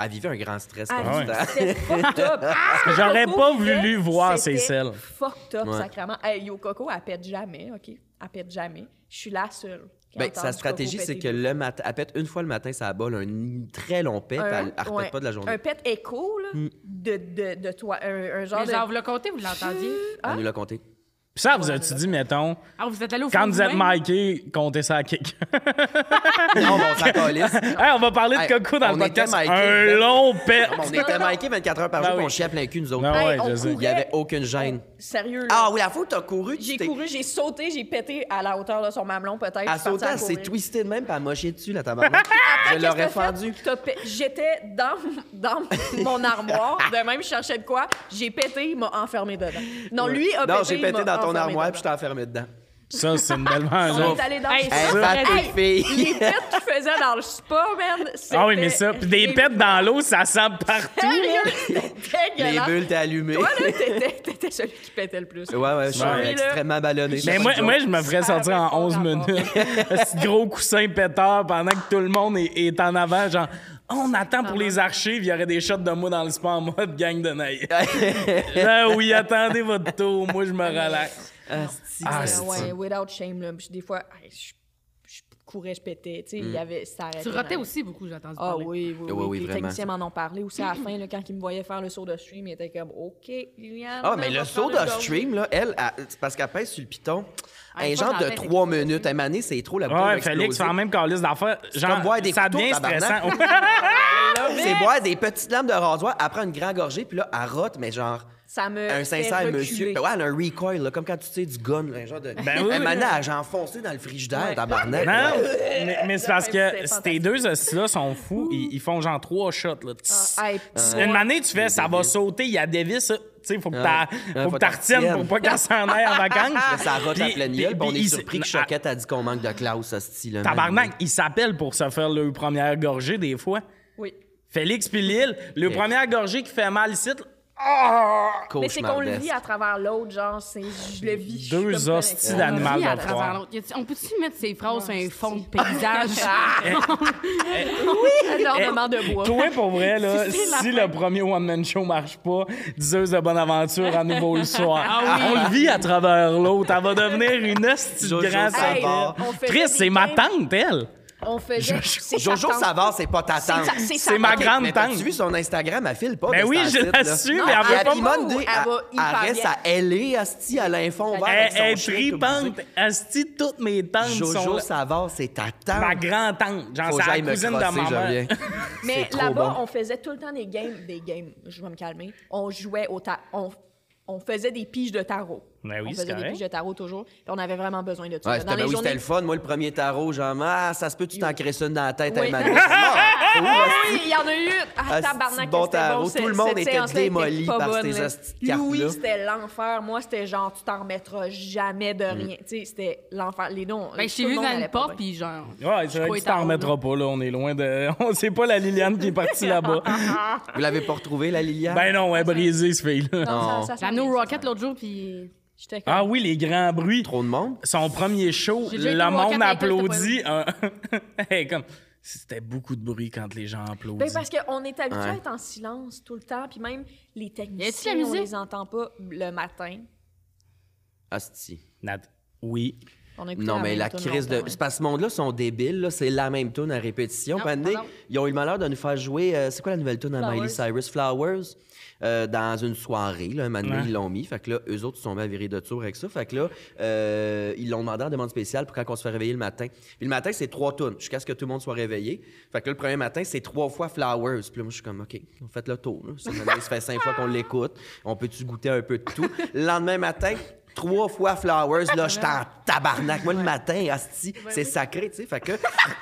D: Elle vivait un grand stress
C: Ah,
A: ouais.
D: constant.
C: c'était fucked up. Ce que
A: J'aurais
C: Coco
A: pas
C: disait,
A: voulu voir
C: c'était
A: ses selles.
C: Fucked up,
D: Ouais.
C: sacrément. Hey, yo, Coco, elle pète jamais, OK? Elle pète jamais. Je suis la seule. qui a
D: Ben,
C: entendu
D: sa
C: Coco
D: stratégie, c'est
C: péter.
D: que le matin, elle pète une fois le matin sa balle, un très long pet, puis elle, elle repète
C: ouais,
D: pas de la journée. Hmm.
C: Un pet écho, là, de, de, de toi. Un, un genre
B: Mais
C: de.
B: genre, vous le comptez, vous l'entendiez.
C: ah?
D: On nous l'a compté.
A: Puis ça, vous as-tu dit, mettons,
B: Ah, vous êtes allé au fond.
A: quand vous êtes
B: vous-même?
A: Mikey, comptez ça à quelqu'un.
D: Non, mais on s'en calisse.
A: Hey, on va parler de
D: Hey,
A: Coco dans
D: on
A: le podcast.
D: était Mikey,
A: un
D: ben-
A: long pet.
D: Non, mais On était Mikey 24 heures par
A: Ben
D: jour, puis
A: oui.
D: on chiait à plein cul, nous autres.
A: Ah ouais,
C: Hey, on
A: je sais.
D: Il n'y avait aucune gêne.
C: Sérieux, là.
D: Ah oui, la fois où t'as couru, tu
C: J'ai
D: t'es-
C: couru, j'ai sauté, j'ai pété à la hauteur de son mamelon, peut-être. Je
D: À
C: suis partie
D: sauter, elle s'est
C: courir. Ah,
D: twistée de même, puis elle m'a chié dessus, la tabarnak. Je
C: Qu'est-ce que
D: l'aurais
C: t'as fait?
D: fendu.
C: T'as pé- J'étais dans, dans mon armoire, de même, je cherchais de quoi. J'ai pété, il m'a enfermé dedans. Non, lui a
D: Non,
C: pété.
D: j'ai
C: il
D: pété
C: m'a
D: dans ton
C: enfermé
D: armoire,
C: dedans.
D: puis je t'ai enfermé dedans.
A: Ça, c'est une belle
C: On
A: vengeance.
C: est allé dans
B: Hey,
C: le
D: Hey,
C: spa.
D: va
C: Hey,
D: tes
C: les
D: filles!
C: pets qu'ils faisaient dans le spa, man,
A: Ah oui, mais
C: c'était
A: ça, puis des pets dans l'eau, ça sent partout.
C: Sérieux,
D: Les
C: dégueulasse.
D: bulles t'as allumées.
C: Toi, là, t'étais- t'étais celui qui pétait le plus.
D: Ouais, ouais, je suis
A: Ouais.
D: extrêmement ballonné.
A: Mais moi, moi, je me ferais
C: Ça
A: sortir en
C: avait pas
A: 11
C: rapport.
A: minutes. Ce gros coussin pétard pendant que tout le monde est, est en avant, genre, on attend
C: Ah.
A: pour les archives, il y aurait des shots de moi dans le spa en mode gang de naïf. Là, oui, attendez votre tour, moi, je me relaxe. Ah,
C: Euh,
A: c'est-
C: ouais, without shame, là. Puis Des fois, hey, je, je courais, je pétais. Tu sais,
D: Mm.
C: il y avait. ça arrêtait
B: Tu rotais
C: dans-
B: aussi beaucoup, j'ai entendu
C: Ah
B: parler.
C: oui, oui, oui.
D: oui,
C: les
D: vraiment.
C: techniciens m'en ont parlé aussi à la fin, là, quand ils me voyaient faire le saut de stream, ils étaient comme, OK, Liliane.
D: Ah, mais
C: on
D: le
C: va
D: saut
C: faire
D: de
C: go.
D: stream, là, elle, elle- c'est parce qu'elle pèse sur le piton.
B: Ah,
D: un
B: une fois
D: genre
B: dans
D: de
B: la tête,
D: 3 minutes. À mané, c'est trop, la boule va
A: Ouais, Félix,
D: exploser.
A: faire même calice d'affaires. Genre,
D: comme boire des
A: ça
D: couteaux,
A: devient
D: tabarnak.
A: stressant.
D: C'est boire des petites lames de rasoir, elle prend une grande gorgée, puis là, elle rote, mais genre...
C: Ça me. fait
D: Un sincère
C: reculer.
D: monsieur. Ben Ouais, elle a un recoil, là, comme quand tu tires du gun, là, un genre de...
A: Ben oui.
D: Un manage enfoncé dans le frigidaire, tabarnak.
A: Non, mais, mais c'est parce que
C: C'était
A: ces deux hosties-là sont fous. Ils, ils font genre trois shots. Là. Tss.
C: Ah, hey,
A: Tss.
C: ouais.
A: Une manée, tu fais, ça va
D: dévises.
A: sauter, il y a des vis. ça. Tu sais, faut que
D: Ah,
A: t'as,
D: ouais,
A: faut que t'en retiennes pour pas qu'elle s'en aille en vacances.
D: Là, ça rote la
A: Puis-
D: pleine
A: puis-
D: gueule, puis on
A: puis
D: est
A: ils-
D: surpris que
A: ah,
D: Choquette a dit qu'on manque de classe, à ce style
A: Tabarnak, ils s'appellent pour se faire leur première gorgée des fois.
C: Oui.
A: Félix puis Lille, le
D: Yes.
A: première gorgée qui fait mal ici,
C: Mais c'est qu'on le vit à travers l'autre, genre, c'est, je le vis. je suis
A: Deux
C: comme connectée.
A: hosties
B: On
A: d'animaux. Animal
B: vit à
A: de
B: travers
A: foire.
B: l'autre. Y a-tu- On peut-tu mettre ces phrases sur un fond de paysage?
A: Eh,
C: Un ornement de bois.
A: Toi, pour vrai, là,
B: C'est la
A: si
B: fin.
A: le premier one-man show marche pas, diseuse de bonne aventure à nouveau le soir.
B: Ah oui.
A: On le vit à travers l'autre. Elle va devenir une hostie de
D: Jojo
A: grande
D: Savard.
A: sapine.
D: part.
C: on faisait
A: Chris,
C: des
A: c'est ma
C: games,
A: tante, elle.
C: On faisait. c'est sa
D: Jojo
C: tante.
D: Savard, c'est pas ta
C: C'est
D: tante.
C: sa- C'est sa
A: C'est ma
C: tante.
A: grande
D: Mais
A: tante.
D: t'as-tu vu son Instagram? Elle file pas.
A: Ben
D: mais
A: oui,
D: c'est
A: je
D: site, là.
A: la suis,
D: Non,
A: mais elle veut
D: puis
A: pas
D: Happy
C: beaucoup.
D: Monday,
C: Elle
D: elle,
C: va
D: elle
C: hyper
D: reste
C: bien.
D: à L.A., Asti, à l'info,
C: Elle-
A: Elle
D: avec son
A: elle est
D: chien, comme vous
A: tripante.
D: dites.
A: Asti, toutes mes tantes sont
D: Jojo
A: là.
D: Savard, c'est ta tante.
A: Ma grand-tante. Genre,
D: Faut que
A: c'est la
D: j'aille me
A: cousine
D: crosser,
A: de
D: je
A: ma mère.
D: reviens.
C: Mais
D: C'est trop
C: là-bas,
D: bon.
C: on faisait tout le temps des games. Des games, je vais me calmer. On jouait au ta- on, on faisait des piges de tarot.
A: Ben oui,
C: on
A: c'est
C: faisait des
A: correct.
C: piges de tarot toujours. Puis on avait vraiment besoin de tout
D: Ouais,
C: ça. Dans les
D: c'était ben oui,
C: journées-
D: c'était le fun. Moi, le premier tarot, genre, ah, ça se peut, tu t'ancrais ça dans la tête à
C: Oui.
D: Emmanuel. C'est mort.
C: Ah oui, il y en a eu.
D: Ah,
C: Ah, tabarnak,
D: c'est bon
C: que c'était
D: tarot.
C: bon.
D: Tout le
C: cette-
D: monde
C: cette
D: était
C: séance-là
D: démoli
C: pas
D: par ces
C: là.
D: hosties de cartes-là.
C: Louis, c'était l'enfer. Moi, c'était genre, tu t'en remettres jamais de
D: Mm.
C: rien. Tu sais, c'était l'enfer. Les noms.
B: Ben, je t'ai vu dans une porte, puis genre...
A: Ouais, c'est
B: crois
A: vrai que
B: que
A: tu t'en
B: t'as
A: remettras pas, là. On est loin de. On sait pas la Liliane qui est partie là-bas.
D: Vous l'avez pas retrouvé, la Liliane?
A: Ben non, elle est brisée, ce fille-là.
D: Non.
C: J'ai
B: J'ai amené au Rocket l'autre jour, puis...
C: J'étais comme.
A: Ah oui, les grands bruits.
D: Trop de monde?
A: son premier show,
B: J'ai déjà été
A: le
B: au
A: monde
B: Rocket avec eux,
A: applaudit. hein. Hey, comme c'était beaucoup de bruit quand les gens
C: Ben
A: applaudissent.
C: parce qu'on est habitué à
D: Ouais.
C: être en silence tout le temps, puis même les
B: Y
C: techniciens,
B: a-t-il la
C: on
B: musique?
C: les entend pas le matin.
D: Asti.
A: Nat- oui.
C: On a écouté
D: Non, mais
C: même
D: la
C: tune
D: crise de.
C: longtemps,
D: C'est parce que ce monde-là sont débiles, là. c'est la même tune à répétition.
B: Non,
D: Puis, à un moment donné,
B: pardon.
D: ils ont eu le malheur de nous faire jouer. euh, c'est quoi la nouvelle tune à
C: Flowers.
D: Miley Cyrus Flowers? Euh, dans une soirée, là, un moment donné,
A: Ouais.
D: ils l'ont mis. Fait que là, eux autres, ils sont mis à virer de tour avec ça. Fait que là, euh, ils l'ont demandé en demande spéciale pour quand on se fait réveiller le matin. Puis le matin, c'est trois tunes, jusqu'à ce que tout le monde soit réveillé. Fait que là, le premier matin, c'est trois fois Flowers. Puis là, moi, je suis comme, OK, on fait le tour. là. Ça, maintenant, ça fait cinq fois qu'on l'écoute. On peut-tu goûter un peu de tout? Le lendemain matin, trois fois Flowers. Là, je t'en tabarnak. Moi, le matin, asti, c'est sacré, tu sais. Fait que...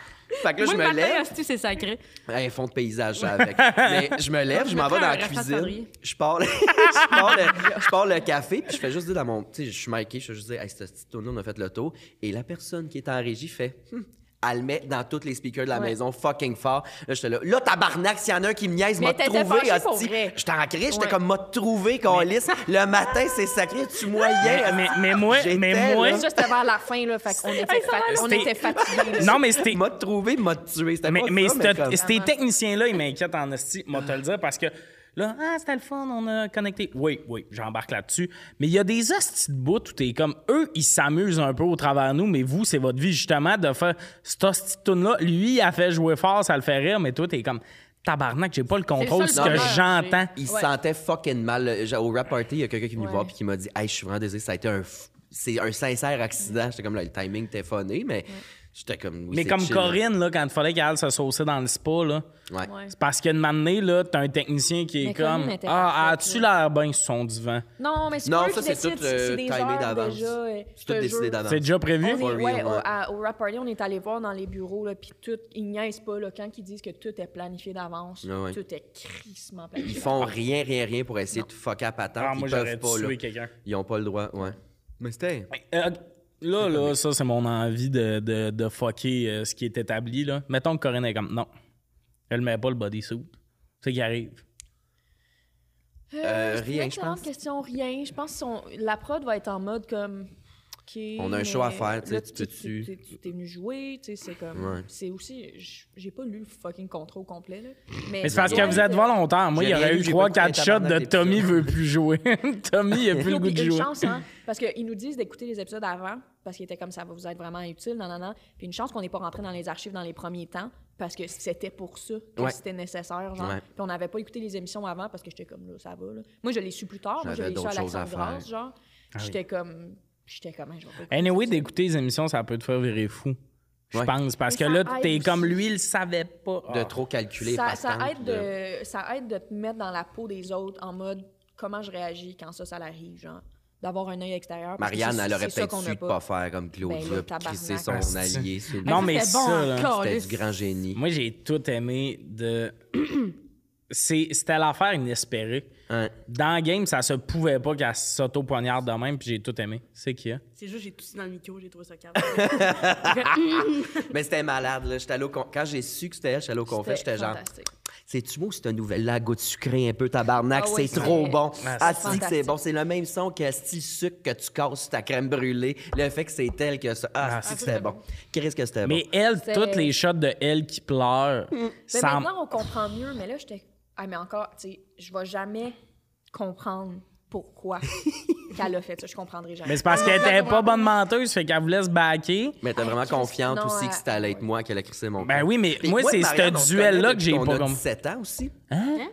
D: Fait que là,
B: Moi,
D: je
B: le
D: me lève.
B: matin, hostie, c'est sacré.
D: Un fond de paysage ça, avec. Mais je me lève, je m'en vais dans la
B: mettrais un Rasta
D: cuisine.
B: Sandrier.
D: Je pars, le- je, pars le, je pars le café, puis je fais juste dire dans mon. Tu sais, je suis Mikey, je fais juste dire, hey, cette petite tournée, on a fait le tour. Et la personne qui est en régie fait. Hmm. Elle le met dans tous les speakers de la maison, fucking fort. Là, j'étais là. Là, tabarnak, s'il y en a un qui me niaise,
C: Mais
D: m'a
C: t'étais
D: trouvé,
C: fâché pour
D: hostie.
C: vrai.
D: J'étais en crise, j'étais
C: Ouais.
D: comme, m'a trouvé, lisse. Le matin, c'est sacré, tu moyen.
A: Mais- mais- mais moi- mais
D: J'étais,
A: moi-
C: là. Ça, c'était vers la fin, là, fait qu'on était, fa- on
A: c'était-
C: était fatigués.
A: Non, mais c'était.
D: là, M'a trouvé, m'a tué. C'était
A: Mais,
D: pas
A: mais
D: ça,
A: c'te-
D: comme-
A: ces techniciens-là, ils m'inquiètent en esti, moi te le dire, parce que là, ah, c'était le fun, on a connecté. Oui, oui, j'embarque là-dessus. Mais il y a des hosties de bout où t'es comme, eux, ils s'amusent un peu au travers de nous, mais vous, c'est votre vie, justement, de faire cette hostie de tune-là. Lui, il a fait jouer fort, ça le fait rire, mais toi, t'es comme, tabarnak, j'ai pas le contrôle de
B: le
A: ce que
B: bonheur,
A: j'entends.
D: Il se
C: Ouais.
D: sentait fucking mal. Euh, genre, Au rap party, il y a quelqu'un qui est venu
C: Ouais.
D: voir puis qui m'a dit Hey, je suis vraiment désolé, ça a été un, f- c'est un sincère accident. J'étais comme là, le timing était funné, mais j'étais comme. Oui,
A: Mais
D: c'est
A: comme
D: chill,
A: Corinne, là, quand il fallait qu'elle se saucer dans le spa, là,
D: là. Ouais.
C: Ouais.
A: c'est parce qu'une matinée, là, t'as un technicien qui est
C: Mais Corinne
A: comme
C: était
A: Ah,
C: parfaite,
A: as-tu l'air bien sur son divan?
C: Non, mais c'est
D: Non,
C: pas eux
D: ça,
C: qui
D: c'est
C: décident,
D: tout, euh,
C: des
D: timé
C: heures
D: d'avance.
C: déjà, euh,
D: C'est
C: je
D: tout
C: te
D: décidé
C: jure.
D: d'avance.
A: C'est déjà prévu?
C: On est-
D: For real,
C: ouais, au,
D: ouais.
C: à- au rap party, on est allé voir dans les bureaux, là, puis tout, ils niaisent pas, là, quand ils disent que tout est planifié d'avance,
D: Ah Ouais, ouais.
C: tout est crissement
D: Ils
C: planifié.
D: font rien, rien, rien pour essayer de fucker à patente.
A: Ah,
D: ils
A: moi,
D: peuvent
A: j'aurais
D: pas, là.
A: tué quelqu'un.
D: Ils ont pas le droit, ouais. Mais c'était.
A: Euh, Là, là, ça, c'est mon envie de, de, de fucker euh, ce qui est établi. Là. Mettons que Corinne est comme. Non. Elle met pas le bodysuit. C'est qui arrive.
D: Euh,
C: c'est une
D: rien, je
C: excellente
D: pense.
C: question, rien. Je pense que son- la prod va être en mode comme. OK,
D: On a un
C: mais
D: show à faire, tu sais,
C: là,
D: tu peux-tu-
C: tu- tu- T'es venu jouer, tu sais, c'est comme.
D: Ouais.
C: C'est aussi. j- J'ai pas lu le fucking contrat au complet, là. Mais,
A: Mais c'est parce que
C: Ouais,
A: vous êtes
C: euh,
A: volontaire. Moi, il y
D: J'ai rien
A: aurait
D: lu,
A: eu
D: j'ai pas
A: 3-4
D: écouté
A: shots
D: tabarnak
A: de Tommy
D: d'épisodes.
A: veut plus jouer. Tommy, il a plus le goût
C: Puis
A: de
C: une
A: jouer.
C: chance, hein, parce qu'ils nous disent d'écouter les épisodes avant, parce qu'ils étaient comme ça va vous être vraiment utile, non, non, non. Puis une chance qu'on n'est pas rentré dans les archives dans les premiers temps, parce que c'était pour ça que
D: Ouais.
C: c'était nécessaire, genre.
D: Ouais.
C: Puis on n'avait pas écouté les émissions avant, parce que j'étais comme là, ça va, là. Moi, je l'ai su plus tard, moi, je
D: J'avais
C: l'ai su à
D: d'autres choses à
C: l'accent grasse,
D: faire.
C: genre. j'étais comme. J'étais comme, hein, je vais pas écouter
A: Anyway,
C: ça.
A: d'écouter les émissions, ça peut te faire virer fou. Je
D: Ouais.
A: pense. Parce
C: Mais
A: que
C: ça
A: là,
C: aide
A: t'es
C: aussi.
A: comme lui, il savait pas.
D: de
A: Ah.
D: trop calculer.
C: ça,
D: par
C: ça
D: temps,
C: aide de... ça aide de te mettre dans la peau des autres en mode comment je réagis quand ça, ça l'arrive, genre. D'avoir un œil extérieur. parce que
D: Marianne,
C: c'est-
D: elle aurait
C: c'est ça
D: peut-être
C: qu'on
D: su
C: a
D: de pas faire comme
C: Ben
D: Claudia,
C: là,
D: puis crisser
A: Ah,
C: tabarnak.
D: son allié sur le
A: Non, mais
B: C'était bon
A: ça, là,
B: encore,
D: C'était
B: là.
D: du grand génie.
A: Moi, j'ai tout aimé de. C'est- C'était l'affaire inespérée.
D: Hein.
A: Dans le game, ça se pouvait pas qu'elle s'auto-poignarde de même, puis j'ai tout aimé. C'est qui, hein?
E: C'est juste, j'ai toussé dans le micro, j'ai trouvé ça calme.
D: Mais c'était malade, là. J'étais allé au con- Quand j'ai su que c'était elle, j'étais allé au confet,
C: C'était
D: j'étais genre.
C: fantastique.
D: C'est-tu beau, c'est un nouvel lago de sucré un peu tabarnak,
C: Ah ouais,
D: c'est trop
C: c'est-
D: bon.
A: Ah,
D: Ah,
C: c'est
D: si que c'est
C: fantastique.
D: bon, c'est le même son que si le sucre que tu casses sur ta crème brûlée. Le fait que c'est elle que ça. Ah, si que c'était bon. Qu'est-ce que c'était bon?
A: Mais elle,
C: C'est- Mm.
A: toutes les shots de elle qui pleure,
C: Mais
A: ça
C: Ben, maintenant, on comprend mieux. Mais là, j'étais. Ah, mais encore, tu sais, je vais jamais comprendre pourquoi qu'elle a fait ça. Je comprendrai jamais.
A: Mais c'est parce qu'elle était pas bonne menteuse, fait qu'elle voulait se baquer.
D: Mais t'es vraiment
C: Christ,
D: confiante
C: Ah, non,
D: aussi que
C: euh,
D: c'était allait être
C: ouais.
D: moi qui allait crissé mon
A: Ben
D: camp.
A: oui, mais
D: Puis
A: moi,
D: et
A: c'est
D: Marianne,
A: ce
D: on se
A: duel-là
D: connaît
A: que j'ai
D: depuis
A: pas Hein?
D: qu'on a
A: compris.
D: 17 ans aussi.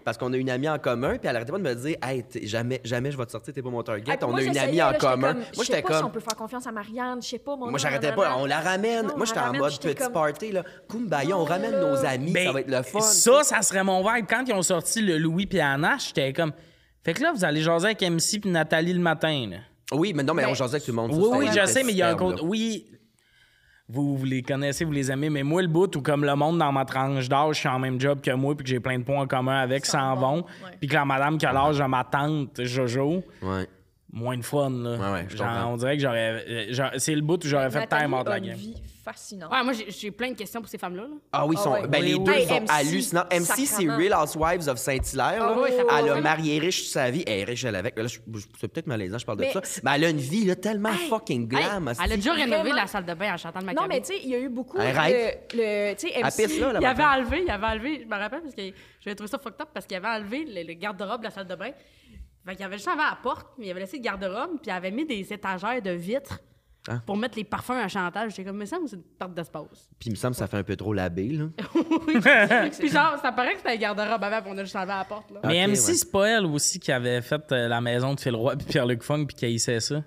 D: Parce qu'on a une amie en commun, puis elle arrêtait pas de me dire Hey, t'es- jamais, jamais je vais te sortir, t'es pas mon target.
C: Ah, puis
D: on
C: moi,
D: a une
C: j'essayais,
D: amie
C: là,
D: en commun.
C: comme,
D: Moi,
C: je sais
D: j'étais
C: pas si on
D: comme.
C: peut faire confiance à Marianne. Je sais pas.
D: Moi, j'arrêtais pas. On la ramène. Moi, j'étais en mode petit party, là. Kumbaya, on
C: Non,
D: ramène
C: là.
D: nos amis,
A: Ben,
D: ça va être le fun.
A: Ça, ça serait mon vibe. Quand ils ont sorti le Louis puis Anna, j'étais comme. Fait que là, vous allez jaser avec MC puis Nathalie le matin. là.
D: Oui, mais non, mais
C: Ben,
D: on jasait avec tout le monde.
A: Oui,
D: ça,
A: oui,
D: c'était
A: je sais, mais il y a un
D: superbe,
A: côté.
D: là.
A: Oui. Vous, vous les connaissez, vous les aimez, mais moi, le bout où, comme le monde dans ma tranche d'âge, je suis en même job que moi, puis que j'ai plein de points en commun avec, s'en vont,
C: ouais.
A: puis que la madame qui a l'âge de ma tante, Jojo,
D: Ouais.
A: moins de fun, là.
D: Ouais, ouais, je
A: Genre,
D: comprends.
A: on dirait que j'aurais. euh, genre, C'est le bout où j'aurais fait time out de la
C: une
A: game.
C: vie fascinante.
B: Ouais, moi, j'ai- j'ai plein de questions pour ces femmes-là. là.
D: Ah oui, ils
C: Ah
D: sont,
C: ouais.
D: ben,
A: Oui,
D: les
A: oui.
D: deux
C: Hey,
D: sont
C: MC,
D: hallucinants. MC, c'est
C: sacrement.
D: Real Housewives of Saint-Hilaire. là.
C: Ah oui, ça-
D: elle a marié riche sa vie. Elle est riche, elle avec. Là, je- je- c'est peut-être malaisant, je parle
C: Mais
D: de ça.
C: c'est-
D: Mais elle a une vie là, tellement fucking glam.
B: Hey, elle a déjà rénové
C: Vraiment.
B: la salle de bain en chantant de ma
C: Non, mais tu sais, il y a eu beaucoup.
D: Un rêve.
C: de- le, tu sais,
D: Elle
C: MC,
D: pisse là, là.
B: Il avait
D: maintenant.
B: enlevé, il avait enlevé, je me rappelle parce que j'avais trouvé ça fucked up parce qu'il avait enlevé le, le garde-robe de la salle de bain. Fait qu'il avait juste enlevé la porte, mais il avait laissé le garde-robe, puis il avait mis des étagères de vitres
D: Ah.
B: pour mettre les parfums à chantage. J'étais comme, mais ça, c'est une perte d'espace.
D: Puis il me semble que ça fait un peu trop labé, là.
B: puis genre, ça paraît que c'était un garde-robe avant, puis on a juste enlevé la porte. Là.
A: Mais
D: Ok,
A: MC,
D: ouais.
A: c'est pas elle aussi qui avait fait euh, la maison de Phil Roy puis Pierre-Luc Funk puis qui haïssait ça.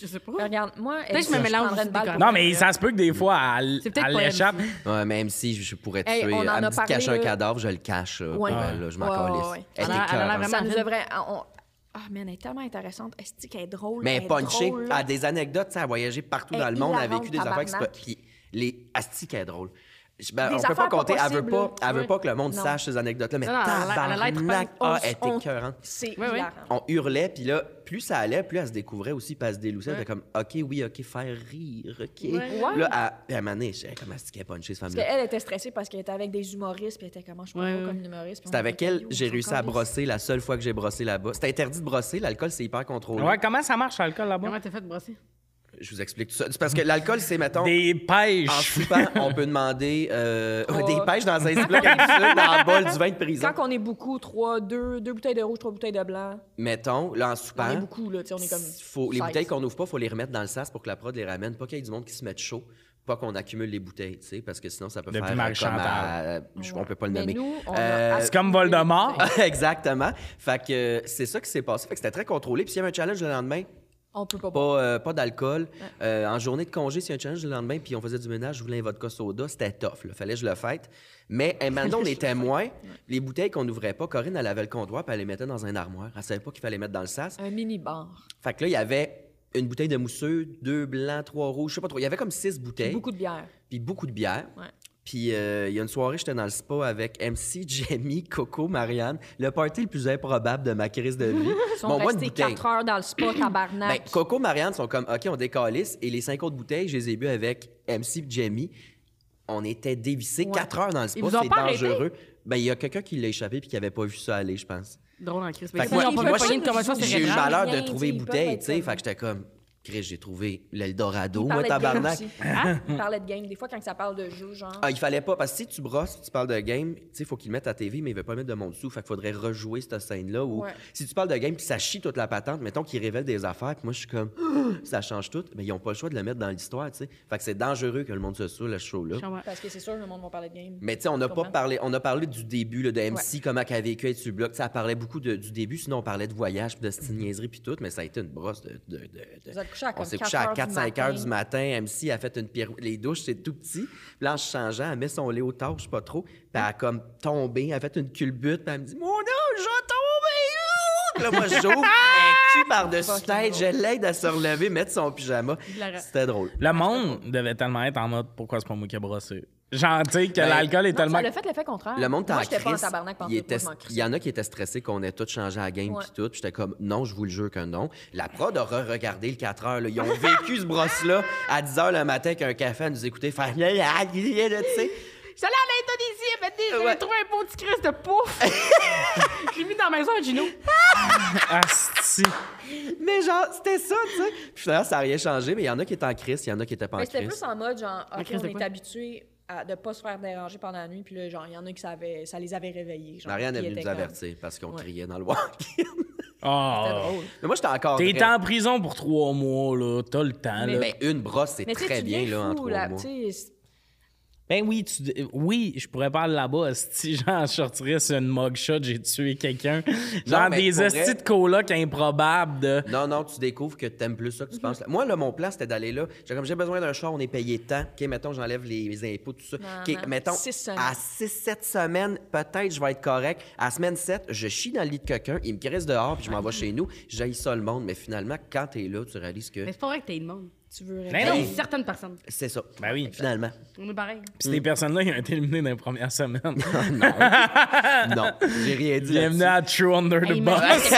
B: Je sais pas.
C: Regarde, moi,
B: que je me mélange
C: prendrais
B: aussi
C: une balle
B: des
C: pour-
A: Non, mais ça se peut que des fois, elle
B: C'est peut-être
A: elle
B: pas
A: l'échappe.
B: MC.
D: Ouais, même si je pourrais tuer.
C: Hey, on en
D: elle
C: a
D: me dit
C: parlé,
D: cache un
C: là.
D: cadavre, je le cache. euh,
C: Ouais.
D: pour elle, là, je m'en
C: Ouais,
D: calisse.
C: ouais, ouais.
D: Elle est
B: Elle a- elle a l'air
D: écœurante.
B: vraiment-
C: Ça nous devrait. on- Ah, mais elle est tellement intéressante. Est-ce qu'elle est drôle?
D: Mais
C: elle est
D: punchée,
C: drôle,
D: elle a des anecdotes, tu sais, elle a voyagé partout
C: Elle
D: dans le monde, elle a
C: hilarante,
D: vécu des affaires qui se pa-
C: tabarnak.
D: Puis les Asti, qu'elle est drôle. Je- ben,
C: Des
D: on peut pas
C: affaires pas
D: compter, elle veut
C: possibles,
D: pas,
C: là.
D: elle veut
C: Ouais.
D: pas que le monde
C: Non.
D: sache ces anecdotes-là, mais
B: Non, non, elle a- elle a l'air
D: tabarnak,
C: On-
D: ah, elle est
C: on-
D: écœurante.
C: C'est
B: Oui, oui.
C: hilarant.
D: On hurlait, puis là, plus ça allait, plus elle se découvrait aussi, puis elle se déloussait, elle était comme, OK, oui, OK, faire rire, OK.
C: Ouais.
D: Là, à, à un moment donné, j'étais comme, Asti, qu'elle est punchée, cette
C: Parce
D: femme-là.
C: qu'elle était stressée parce qu'elle était avec des humoristes, puis elle était comme, Ah, je suis pas
B: Ouais,
C: drôle
B: ouais.
C: comme une humoriste. Puis
D: C'est
C: on
D: avec
C: était
D: elle,
C: comme, Yo,
D: j'ai
C: on
D: réussi
C: s'en
D: à
C: calisse.
D: brosser la seule fois que j'ai brossé là-bas. C'est interdit de brosser, l'alcool, c'est hyper contrôlé.
A: Ouais, comment ça marche l'alcool là-bas?
B: Comment t'as fait de brosser?
D: Je vous explique tout ça. C'est parce que l'alcool, c'est, mettons...
A: Des
D: En
A: pêches.
D: soupant, on peut demander euh,
C: Trois.
D: des pêches dans un bloc capsule dans le bol du vin de prison.
C: Oh. Quand on est beaucoup, trois, deux, deux bouteilles de rouge, trois bouteilles de blanc,
D: Mettons, là, en
C: on est
D: soupant,
C: beaucoup, là, tu sais, on est comme.
D: faut, les
C: seize.
D: bouteilles qu'on ouvre pas, faut les remettre dans le sas pour que la prod les ramène. Pas qu'il y ait du monde qui se mette chaud. Pas qu'on accumule les bouteilles, tu sais, parce que sinon, ça peut
A: Depuis
D: faire
A: Marie
D: comme
A: Chantal.
D: à- je- On peut pas le
C: Mais
D: nommer.
C: nous, on
D: Euh,
C: a
A: C'est comme Voldemort.
D: Exactement. Fait que euh, c'est ça qui s'est passé. Fait que c'était très contrôlé. Puis s'il y avait un challenge le lendemain,
C: On peut pas.
D: pas, euh, pas d'alcool. Euh, en journée de congé, s'il y a un challenge le lendemain, puis on faisait du ménage, je voulais un vodka soda, c'était tough. Là. Fallait que je le fête. Mais euh, maintenant, on est témoins. Les bouteilles qu'on n'ouvrait pas, Corinne, elle avait le comptoir, puis elle les mettait dans un armoire. Elle savait pas qu'il fallait mettre dans le sas.
C: Un mini bar.
D: Fait que là, il y avait une bouteille de mousseux, deux blancs, trois rouges, je sais pas trop. Il y avait comme six bouteilles,
C: Beaucoup de bière.
D: puis beaucoup de bière.
C: Ouais.
D: Puis euh, il y a une soirée, j'étais dans le spa avec MC, Jamie, Coco, Marianne. Le party le plus improbable de ma crise de vie.
C: Ils sont
D: Bon, moi, une
C: restés
D: bouteille.
C: 4 heures dans le spa,
D: Ben,
C: tabarnak.
D: Coco, Marianne sont comme, OK, on décalisse. Et les cinq autres bouteilles, je les ai bu avec MC et Jamie. On était dévissés
C: Ouais.
D: quatre heures dans le spa.
B: Ils vous ont
D: C'est
B: pas arrêté?
D: dangereux. Ben, il y a quelqu'un qui l'a échappé puis qui avait pas vu ça aller, je pense.
B: Drôle en crise.
D: Fait
B: Mais
D: que
B: si
D: moi,
B: ils ont
D: moi,
B: pas pogné une
D: j'ai-
B: commotion
D: J'ai eu le
B: cérébrale.
D: malheur
F: rien,
D: de
F: tu sais,
D: trouver
F: ils peuvent
D: bouteille,
F: être
D: tu sais.
F: comme-
D: Fait que j'étais comme, Chris, j'ai trouvé l'Eldorado,
C: Ils parlaient
D: moi,
C: de game
D: hein, tabarnak.
C: aussi. Hein? Ils parlaient de game. Des fois, quand ça parle de jeu, genre.
D: Ah, il fallait pas, parce que si tu brosses, tu parles de game, tu sais, faut qu'il le mette à TV, mais il veut pas mettre de monde dessous. Fait qu'il faudrait rejouer cette scène-là. Ou
C: Ouais.
D: si tu parles de game, puis ça chie toute la patente, mettons qu'il révèle des affaires, puis moi, je suis comme, Ah, ça change tout. Mais ils ont pas le choix de le mettre dans l'histoire, tu sais. Fait que c'est dangereux que le monde se saoule à ce show-là.
B: Je comprends.
C: Parce que c'est sûr, le monde va parler de game.
D: Mais tu sais, on n'a
C: Je
D: pas
C: comprends.
D: parlé, on a parlé du début là, de MC,
C: Ouais.
D: comment qu'elle a vécu être sur le bloc. Tu sais, elle parlait beaucoup de- du début, sinon on parlait de voyage, puis de cette niaiserie, puis tout, mais ça a été une brosse de. de, de-
C: Mm-hmm.
D: de-
C: Vous êtes couché à
D: on
C: comme
D: s'est
C: 4
D: couché à
C: heures du
D: 4-5 heures
C: matin.
D: du matin. MC a fait une pierre. Les douches, c'est tout petit. Puis là, en se changeant, elle met son léotard, je sais pas trop. Puis elle a comme tombé, elle a fait une culbute, puis elle me dit Mon Dieu, je vais tomber! ouh! Puis Là, moi, j'ouvre, elle cul par-dessus tête, je l'aide à se relever, mettre son pyjama.
B: Hilarant.
D: C'était drôle.
A: Le monde devait tellement être en mode pourquoi c'est pas moi qui ai brossé. Genre, tu sais, que
D: Ben,
A: l'alcool est
C: Non,
A: tellement.
C: ça l'a fait l'effet contraire.
D: Le monde t'en
C: Moi, j'étais pas en
D: crisse.
C: tabarnak pendant
D: Il,
C: tout.
D: était-
C: Moi, je m'en
D: il
C: crissais.
D: y en a qui étaient stressés qu'on ait tout changé à la game
C: Ouais.
D: puis tout. Puis j'étais comme, non, je vous le jure que non. La prod a re-regardé le 4 heures. là. Ils ont vécu ce brosse-là à 10 heures le matin avec un café à nous écouter faire la, la, la, la, la, tu sais.
B: J'allais à l'Indonésie, elle m'a dit, j'avais
D: Ouais.
B: trouvé un bon petit Christ de pouf. Je l'ai mis dans la maison à Gino.
A: Asti.
D: Mais genre, c'était ça, tu sais. Puis d'ailleurs, ça n'a rien changé, mais il y en a qui étaient en crise, il y en a qui étaient pas en
C: Mais c'était
D: crise.
C: plus en mode, genre,
B: La
C: OK,
B: crise
C: on
B: de
C: est
B: quoi?
C: habitué à ne pas se faire déranger pendant la nuit. Puis là, genre, il y en a qui ça, avait- ça les avait réveillés. Genre,
D: Marianne est
C: qui
D: venue
C: étaient
D: nous
C: comme-
D: avertir parce qu'on
C: Ouais.
D: criait dans le walk.
A: Oh.
D: mais moi, j'étais encore.
A: T'es
D: vrai.
A: en prison pour trois mois, là. T'as le temps, là.
D: Mais ben une brosse, c'est
C: Mais tu sais,
D: très
C: tu
D: bien,
C: deviens
D: là, en
C: fou,
D: trois
C: là,
D: mois.
C: tu sais,
A: Ben oui, tu, oui, je pourrais parler là-bas. Si j'en sortirais sur une mugshot, j'ai tué quelqu'un. Genre
D: mais
A: des
D: pour
A: hosties
D: vrai-
A: de colocs improbables de.
D: Non, non, tu découvres que t'aimes plus ça que tu
C: Mhm.
D: penses. Moi, là, mon plan, c'était d'aller là. J'ai comme, j'ai besoin d'un char, on est payé tant. OK, mettons, j'enlève les, les impôts, tout ça.
C: Non,
D: OK,
C: non.
D: mettons,
C: Six semaines.
D: à 6-7 semaines, peut-être, je vais être correct. À semaine 7, je chie dans le lit de quelqu'un, il me crisse dehors, puis je m'en vais chez nous. J'aille ça le monde. Mais finalement, quand t'es là, tu réalises que
B: Mais c'est pas vrai que t'es le monde.
C: tu veux
A: Mais
C: rêver.
A: non.
B: Hey, certaines personnes.
D: c'est ça.
A: Ben oui.
D: Finalement.
B: On est pareil.
A: Puis ces personnes-là, ils ont été éliminées dans les premières semaines.
D: non, j'ai rien dit.
A: Ah. Bienvenue
D: là-dessus.
A: à True Under the
B: Hey, mais-
A: Bus.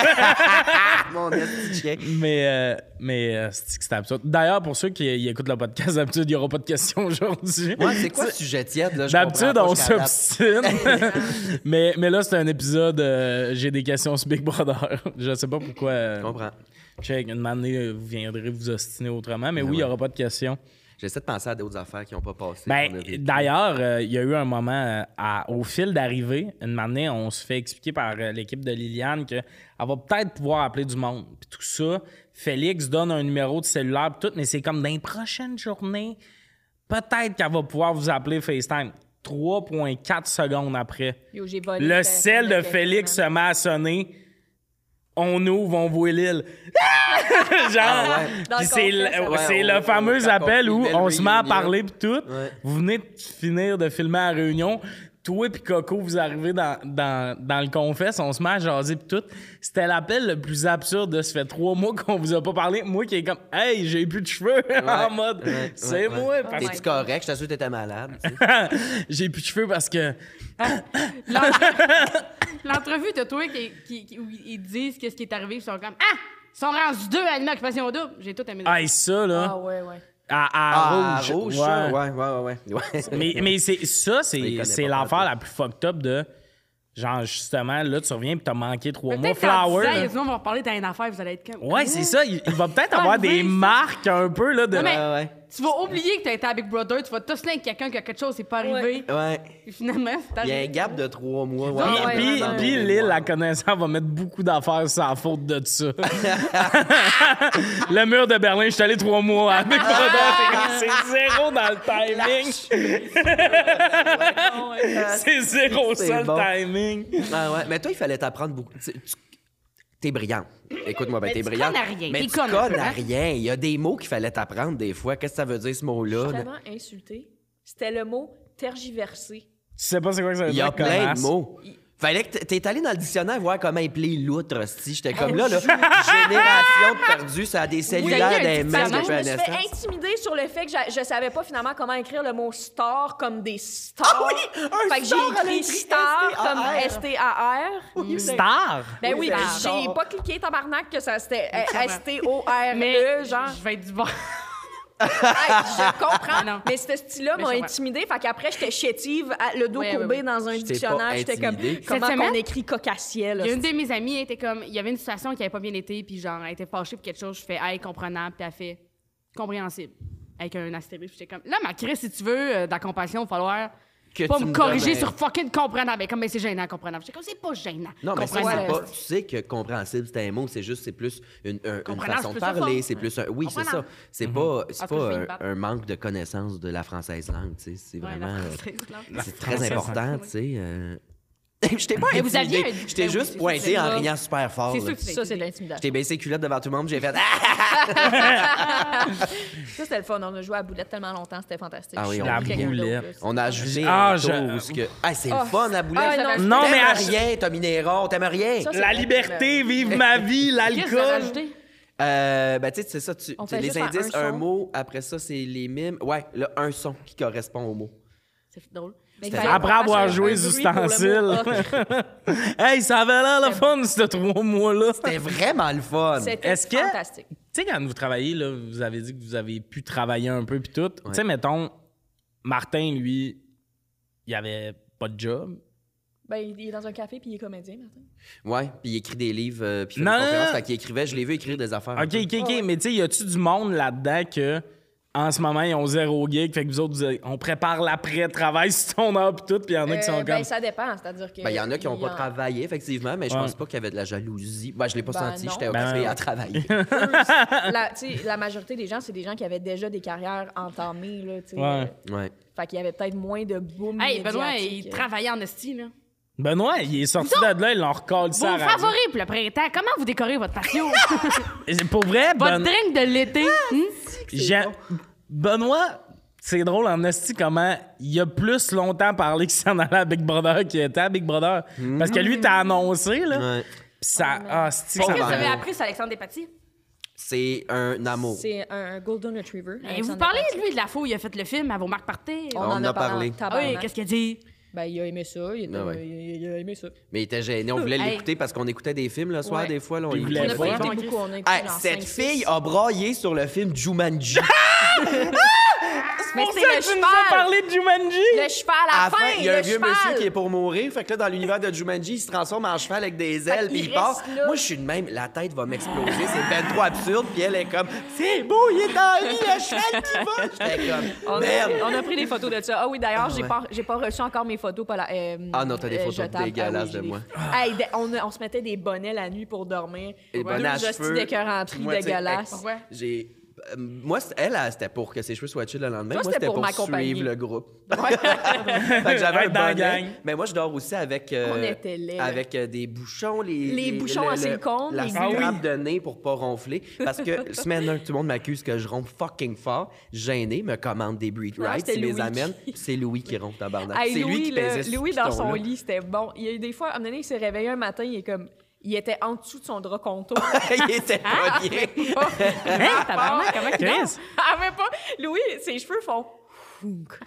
D: Mon esti de chien.
A: Mais, euh, mais euh, c'est que c'était absurde. D'ailleurs, pour ceux qui qui écoutent le podcast, d'habitude, il n'y aura pas de questions aujourd'hui.
D: Ouais, c'est quoi ce sujet tiède, là? Je
A: D'habitude,
D: comprends pas,
A: on
D: je m'adapte.
A: s'obstine. mais, mais là, c'est un épisode. euh, J'ai des questions sur Big Brother. Je sais pas pourquoi. euh,
D: Je comprends.
A: Check, une année, euh, vous viendrez vous ostiner autrement.
D: Ben
A: Mais oui, il n'y aura pas de questions.
D: J'essaie de penser à d'autres affaires qui n'ont pas passé. qu'on a
A: Ben,
D: vécues.
A: d'ailleurs, euh, il y a eu un moment euh, à- au fil d'arrivée, une année, on se fait expliquer par euh, l'équipe de Liliane qu'elle va peut-être pouvoir appeler du monde. Puis tout ça, Félix donne un numéro de cellulaire, puis tout, mais c'est comme dans les prochaines journées, peut-être qu'elle va pouvoir vous appeler FaceTime. 3,4 secondes après.
C: Yo, j'ai volé
A: Le
C: téléphone
A: sel de
C: quelqu'un,
A: Félix
C: man.
A: se met à sonner. On ouvre, on voit l'île. Ah! Genre,
D: Ah
C: Dans
A: puis
C: le
A: c'est le,
C: contexte,
A: ouais,
D: ça.
A: c'est
D: Ouais,
A: le
D: on-
A: fameux
D: on- quand
A: appel
D: on
A: où
D: filmait
A: on
D: le
A: se met à
D: réunion.
A: parler puis tout.
D: Ouais.
A: Vous venez de finir de filmer à la réunion. Toi puis Coco, vous arrivez dans, dans, dans le confesse, on se met à jaser puis tout. C'était l'appel le plus absurde de ça fait trois mois qu'on vous a pas parlé. Moi qui est comme Hey, j'ai plus de cheveux en
D: Ouais,
A: mode
D: ouais, ouais,
A: C'est
D: ouais.
A: moi parce
D: T'es-tu correct? Je t'assure que t'étais malade. tu sais.
A: que j'ai plus de cheveux parce que
B: L'entre- L'entrevue de toi qui, qui- qui- où ils disent qu'est-ce qui est arrivé, ils sont comme Ah! Ils sont rendus deux à l'inoccupation double. J'ai tout aimé.
A: Hey, ça là.
C: Ah, ouais, ouais.
A: À, à
D: Ah,
A: rouge.
D: rouge,
A: ouais.
D: ça, ouais, ouais, ouais. ouais.
A: Mais, mais c'est, ça,
D: les
A: c'est,
D: connais
A: c'est
D: pas
A: l'affaire
D: partout.
A: la plus fucked up de. Genre, justement, là, tu reviens pis t'as manqué trois mois.
B: Peut-être qu'en
A: Flower.
B: disant,
A: là.
B: ils vont vous reparler dans une affaire, vous allez être comme.
A: Ouais, c'est ça. Il, il va peut-être avoir
B: arrivé,
A: des
B: ça.
A: marques un peu, là, de.
B: Non, mais
D: Ouais, ouais.
B: tu vas oublier que t'as été à Big Brother, tu vas tosser avec quelqu'un qui a quelque chose, c'est pas arrivé.
D: Ouais.
B: Et finalement, c'est
D: Il y a un
B: arrivé.
D: gap de trois mois.
A: Puis,
C: ouais,
A: puis-
C: ouais, ouais.
A: puis Lille, la connaissance, va mettre beaucoup d'affaires sur la faute de ça. le mur de Berlin, je suis allé trois mois avec Brother,
B: Ah!
A: c'est c'est zéro dans le timing. c'est zéro
D: C'est
A: ça,
D: bon.
A: le timing.
D: Ah ouais, mais toi, il fallait t'apprendre beaucoup. Tu- tu- T'es brillant. Écoute-moi, ben, t'es
B: tu
D: brillant.
B: connais rien,
D: Mais
B: t'es
D: tu
B: conne un peu,
D: connais
B: hein?
D: rien. Il y a des mots qu'il fallait t'apprendre des fois. Qu'est-ce que ça veut dire, ce
C: Je
D: mot-là?
C: suis tellement insultée. C'était le mot tergiversé.
A: Tu sais pas c'est quoi que ça veut
D: Il
A: dire.
D: y a plein
A: connasse.
D: de mots.
C: Il-
D: Fallait que t- t'es allé dans le dictionnaire voir comment appeler l'outre, si j'étais
B: Ah,
D: comme là, là. Génération perdue, ça a des
B: il y a
D: cellulaires
B: un
D: des mains
B: dictionnaire.
D: depuis
C: je me
D: la
C: suis
D: naissance.
C: fait intimider sur le fait que j'a- je savais pas finalement comment écrire le mot star comme des stars.
D: Ah oui! Un
C: fait que
D: star, elle a
C: j'ai écrit
D: écrit
C: star comme
D: S-T-A-R.
C: S-T-A-R.
A: Star?
C: Ben oui,
D: Oui,
C: puis
D: star.
C: j'ai pas cliqué tabarnak que ça c'était euh,
B: Clairement.
C: S-T-O-R-E, E, genre.
B: Je vais être du bon.
C: Hey, je
B: Ah
C: comprends,
B: non.
C: mais ce style-là
B: Mais
C: m'a
B: je comprends.
C: intimidée. Fait qu'après, j'étais chétive, à- le dos
B: Ouais, ouais,
C: courbé
B: ouais.
C: dans un
D: J'étais pas
C: dictionnaire. J'étais comme,
D: intimidée.
C: comment
B: Cette
C: on
B: semaine-
C: écrit cocassier, là?
B: Il y a une de mes amies, elle était comme, il y avait une situation qui avait pas bien été, puis genre, elle était fâchée pour quelque chose. Je fais, hey, comprenable, puis elle fait, compréhensible. Avec un astérisque, puis j'étais comme, là, ma crise, si tu veux, euh, de la compassion, il va falloir
D: Que
B: pas
D: tu
B: me
D: me
B: corriger
D: donnes,
B: sur
D: hey.
B: fucking comprenable. Mais comme, mais c'est gênant, comprenable. J'étais comme, c'est pas gênant.
D: Non, mais ça,
B: comprenable.
D: c'est
C: Ouais.
D: pas. Tu sais que compréhensible, c'est un mot, c'est juste, c'est plus une, un- une
B: Comprenable,
D: façon
B: c'est
D: de
B: plus ça,
D: parler,
B: ça.
D: c'est plus un. Oui, c'est ça.
B: Comprenable.
D: C'est
A: Mhm.
D: pas, c'est
B: En tout cas,
D: pas
B: je vais
D: un,
B: me battre.
D: un manque de connaissance de la française langue, tu sais. C'est
B: Ouais,
D: vraiment.
B: la
D: euh,
B: française, là.
D: C'est très
A: française,
D: important, tu sais. euh. Je t'ai pas
B: Mais vous aviez
D: intimidé.
B: un-
D: Je t'ai
B: Ben oui,
D: juste
B: c'est-
D: pointé
B: c'est
D: en
B: ça.
D: riant super fort.
B: C'est
D: là.
B: sûr que
C: Ça, c'est de
B: l'intimider.
D: Je
C: l'intimidation.
D: t'ai baissé les culottes devant tout le monde, j'ai fait. ah!
C: Ça, c'était le fun. On a joué à la boulette tellement longtemps, c'était fantastique.
D: Ah oui,
C: Je suis
D: on- La
C: quelqu'un d'autre,
A: boulette.
C: là.
D: On a joué
A: Ah,
D: un
A: je-
D: tour où ce que... Ah, c'est
B: Oh.
D: le fun, la boulette.
C: Ah,
B: Ça
C: non,
B: va-
C: je-
A: Non, mais
D: T'aimes
A: à-
D: rien, Tommy Néron, t'aimes rien.
C: Ça, c'est
A: la
C: vrai.
A: liberté, vive ma vie,
B: Qu'est-ce que vous avez
A: l'alcool.
B: ajouté?
D: Euh, ben, tu sais, c'est ça. Tu,
C: On
D: tu-
C: fait
D: les
C: juste un-
D: indices,
C: un
D: un,
C: son.
D: mot. Après ça, c'est les mimes. Ouais, là, un son qui correspond au mot.
B: C'est drôle.
C: Mais il
D: C'était-
C: fallait qu'on
A: Après
C: fasse un-
A: avoir
C: un
A: joué
C: bruit
A: les
C: pour le mot
A: ustensiles.
C: ocre.
A: hey, ça avait l'air le fun, ces trois mois-là.
D: C'était vraiment le fun.
C: C'était
A: Est-ce que-
C: fantastique.
A: Tu sais, quand vous travaillez, là, vous avez dit que vous avez pu travailler un peu puis tout. Tu sais,
D: Ouais.
A: mettons, Martin, lui, il avait pas de job.
C: Ben, il est dans un café puis il est comédien, Martin.
D: Ouais, puis il écrit des livres, euh, puis il fait
A: Non,
D: des
A: non,
D: conférences.
A: non.
D: Fait qu'il écrivait, je l'ai vu écrire des affaires.
A: OK, OK, OK. Mais tu sais, y a-tu du monde là-dedans que, en ce moment, ils ont zéro gig, fait que vous autres, vous avez- on prépare l'après-travail sur ton heure puis tout, puis y en a qui
C: Euh,
A: sont
C: ben,
A: comme...
C: ça dépend, c'est-à-dire que...
D: Ben, il y en a qui n'ont
C: il
D: pas
C: en-
D: travaillé, effectivement, mais je
A: Ouais.
D: pense pas qu'il y avait de la jalousie. Ben, je l'ai pas
C: Ben,
D: senti,
C: non.
D: j'étais
A: Ben,
D: occupé
A: non.
D: à travailler.
C: la, tu sais, la majorité des gens, c'est des gens qui avaient déjà des carrières entamées. Là, tu sais.
A: Ouais.
D: ouais.
C: Fait qu'il y avait peut-être moins de boom.
B: Hey, Benoît,
C: médiatique. euh.
B: il travaillait en esti, là.
A: Benoît, il est sorti de là, ils l'ont recollé ça à
B: Vos
A: la radio.
B: favoris pour le printemps, comment vous décorez votre patio?
A: Et c'est Pour vrai,
B: votre
A: Ben-
B: drink de l'été? hmm?
A: j'ai- Benoît, c'est drôle en esti comment il a plus longtemps parlé qu'il s'en allait à Big Brother qu'il était à Big Brother. Parce que lui, t'as annoncé, là.
D: Ouais.
A: Pis ça, ah, c'est
B: Qu'est-ce que vous
D: Ouais.
B: avez appris sur Alexandre Despatie?
D: C'est un amour.
C: C'est un Golden Retriever.
B: Et Eh, vous
C: Alexandre
B: parlez,
C: Despatie.
B: lui, de la fouille, il a fait le film à vos marques partées.
C: On,
D: On
C: en
D: en
C: a
D: a
C: parlé. en
D: parlé.
B: Ah oui,
C: tabarnak.
B: qu'est-ce qu'il dit?
C: Ben, il a aimé ça. Il, était-
D: Ah ouais.
C: il- il a aimé ça.
D: Mais il était gêné, on voulait
B: Hey.
D: l'écouter parce qu'on écoutait des films le soir,
B: Ouais.
D: des fois. Là, on
A: Puis il
D: écoutait
A: voulait
D: pas.
A: pas.
C: Écoutez
B: bon,
C: beaucoup, on a écouté
D: Hey,
C: genre
D: cette
C: cinq, six.
D: fille a braillé sur le film Jumanji.
C: Mais c'est le
A: Tu nous as
C: cheval.
A: parlé de Jumanji?
C: Le cheval à
D: À
C: la
D: la fin,
C: fin.
D: il y a un
C: le
D: vieux
C: cheval.
D: monsieur qui est pour mourir. Fait que là, dans l'univers de Jumanji, il se transforme en cheval avec des ailes,
C: qu'il
D: puis il part.
C: reste là.
D: Moi, je suis de même, la tête va m'exploser. C'est ben trop absurde, puis elle est comme, c'est beau, il est dans la vie, le cheval qui va. J'étais
C: On
D: comme, merde.
C: a, on a pris des photos de ça. Ah oui, d'ailleurs, j'ai
D: ouais.
C: pas, j'ai pas reçu encore mes photos. Pas la, euh,
D: Ah non, t'as des photos
C: jetables. Ah oui,
D: dégueulasses
C: j'ai
D: de
C: des-
D: moi.
C: Hey, de- on, on se mettait des bonnets la nuit pour dormir.
D: Et bonne
C: Deux
D: à
C: hosties
D: cheveux.
C: d'écœuranteries
D: Moi, tu sais,
C: dégueulasses.
D: hey, J'ai. euh, Moi, c'est- elle, elle, c'était pour que ses cheveux soient chill le lendemain.
C: Toi,
D: moi,
C: c'était
D: c'était
C: pour
D: pour,
C: m'accompagner.
D: suivre le groupe. Fait que j'avais un
A: Être dans la
D: bonnet.
A: gang.
D: Mais moi, je dors aussi avec, euh,
C: On était laids.
D: avec euh, des bouchons. Les,
C: Les bouchons à silicone,
D: La
C: les
D: strappe
A: Ah oui.
D: de nez pour pas ronfler. Parce que semaine 1, tout le monde m'accuse que je ronfle fucking fort. Gêné, me commande des breed
C: Non,
D: rights,
C: c'était
D: il les
C: Louis
D: amène.
C: qui-
D: C'est Louis qui ronfle, tabarnak.
C: Hey,
D: C'est
C: Louis,
D: lui qui
C: là,
D: pesait ce
C: Louis dans son
D: piton-là.
C: lit, c'était bon. Il y a eu des fois, à un moment donné, il s'est réveillé un matin, il est comme. Il était en dessous de son drap contour.
D: il était pas bien.
B: Hein, tabarnak, comment il dort?
A: Chris?
C: Ah, mais pas. Louis, ses cheveux font.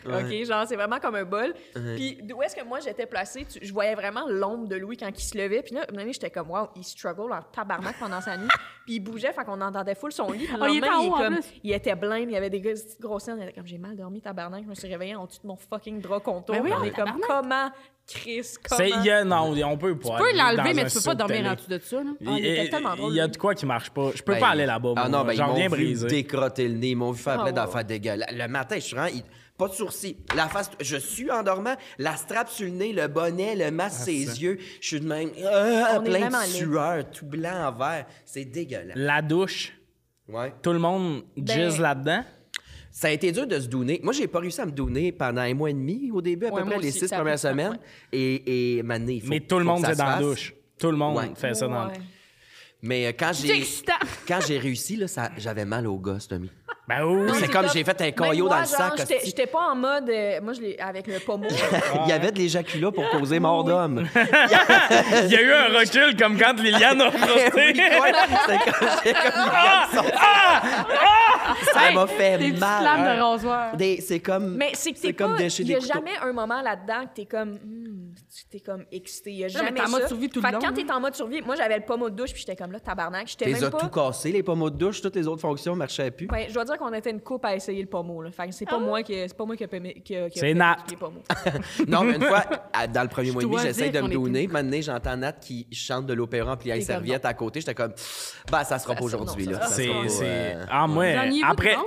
C: OK, genre, c'est vraiment comme un bol. Puis d'où est-ce que moi j'étais placée, tu- je voyais vraiment l'ombre de Louis quand il se levait. Puis là, à un moment donné, j'étais comme, wow, il struggle en tabarnak pendant sa nuit. Puis il bougeait, fait qu'on entendait full son lit. Puis le
B: Oh, il était
C: lendemain,
B: en
C: il, est
B: haut, en
C: comme-
B: plus.
C: il était blême, il avait des grosses grosses cernes. Il était comme, j'ai mal dormi, tabarnak. Je me suis réveillée en dessous de mon fucking drap contour.
B: Ben oui,
C: on est comme,
B: tabarnak.
C: comment, Chris,
A: C'est,
C: comment?
A: il y a- non, on peut pas.
B: Tu peux
A: aller
B: l'enlever,
A: dans un
B: mais tu peux
A: saut
B: pas
A: de
B: dormir
A: télé.
B: en dessous de ça, là.
C: Ah, il était
A: Et-
C: tellement drôle,
A: Il y a
C: lui.
A: de quoi qui marche pas. Je peux
D: Ben,
A: pas aller là-bas.
D: Ah
A: moi.
D: non, ben, ils
A: J'en
D: m'ont
A: viens
D: vu
A: brisé.
D: décrotter le nez, ils m'ont vu faire
C: Ah
D: plein
C: ouais.
D: d'affaires dégueulasses. Le matin, je suis vraiment... il- Pas de sourcils. La face, je suis en dormant, la strappe sur le nez, le bonnet, le masque,
A: Ah,
D: ses yeux. Je suis de même euh,
C: On est
D: plein
C: vraiment
D: de
C: laid.
D: sueur, tout blanc en vert. C'est dégueulasse.
A: La douche,
D: Ouais.
A: tout le monde jizz là-dedans.
D: Ça a été dur de se donner. Moi, j'ai pas réussi à me donner pendant un mois et demi au début, à
C: Ouais,
D: peu
C: moi
D: près les
C: aussi,
D: six
C: ça a pris
D: premières
C: du temps,
D: semaines.
C: ouais.
D: Et, et maintenant, il faut
A: Mais tout le
D: faut
A: monde,
D: que ça
A: c'est
D: se
A: dans la
D: fasse.
A: douche. Tout le monde
D: Ouais.
A: fait ça dans la douche.
C: Ouais.
D: Mais euh, quand
B: C'est
D: j'ai
B: excitant.
D: quand j'ai réussi, là, ça- j'avais mal au gosse, Tommy.
A: Ben oui.
D: C'est comme j'ai fait un caillot dans le sac.
C: J'étais
D: hostie.
C: j'étais pas en mode. euh, moi, je l'ai- avec le pommeau.
A: Ah.
D: Il y avait de l'éjaculat pour
C: Ah.
D: causer mort d'homme.
A: Il y a eu un recul comme quand Liliane a frotté.
D: C'est comme, c'est comme les garçons. Ça m'a fait
B: Des petites
D: mal.
B: flammes de rasoir.
D: Des- C'est comme.
C: Mais c'est que
D: C'est
C: t'es
D: comme
C: pas.
D: déchirer
C: Il y a
D: des couteaux.
C: jamais un moment là-dedans que t'es comme. Hmm, t'es comme excité. Il y a
B: mais
C: jamais
B: t'es en mode
C: ça.
B: survie tout le
C: Fait que
B: long,
C: quand
B: hein.
C: t'es en mode survie, moi, j'avais le pommeau de douche, puis j'étais comme là, tabarnak. J'étais
D: T'es
C: même pas.
D: tout cassé, les pommeaux de douche, toutes les autres fonctions marchaient plus.
C: Ben, je dois dire qu'on était une coupe à essayer le pommeau. Là. Fait que
B: Ah
C: c'est pas moi qui c'est pas moi qui a paimé- qui a- qui a
A: C'est
C: fait
A: Nat.
C: les pommeaux.
D: Non, mais une fois, à- dans le premier mois et demi,
B: dois
D: j'essaie de
B: dire
D: me
B: qu'on est
D: donner. Maintenant, j'entends Nat qui chante de l'opéra en pliant les
B: C'est comme
D: serviettes à côté. J'étais comme, bah, ça sera
C: Ça,
D: pas
C: ça,
D: aujourd'hui.
C: non,
D: là.
C: ça,
D: Ça
A: C'est.
D: sera pas,
A: c'est-
D: euh,
A: Ah, moi,
B: Gagnez-vous
A: après.
B: du monde?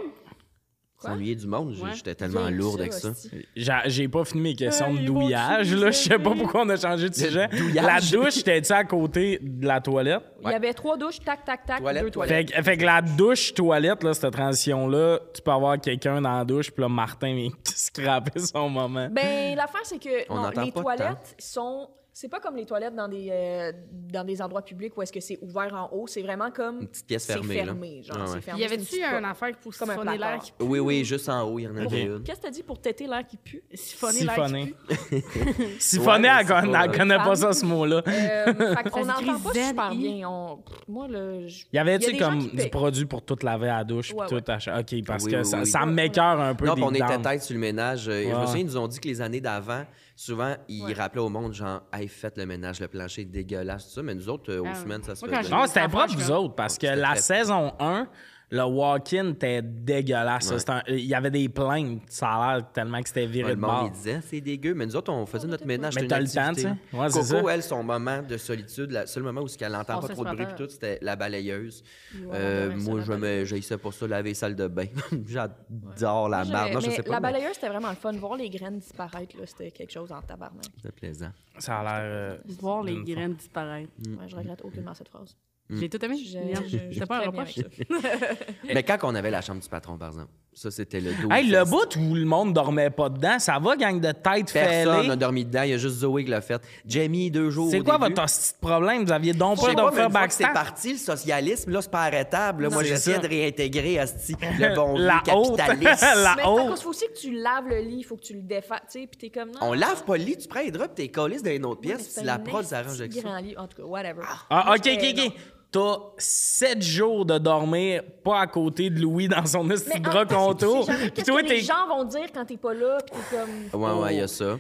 D: s'ennuyer du monde. J-
B: Ouais.
D: J'étais tellement
C: Bien
D: lourde
C: ça,
D: avec ça.
C: hostie.
A: J'a- J'ai pas fini mes questions
B: Hey,
C: Ben,
A: de
B: ils vont
A: douillage,
B: tuer
A: là.
B: les
A: Je sais pas
B: amis.
A: pourquoi on a changé de sujet. La
D: douillage.
A: douche, t'étais-tu à côté de la toilette?
C: Il y avait trois douches, tac, tac, tac,
D: Toilette,
C: deux
D: toilette.
A: Fait,
C: toilettes.
A: que- fait que la douche-toilette, là, cette transition-là, tu peux avoir quelqu'un dans la douche, puis là, Martin vient scraper son moment.
C: Ben, l'affaire, c'est que
D: On
C: non,
D: n'entend
C: les
D: pas
C: toilettes sont. C'est pas comme les toilettes dans des, euh, dans des endroits publics où est-ce que c'est ouvert en haut. C'est vraiment comme.
D: Une petite pièce
C: c'est
D: fermée, là.
C: fermé, genre,
D: Ah ouais.
C: c'est fermé,
B: Y
C: c'est une
B: avait-tu
C: petite
B: un
C: porte.
B: affaire pour
C: Comme un
B: siphonner l'air
C: placard.
B: qui
D: Oui, oui, juste en haut, il y en avait
A: Ok.
D: une.
C: Qu'est-ce que t'as dit pour têter l'air qui pue?
B: siphonner l'air qui
A: Siphonné.
B: pue?
A: Siphonné,
D: Ouais,
A: elle,
D: mais c'est
A: con-
D: pas-
A: elle connaît pas ça, ce mot-là.
C: Euh, fait qu'on
B: Ça s'écrit
C: n'entend pas super
B: Z-I.
C: bien. On... Moi, là. je-
A: Y
C: il y a
A: avait-tu
C: des gens
A: comme
C: qui
A: du
C: piquent.
A: produit pour tout laver à la douche, puis
C: Ouais,
A: tout
C: ouais.
A: acheter? OK, parce
D: Oui,
A: que
D: oui,
A: ça,
D: oui.
A: ça m'écoeure un peu
D: Non,
A: des
D: puis on était
A: dents.
D: tête sur le ménage. euh, et Je me
A: Ouais.
D: souviens, ils nous ont dit que les années d'avant, souvent, ils rappelaient au monde, genre, hey, faites le ménage, le plancher est dégueulasse, tout ça. Mais nous autres, euh, aux
B: Ah oui.
D: semaines, ça se
B: Moi, quand
D: faisait.
A: Non, c'était propre,
B: Franchement,
A: vous autres, parce que
D: c'était
A: la
D: très-
A: saison 1, le walk-in était dégueulasse. là. C'était un- Il y avait des plaintes, ça a l'air tellement que c'était viré
D: Le
A: de
D: monde,
A: bord.
D: il disait, c'est dégueu. Mais nous autres, on faisait notre ménage.
A: Mais
D: c'était
A: t'as
D: une
A: le temps,
D: activité.
A: tu sais. Ouais, c'est
D: Coco,
A: ça.
D: elle, son moment de solitude, le seul moment où elle n'entend
B: On
D: pas
B: se
D: trop de
B: fait
D: bruit,
B: peur.
D: puis tout, c'était la balayeuse.
B: Ouais,
D: Euh,
B: ouais, ouais,
D: moi,
B: ça,
D: je
B: la
D: me j'haïssais pour ça, laver salle de bain. J'adore la
C: Moi,
D: marde.
C: j'avais-
D: Non, je
C: mais
D: sais pas.
C: La
D: mais
C: balayeuse, c'était vraiment le fun. Voir les graines disparaître, là, c'était quelque chose en tabarnak.
D: C'était plaisant.
A: Ça a l'air. euh,
B: Voir les
A: D'une fois.
B: graines disparaître.
D: Mm.
C: Ouais, je regrette aucunement cette phrase.
B: J'ai tout aimé.
C: Mm. Je-
B: Liane.
C: je- je
B: T'as pas un
C: suis très bien
B: reproche?
C: avec
D: Mais quand on avait la chambre du patron, par exemple, ça, c'était le dos.
A: Hey, le bout où le monde dormait pas dedans, ça va, gang de tête
D: Personne n'a
A: fêlée?
D: dormi dedans, il y a juste Zoé qui l'a fait. Jamie, deux jours.
A: C'est
D: au
A: quoi
D: début.
A: votre hostie de problème? Vous aviez donc
D: Je
A: pas
D: sais pas, mais
A: d'offre
D: une fois que c'est
A: backstage?
D: parti, le socialisme, là, c'est pas arrêtable. là. Moi,
A: C'est
D: j'essaie
A: ça.
D: de réintégrer Asti, le bon
A: La
D: vieux
A: haute.
D: capitaliste.
A: La
C: Mais
D: Oh!
A: haute.
C: il faut aussi que tu laves le lit, il faut que tu le défasses, tu sais, puis t'es comme... Non,
D: On lave pas le lit, tu prends les draps, pis t'es collé dans une autre
C: mais
D: pièce,
C: c'est
D: puis la
C: un
D: prod
C: esti
D: s'arrange avec ça.
C: grand lit, en tout cas, whatever.
A: Ah,
C: Moi,
A: ok,
C: j'étais-
A: ok,
C: non.
A: ok. T'as sept jours de dormir pas à côté de Louis dans son petit
C: Mais
A: drap
C: en- parce que tu sais
A: contour.
C: jamais
A: Puis
C: Qu'est-ce
A: toi,
C: que
A: t'es.
C: les gens vont dire quand t'es pas là, puis t'es comme... ben,
D: Ouais, ouais, il y a ça.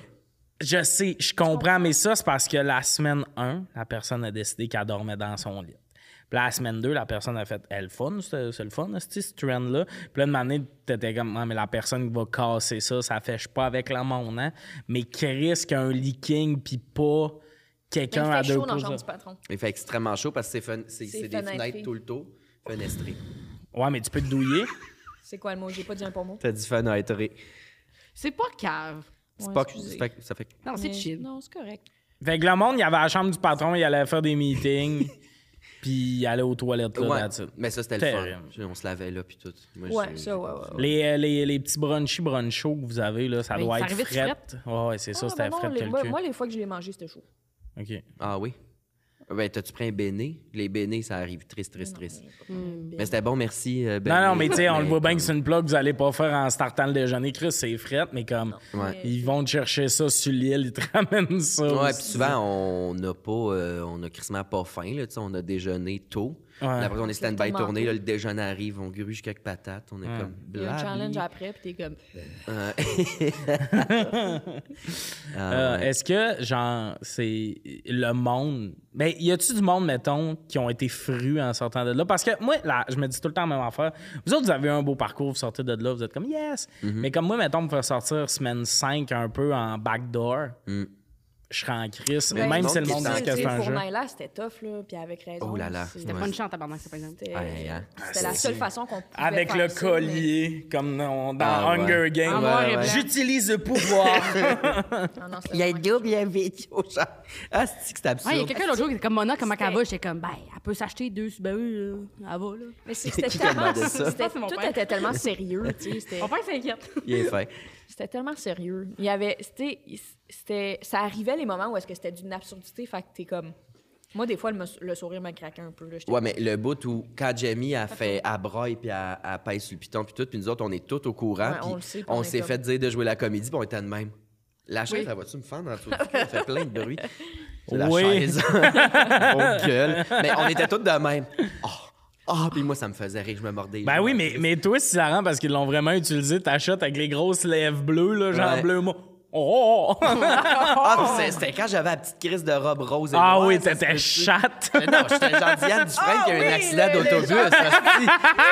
A: Je sais, je comprends, mais ça, c'est parce que la semaine 1, la personne a décidé qu'elle dormait dans son lit. Puis la semaine 2, la personne a fait Elle fun, c'est c'est le fun, c'est ce trend-là. Puis là, de manière, t'étais comme Non, mais la personne qui va casser ça, ça fait je suis pas avec la monde, hein. Mais Chris, qu'un leaking, puis pas
C: Mais
A: quelqu'un
C: il
A: à
C: fait
A: deux
C: chaud dans le
A: pouces.
C: chambre
A: de-
C: du patron.
D: Il fait extrêmement chaud parce que c'est fen- c'est-
C: C'est
D: c'est des
C: fenestré.
D: fenêtres tout le temps, fenestrées.
A: Ouais, mais tu peux te douiller.
C: C'est quoi le mot? J'ai pas dit un pour mot.
D: T'as dit fenestré.
B: C'est pas cave.
D: C'est
C: Ouais,
D: pas
C: excusez.
D: ça fait- ça fait
B: Non, c'est
C: Mais-
B: chill.
C: Non, c'est correct.
A: fait que le monde, il y avait la chambre du patron, il allait faire des meetings, puis il allait aux toilettes, là,
D: Ouais,
A: that's it.
D: mais ça, c'était le fun.
A: Terrible.
D: Tu sais, On se lavait là, puis tout. Moi,
C: Ouais,
D: j'ai-
C: ça, ouais, ouais, ouais.
A: Les, euh, les, les petits brunchies brunchos que vous avez, là, ça
B: Mais
A: doit
B: ça
A: être
B: arrivait de
A: fret.
B: frette.
A: Ouais, ouais, c'est ça,
C: Ah,
A: c'était
C: ben non,
A: fret
C: les-
A: que le
C: moi-
A: cul.
C: Moi, les fois que je l'ai mangé, c'était chaud.
A: OK.
D: Ah oui? Ben, t'as-tu pris un béné? Les bénés, ça arrive triste, triste, triste. Mais c'était bon, merci, euh,
A: Non,
D: Béné.
A: non, mais tu sais, on le voit bien
D: comme-
A: que c'est une plaque que vous allez pas faire en startant le déjeuner. Chris, c'est fret, mais comme
D: Ouais.
A: ils vont te chercher ça sur l'île, ils te ramènent ça.
D: Ouais, puis
A: aussi.
D: souvent, on n'a pas, euh, on a crissement pas faim, là, tu sais, on a déjeuné tôt.
A: Ouais.
D: Après, on est stand-by
C: tellement
D: tourné,
C: tôt.
D: là, le déjeuner arrive, on gruge quelques patates, on est comme
C: Il y a un
D: blabli.
C: challenge après, puis t'es comme...
D: Euh,
A: Euh,
D: Ah, ouais.
A: Est-ce que, genre, c'est le monde. Ben, y a-tu du monde, mettons, qui ont été frus en sortant de là? Parce que moi, là, je me dis tout le temps la même affaire. Vous autres, vous avez eu un beau parcours, vous sortez de là, vous êtes comme yes.
D: Mhm.
A: Mais comme moi, mettons, me faire sortir semaine 5 un peu en backdoor,
D: Mhm.
A: je serais en crise,
B: Ben,
C: ben,
D: Mais
A: même
D: le
A: si le
D: monde
A: monde
D: qui
A: dit
D: s'en
A: que c'est un jeu.
C: là c'était tough, là, puis avec raison.
D: Oh là là.
C: c'est-
D: Ouais.
B: C'était pas une chance, tabarnak, ça, par exemple.
C: C'était
D: Ouais, hein.
C: c'était la seule façon qu'on pouvait
A: Avec
C: faire
A: le
C: ça,
A: collier, comme on- dans
D: Ah, ouais.
A: Hunger Games.
B: En noir et blanc.
A: J'utilise le pouvoir.
C: mais- Ah, Non, non, c'était
D: Il y a
C: vraiment-
D: double vidéo, genre. Ah, c'est que c'est absurde.
B: Ouais, il y a quelqu'un l'autre jour qui était comme Mona, comment
C: C'était-
B: elle va? J'étais comme, ben, elle peut s'acheter deux Subaru, là. Elle va, là.
C: Mais c'est- c'était
D: Qui t'a
C: tellement...
D: demandé ça?
C: c'était-
B: Ça, c'est mon
C: Tout
B: père.
C: était tellement sérieux, tu sais. c'était-
B: Mon père s'inquiète.
D: Il est fin.
C: C'était tellement sérieux. Il y avait... c'était- il- C'était... Ça arrivait les moments où est-ce que c'était d'une absurdité, fait que t'es comme... Moi, des fois, le, me- le sourire me craquait un peu. Là, j'étais-
D: Ouais, mais le bout où, quand Jamie a fait, à broille puis à, pèse sur le piton puis tout, puis nous autres, on est tous au courant,
C: Ouais, on le sait,
D: puis
C: puis on
D: on
C: est
D: s'est
C: comme-
D: fait dire de jouer la comédie, puis on était de même. La chaise,
B: Oui.
D: elle va-tu me fendre en dessous du cul? Elle fait plein de bruit. C'est la
A: Oui.
D: chaise. Mon gueule. Mais on était tous de même. Oh, oh, puis moi, ça me faisait rire, je me mordais. les
A: Ben
D: joues,
A: oui,
D: en
A: mais,
D: crise.
A: mais toi, c'est hilarant parce qu'ils l'ont vraiment utilisé, ta shot avec les grosses lèvres bleues, là, genre
D: Ouais.
A: bleu, moi. Oh!
D: Ah,
C: Oh!
D: puis c'est- c'était quand j'avais la petite crise de robe rose. et
A: ah
D: noire,
A: oui,
D: ça se
A: t'étais
D: peut-tu?
A: chatte!
D: Mais non, j'étais genre Diane Dufresne qui a
C: Ah
D: eu
C: oui,
D: un accident
C: le- le-
D: d'autobus. hostie.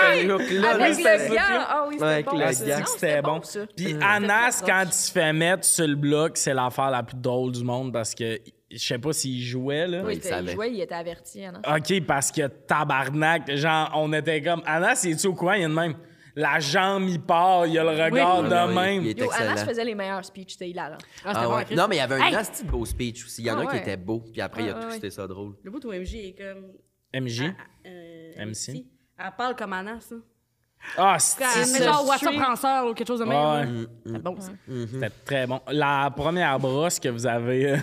D: C'était look-là, là,
C: Avec
D: c'était-
C: le gars, ah oui, c'était
D: Ouais,
C: bon.
D: avec le
C: ça.
D: gars.
C: Non,
A: C'était bon.
C: ça.
D: Euh,
A: Puis
C: C'était
A: Anas,
C: très
A: quand
C: proche.
A: il se fait mettre sur le bloc, c'est l'affaire la plus drôle du monde parce que je sais pas s'il jouait, là.
D: Oui,
C: Oui,
D: il
C: c'était- il
D: savait.
C: jouait, il était averti, hein, Anna.
A: OK, parce que tabarnak, genre, on était comme. Anas, il est-tu au courant? Il est de même. La jambe, il part, il a le regard
D: Oui.
A: de
D: Oui,
A: même.
D: il est-
C: Yo, Anas
D: excellent.
C: faisait les meilleurs speeches, hein. c'était hilarant.
B: Ah,
D: Ah
B: c'était bon,
D: ouais.
B: Chris.
D: Non, mais il y avait un
B: Hey!
D: nasty de beau speech aussi. Il y en a
C: Ah
D: un qui
C: ouais.
D: était beau, puis après, il a
C: Ouais, ouais.
D: twisté ça drôle.
E: Le bout de OMG est comme.
A: MJ?
E: Ah, euh,
A: MC.
E: MC. Elle parle comme Anas, là.
A: Ah,
E: Elle
A: c'est
E: met genre WhatsApp en sœur ou quelque chose de même.
A: Ouais.
E: là. C'est bon, ça.
A: C'était très bon. La première brosse que vous avez. euh,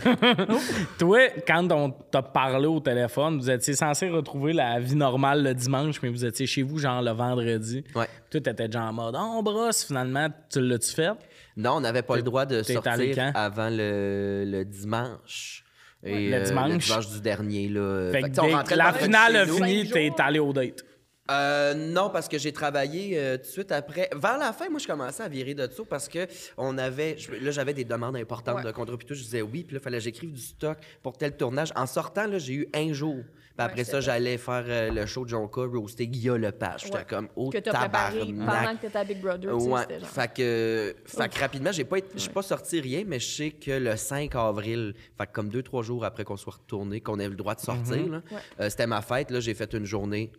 A: Toi, quand on t'a parlé au téléphone, vous étiez censé retrouver la vie normale le dimanche, mais vous étiez chez vous, genre le vendredi.
D: Ouais.
A: Toi, t'étais déjà en mode, Ah, on brosse, finalement, tu l'as-tu fait?
D: Non, on n'avait pas le droit de
A: t'es allé
D: sortir
A: quand?
D: avant le, le dimanche. Et,
A: Le
D: euh,
A: dimanche.
D: le dimanche du dernier. Là.
A: Fait que
D: Fait que, on
A: dès
D: rentrait
A: que la
D: le vendredi
A: finale
D: chez
A: a
D: nous.
A: fini,
C: Cinq
A: t'es
C: jours.
A: allé au date.
D: Euh, non, parce que j'ai travaillé euh, tout de suite après. Vers la fin, moi, je commençais à virer de tout parce que on avait, je- là, j'avais des demandes importantes
C: Ouais.
D: de contrat. Puis tout, je disais oui. Puis là, fallait que j'écrive du stock pour tel tournage. En sortant, là, j'ai eu un jour. Puis après
C: c'est
D: ça,
C: vrai.
D: j'allais faire euh, le show de Jonca, roaster Guillaume Lepage. J'étais
C: Ouais.
D: comme, oh,
C: Que t'as
D: tabarnak.
C: préparé pendant que t'étais à Big Brother, tu sais,
D: Ouais.
C: c'était genre-
D: Fait que, fait que rapidement, j'ai pas, été- j'ai pas sorti rien, mais je sais que le 5 avril, fait que comme deux, trois jours après qu'on soit retourné, qu'on ait eu le droit de sortir,
A: Mhm.
D: là, euh, c'était ma fête, là, j'ai fait une journée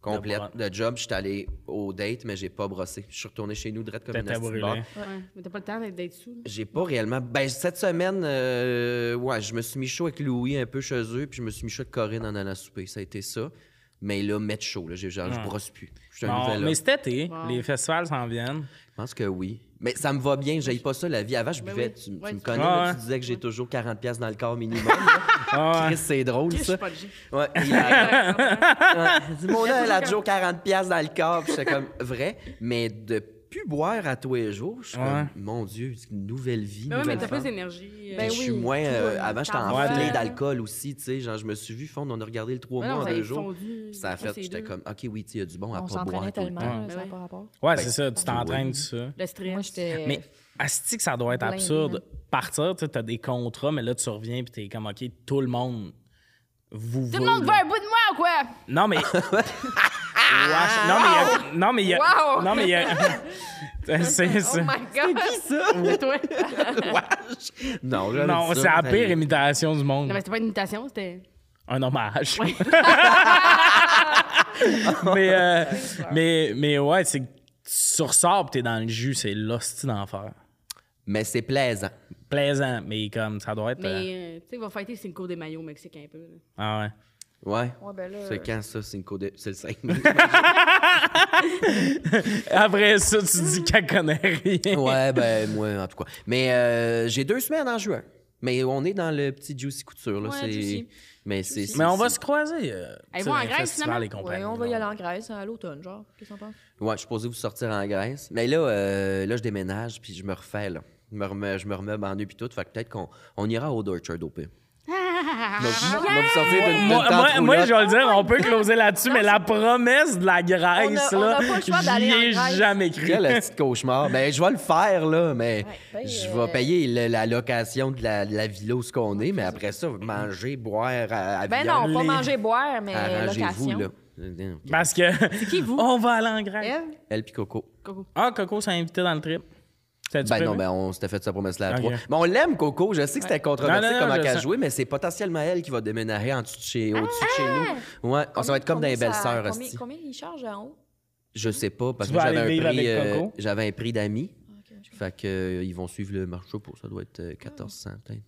D: complète de job. J'étais allé au date, mais j'ai pas brossé. Je suis retourné chez nous, direct comme une
A: T'étais
D: hostie de
A: brûlé.
D: barre.
E: Ouais. Mais t'as pas le temps d'être d'être sous. là.
D: J'ai pas réellement. Ben, cette semaine, euh, ouais, je me suis mis chaud avec Louis un peu chez eux, puis je me suis mis chaud avec Corinne en allant souper. Ça a été ça. Mais là, mettre chaud, là, j'ai- genre, je brosse plus. Je suis un
A: Non,
D: nouvel
A: mais
D: homme.
A: cet été,
E: Wow.
A: les festivals s'en viennent.
D: Je pense que oui. Mais ça me va bien, j'aille pas ça la vie. Avant, je
E: Ben
D: buvais.
E: oui.
D: Tu, tu
E: Ouais,
D: me
E: tu-
D: connais,
A: Ouais,
D: là,
A: ouais.
D: tu disais que j'ai toujours 40$ piastres dans le corps minimum. là.
A: Ah, ouais.
D: Chris, c'est drôle,
E: Chris, Je
D: ça.
E: suis pas obligée.
D: Ouais, il a-
E: Ouais,
D: ouais. Dis-moi, là, elle a toujours 40$ piastres dans le corps. Puis J'étais comme, vrai. Mais de plus boire à tous les jours, je suis
A: Ouais.
D: comme, mon Dieu, c'est une nouvelle vie.
B: Ben
E: mais ouais, mais t'as
D: nouvelle
E: plus
D: femme.
E: d'énergie. euh,
D: Puis
C: Ben
D: je suis
C: oui,
D: moins.
C: tu
D: euh,
C: vois,
D: avant, j'étais
E: t'en
D: enflé
A: vas.
D: d'alcool aussi, tu sais. Genre, je me suis vu fondre. On a regardé le trois
E: ouais,
D: mois
E: non,
D: en
E: ça a
D: deux jours.
E: fondu,
D: Puis Ça a fait,
E: c'est
D: j'étais
E: deux.
D: comme, OK, oui, tu sais, il y a du bon
C: On
D: à pas boire.
C: s'entraînait
D: tout le temps.
C: tellement, ça n'a
E: Ouais.
C: pas rapport.
D: Ben,
A: Ouais, c'est ça, tu t'entraînes de ça.
E: Le stress.
C: Moi, j'étais...
A: Mais asti que ça doit être
C: Blindé,
A: absurde.
C: man.
A: Partir, tu as des contrats, mais là, tu reviens puis t'es comme, OK, tout le monde vous
B: Tout le
A: veut.
B: monde veut un bout de moi ou quoi?
A: Non, mais... Wesh. Non, mais il y a... Non, mais il y a...
C: Wow!
A: Non, mais il y a... c'est
C: Oh
A: ça.
C: my God!
E: C'est toi.
D: Non, j'aurais
A: Non,
D: dit
A: c'est la
D: ça,
A: pire imitation du monde.
E: Non, mais c'était pas une imitation, c'était.
A: Un hommage. mais, euh, mais, mais ouais, c'est que tu ressors pis t'es dans le jus, c'est l'hostie d'enfer.
D: Mais c'est plaisant.
A: Plaisant, mais comme ça doit être. euh,
E: Mais, euh, tu sais, va fighter Cinco des maillots au Mexique un peu. là.
A: Ah ouais.
D: Ouais.
C: Ouais, ben là-
D: C'est quand ça, c'est une code... C'est le 5
A: Après ça, tu dis qu'elle connaît rien.
D: ouais, ben moi, en tout cas. Mais euh, j'ai deux semaines en juin. Mais on est dans le petit juicy couture, là.
C: Ouais,
D: c'est...
C: juicy.
D: Mais c'est...
A: Mais on va
D: c'est-
A: se croiser. Euh,
E: Allez,
A: tu sais,
E: vous en
A: dans les
E: Grèce,
A: festivals
E: finalement?
A: et compagnie,
C: Ouais, on va y
A: là.
C: aller en Grèce hein, à l'automne, genre. Qu'est-ce qu'on pense?
D: Ouais, je suis posé vous sortir en Grèce. Mais là, euh, là, je déménage, puis je me refais, là. Je me remets, je me remets bandu, puis tout. Fait que peut-être qu'on on ira au Dorchard au pire.
C: Ah,
D: Je vais- je vais vous sortir d'une- d'une
A: Moi,
D: tente
A: moi, moi,
D: roulotte.
A: je vais le dire, on peut closer là-dessus, mais la promesse de la Grèce,
C: On a- on a
A: là,
C: pas le choix
A: j'y
C: d'aller en
A: ai
C: Grèce.
A: jamais cru.
D: Quel petit cauchemar. Ben, je vais le faire, là, mais
C: paye,
D: je
C: euh,
D: vais payer le- la location de la, de la villa où ce qu'on est, mais après ça, manger, boire, à, à
C: Ben
D: viande,
C: non, pas
D: les-
C: manger, boire, mais
D: Arrangez-vous,
C: Euh, location.
D: là.
A: Parce que. C'est
E: qui, vous?
A: On va aller en Grèce.
E: Elle?
D: Elle puis Coco.
E: Coco.
A: Ah, Coco s'est invité dans le trip. T'as-tu
D: Ben non,
A: prévu?
D: ben on s'était fait sa promesse là à
A: Ok.
D: trois. Mais on l'aime, Coco. Je sais que c'était controversé
A: Non, non, non,
D: comment
A: je
D: qu'elle
A: sais.
D: jouait, mais c'est potentiellement elle qui va déménager en dessous de chez, au-dessus de chez nous. Ouais, Ah, ça va être comme dans les
C: Ah! Combien
D: belles
C: ça-
D: sœurs.
C: Combien, combien ils chargent en haut?
D: Je sais pas, parce
A: Tu
D: que
A: vas
D: j'avais
A: aller
D: un,
A: vivre avec
D: prix, euh,
A: Coco?
D: j'avais un prix d'amis.
C: Ah, Ok, je-
D: Fait que, euh, ils vont suivre le marché pour ça doit être euh, 1400 peut-être.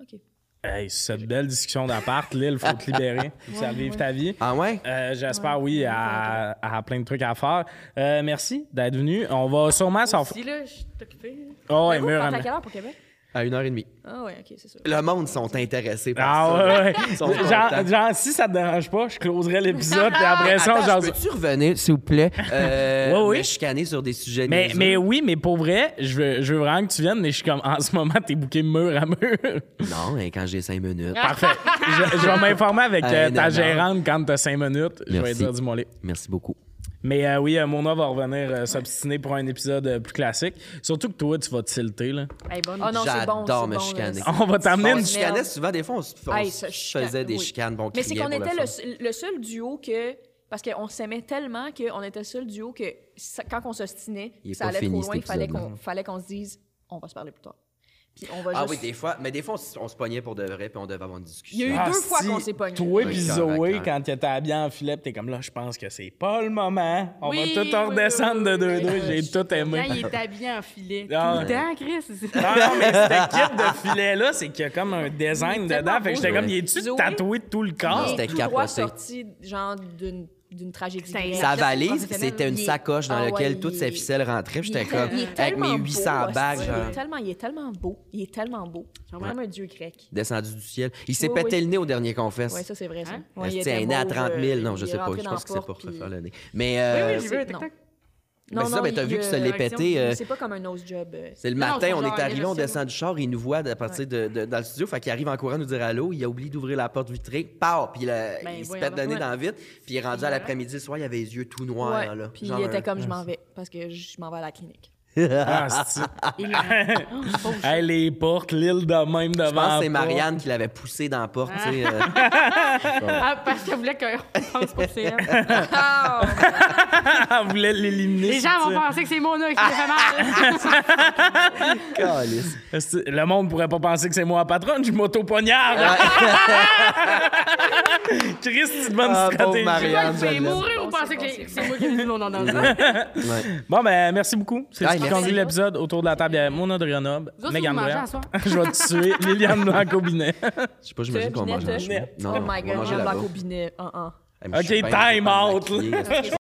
C: ok.
A: Hey, cette belle discussion d'appart, Lille, faut te libérer. Faut que ça vive ta vie.
D: Ah ouais?
A: Euh, J'espère, oui, à, à plein de trucs à faire. Euh, merci d'être venu. On va sûrement s'en
E: Si, là, je suis occupée.
A: Oh,
C: Ouais,
A: ouais,
C: vous,
A: mur
C: vous
A: à
C: partez à
A: mur.
C: quelle heure pour Québec?
D: à une heure et demie.
C: Ah ouais, ok, c'est ça.
D: Le monde sont intéressés par
A: Ah
D: ça.
A: ouais, ouais.
D: Ils sont
A: genre,
D: contents.
A: genre, si ça te dérange pas, je closerai l'épisode, puis après ça,
D: Attends,
A: genre...
D: je peux-tu revenir, s'il vous plaît? Euh,
A: Ouais, oui.
D: me chicaner sur des sujets
A: Mais,
D: niaiseux?
A: mais oui, mais pour vrai, je veux, je veux vraiment que tu viennes, mais je suis comme, en ce moment, t'es bouqué mur à mur.
D: Non, hein, quand j'ai cinq minutes.
C: Ah,
A: Parfait. Je, je vais m'informer avec
D: Ah,
A: euh,
D: non,
A: ta
D: non.
A: gérante quand t'as cinq minutes. Je vais
D: Merci.
A: dire du mollet.
D: Merci beaucoup.
A: Mais euh, oui, euh, Mona va revenir euh, s'obstiner pour un épisode euh, plus classique. Surtout que toi, tu vas te tilter, là.
E: Hey, bonne.
C: Ah non, c'est bon.
D: J'adore
C: c'est
D: me
C: bon,
D: chicaner.
C: là.
A: On va t'amener
D: on
A: une
D: se chicanait
C: merde.
D: souvent, des fois, on, se- on
C: Hey,
D: se
C: ça, chicane,
D: faisait des
C: oui.
D: chicanes. Bon,
C: Mais c'est qu'on était le, seul- le seul duo que. Parce qu'on s'aimait tellement qu'on était le seul duo que ça- quand on s'ostinait,
D: Il est
C: ça
D: pas
C: allait
D: fini,
C: trop loin,
D: cet
C: il fallait
D: épisode-là.
C: qu'on fallait qu'on se dise on va se parler plus tard. Puis on va
D: Ah
C: juste.
D: oui, des fois. Mais des fois, on, s- on se pognait pour de vrai, puis on devait avoir une discussion.
C: Il y a eu
A: Ah,
C: deux fois
A: si,
C: qu'on s'est pognés.
A: Toi
D: Oui,
A: pis
D: correct,
A: Zoé,
D: correct.
A: quand t'étais habillé en filet, pis t'es comme là, je pense que c'est pas le moment. On
E: Oui,
A: va tout en
E: oui,
A: redescendre
E: oui,
A: de
E: oui,
A: deux-deux.
E: oui,
A: J'ai
E: je-
A: tout aimé.
E: Quand il est habillé en filet.
A: Ah,
E: tout le
A: ouais.
E: temps, Chris. c'est-
A: Non, non, mais cette kit de filet-là, c'est qu'il y a comme un design
E: tellement
A: dedans. Fait que
E: beau,
A: j'étais comme,
D: Zoé.
A: il est-tu
C: Zoé?
A: tatoué de tout le
D: Ah,
A: corps?
C: Il est
D: c'était
C: tout droit
D: capoté.
C: sorti genre d'une d'une tragédie.
E: C'est
C: grecque.
D: Sa
E: Athlète
D: valise,
E: professionnel,
D: c'était une
C: il est-
D: sacoche dans
C: ah ouais,
D: laquelle
C: il
D: toutes ses
C: est-
D: ficelles rentraient. puis
C: Il est
D: J'étais comme,
C: tel- il est
D: avec mes
C: tellement beau,
D: 800
C: hostie,
D: bagues,
C: il est
D: genre,
C: tellement, il est tellement beau, il est tellement beau.
E: Ouais.
C: Comme un dieu grec.
D: descendu du ciel. Il s'est
C: Oui,
D: pété
C: oui.
D: le nez au dernier confesse.
C: Ouais, ça c'est vrai ça.
E: Hein?
C: Ouais, il
D: Est-ce que
C: était
D: c'est né à
C: mauve,
D: 30 000? Non,
C: euh,
D: je
C: il est
D: sais pas.
C: rentré
D: Je
C: dans
D: pense que
C: la
D: c'est pour
C: porte,
D: se faire
C: puis-
D: le nez. Mais euh,
E: oui, j'ai vu un
C: c'est-
E: TikTok.
D: mais ça, mais t'as
C: il-
D: vu que se l'est
C: euh,
D: pété. euh,
C: C'est pas comme un nose job. euh,
D: C'est le
E: Non,
D: matin,
E: c'est
D: on
E: genre
D: est arrivé, on
E: gestion.
D: descend du char, il nous voit à partir de, de- dans le studio, fait qu'il arrive en courant nous dire allô, il a oublié d'ouvrir la porte vitrée, paf, puis il, a-
E: Ben,
D: il se
E: voyons
D: pète le nez
E: donc.
D: dans vite, puis il est rendu à
E: Ouais.
D: l'après-midi, le soir, il avait les yeux tout noirs,
C: Ouais,
D: là.
C: Puis
D: Genre
C: il était
D: un-
C: comme je m'en vais parce que je m'en vais à la clinique.
A: Ah, c'est-
E: Il est- Oh, pauvre chien.
A: Hey, les portes, l'île de même devant.
D: Je pense que c'est
A: toi.
D: Marianne qui l'avait poussé dans la porte, tu sais. euh.
E: Ah, parce qu'elle voulait qu'on pense pas que c'est elle.
A: Elle voulait l'éliminer.
E: Les gens
A: c'est
E: vont
A: ça.
E: penser que c'est Mona qui s'est fait mal.
D: Calisse.
A: Est-ce que- Le monde pourrait pas penser que c'est moi la patronne, je m'auto-poignarde. Chris, c'est une bonne
D: Ah, pauvre
A: stratégie.
E: Tu vois,
D: Marie. Marianne,
E: tu fais
D: je l'aime.
E: mourir ou
C: Bon,
E: penser
C: c'est
E: que
C: bon,
E: j'ai-
C: c'est
E: que c'est moi qui ai dit le nom dans le nom?
D: Ouais.
A: Bon, ben, merci beaucoup. C'est
D: Ah,
A: ce qui
D: merci.
A: conduit l'épisode autour de la table. Il y a Mona de Grenoble,
E: Vous autres,
A: Megan
E: vous mangez
A: Blair.
E: à soir?
A: Je vais tuer Liliane Blanc-Binet.
D: Je sais pas, j'imagine qu'on mange
C: Binette,
D: un chou.
A: Binette.
D: Non,
C: oh
D: non,
C: my
D: on va
C: god,
D: manger
C: on va
D: là-bas.
C: au binet. Un, un.
D: Eh, mais je
A: Ok,
D: suis bien, je vais
A: time
D: pas me
A: out, là.
D: maquiller,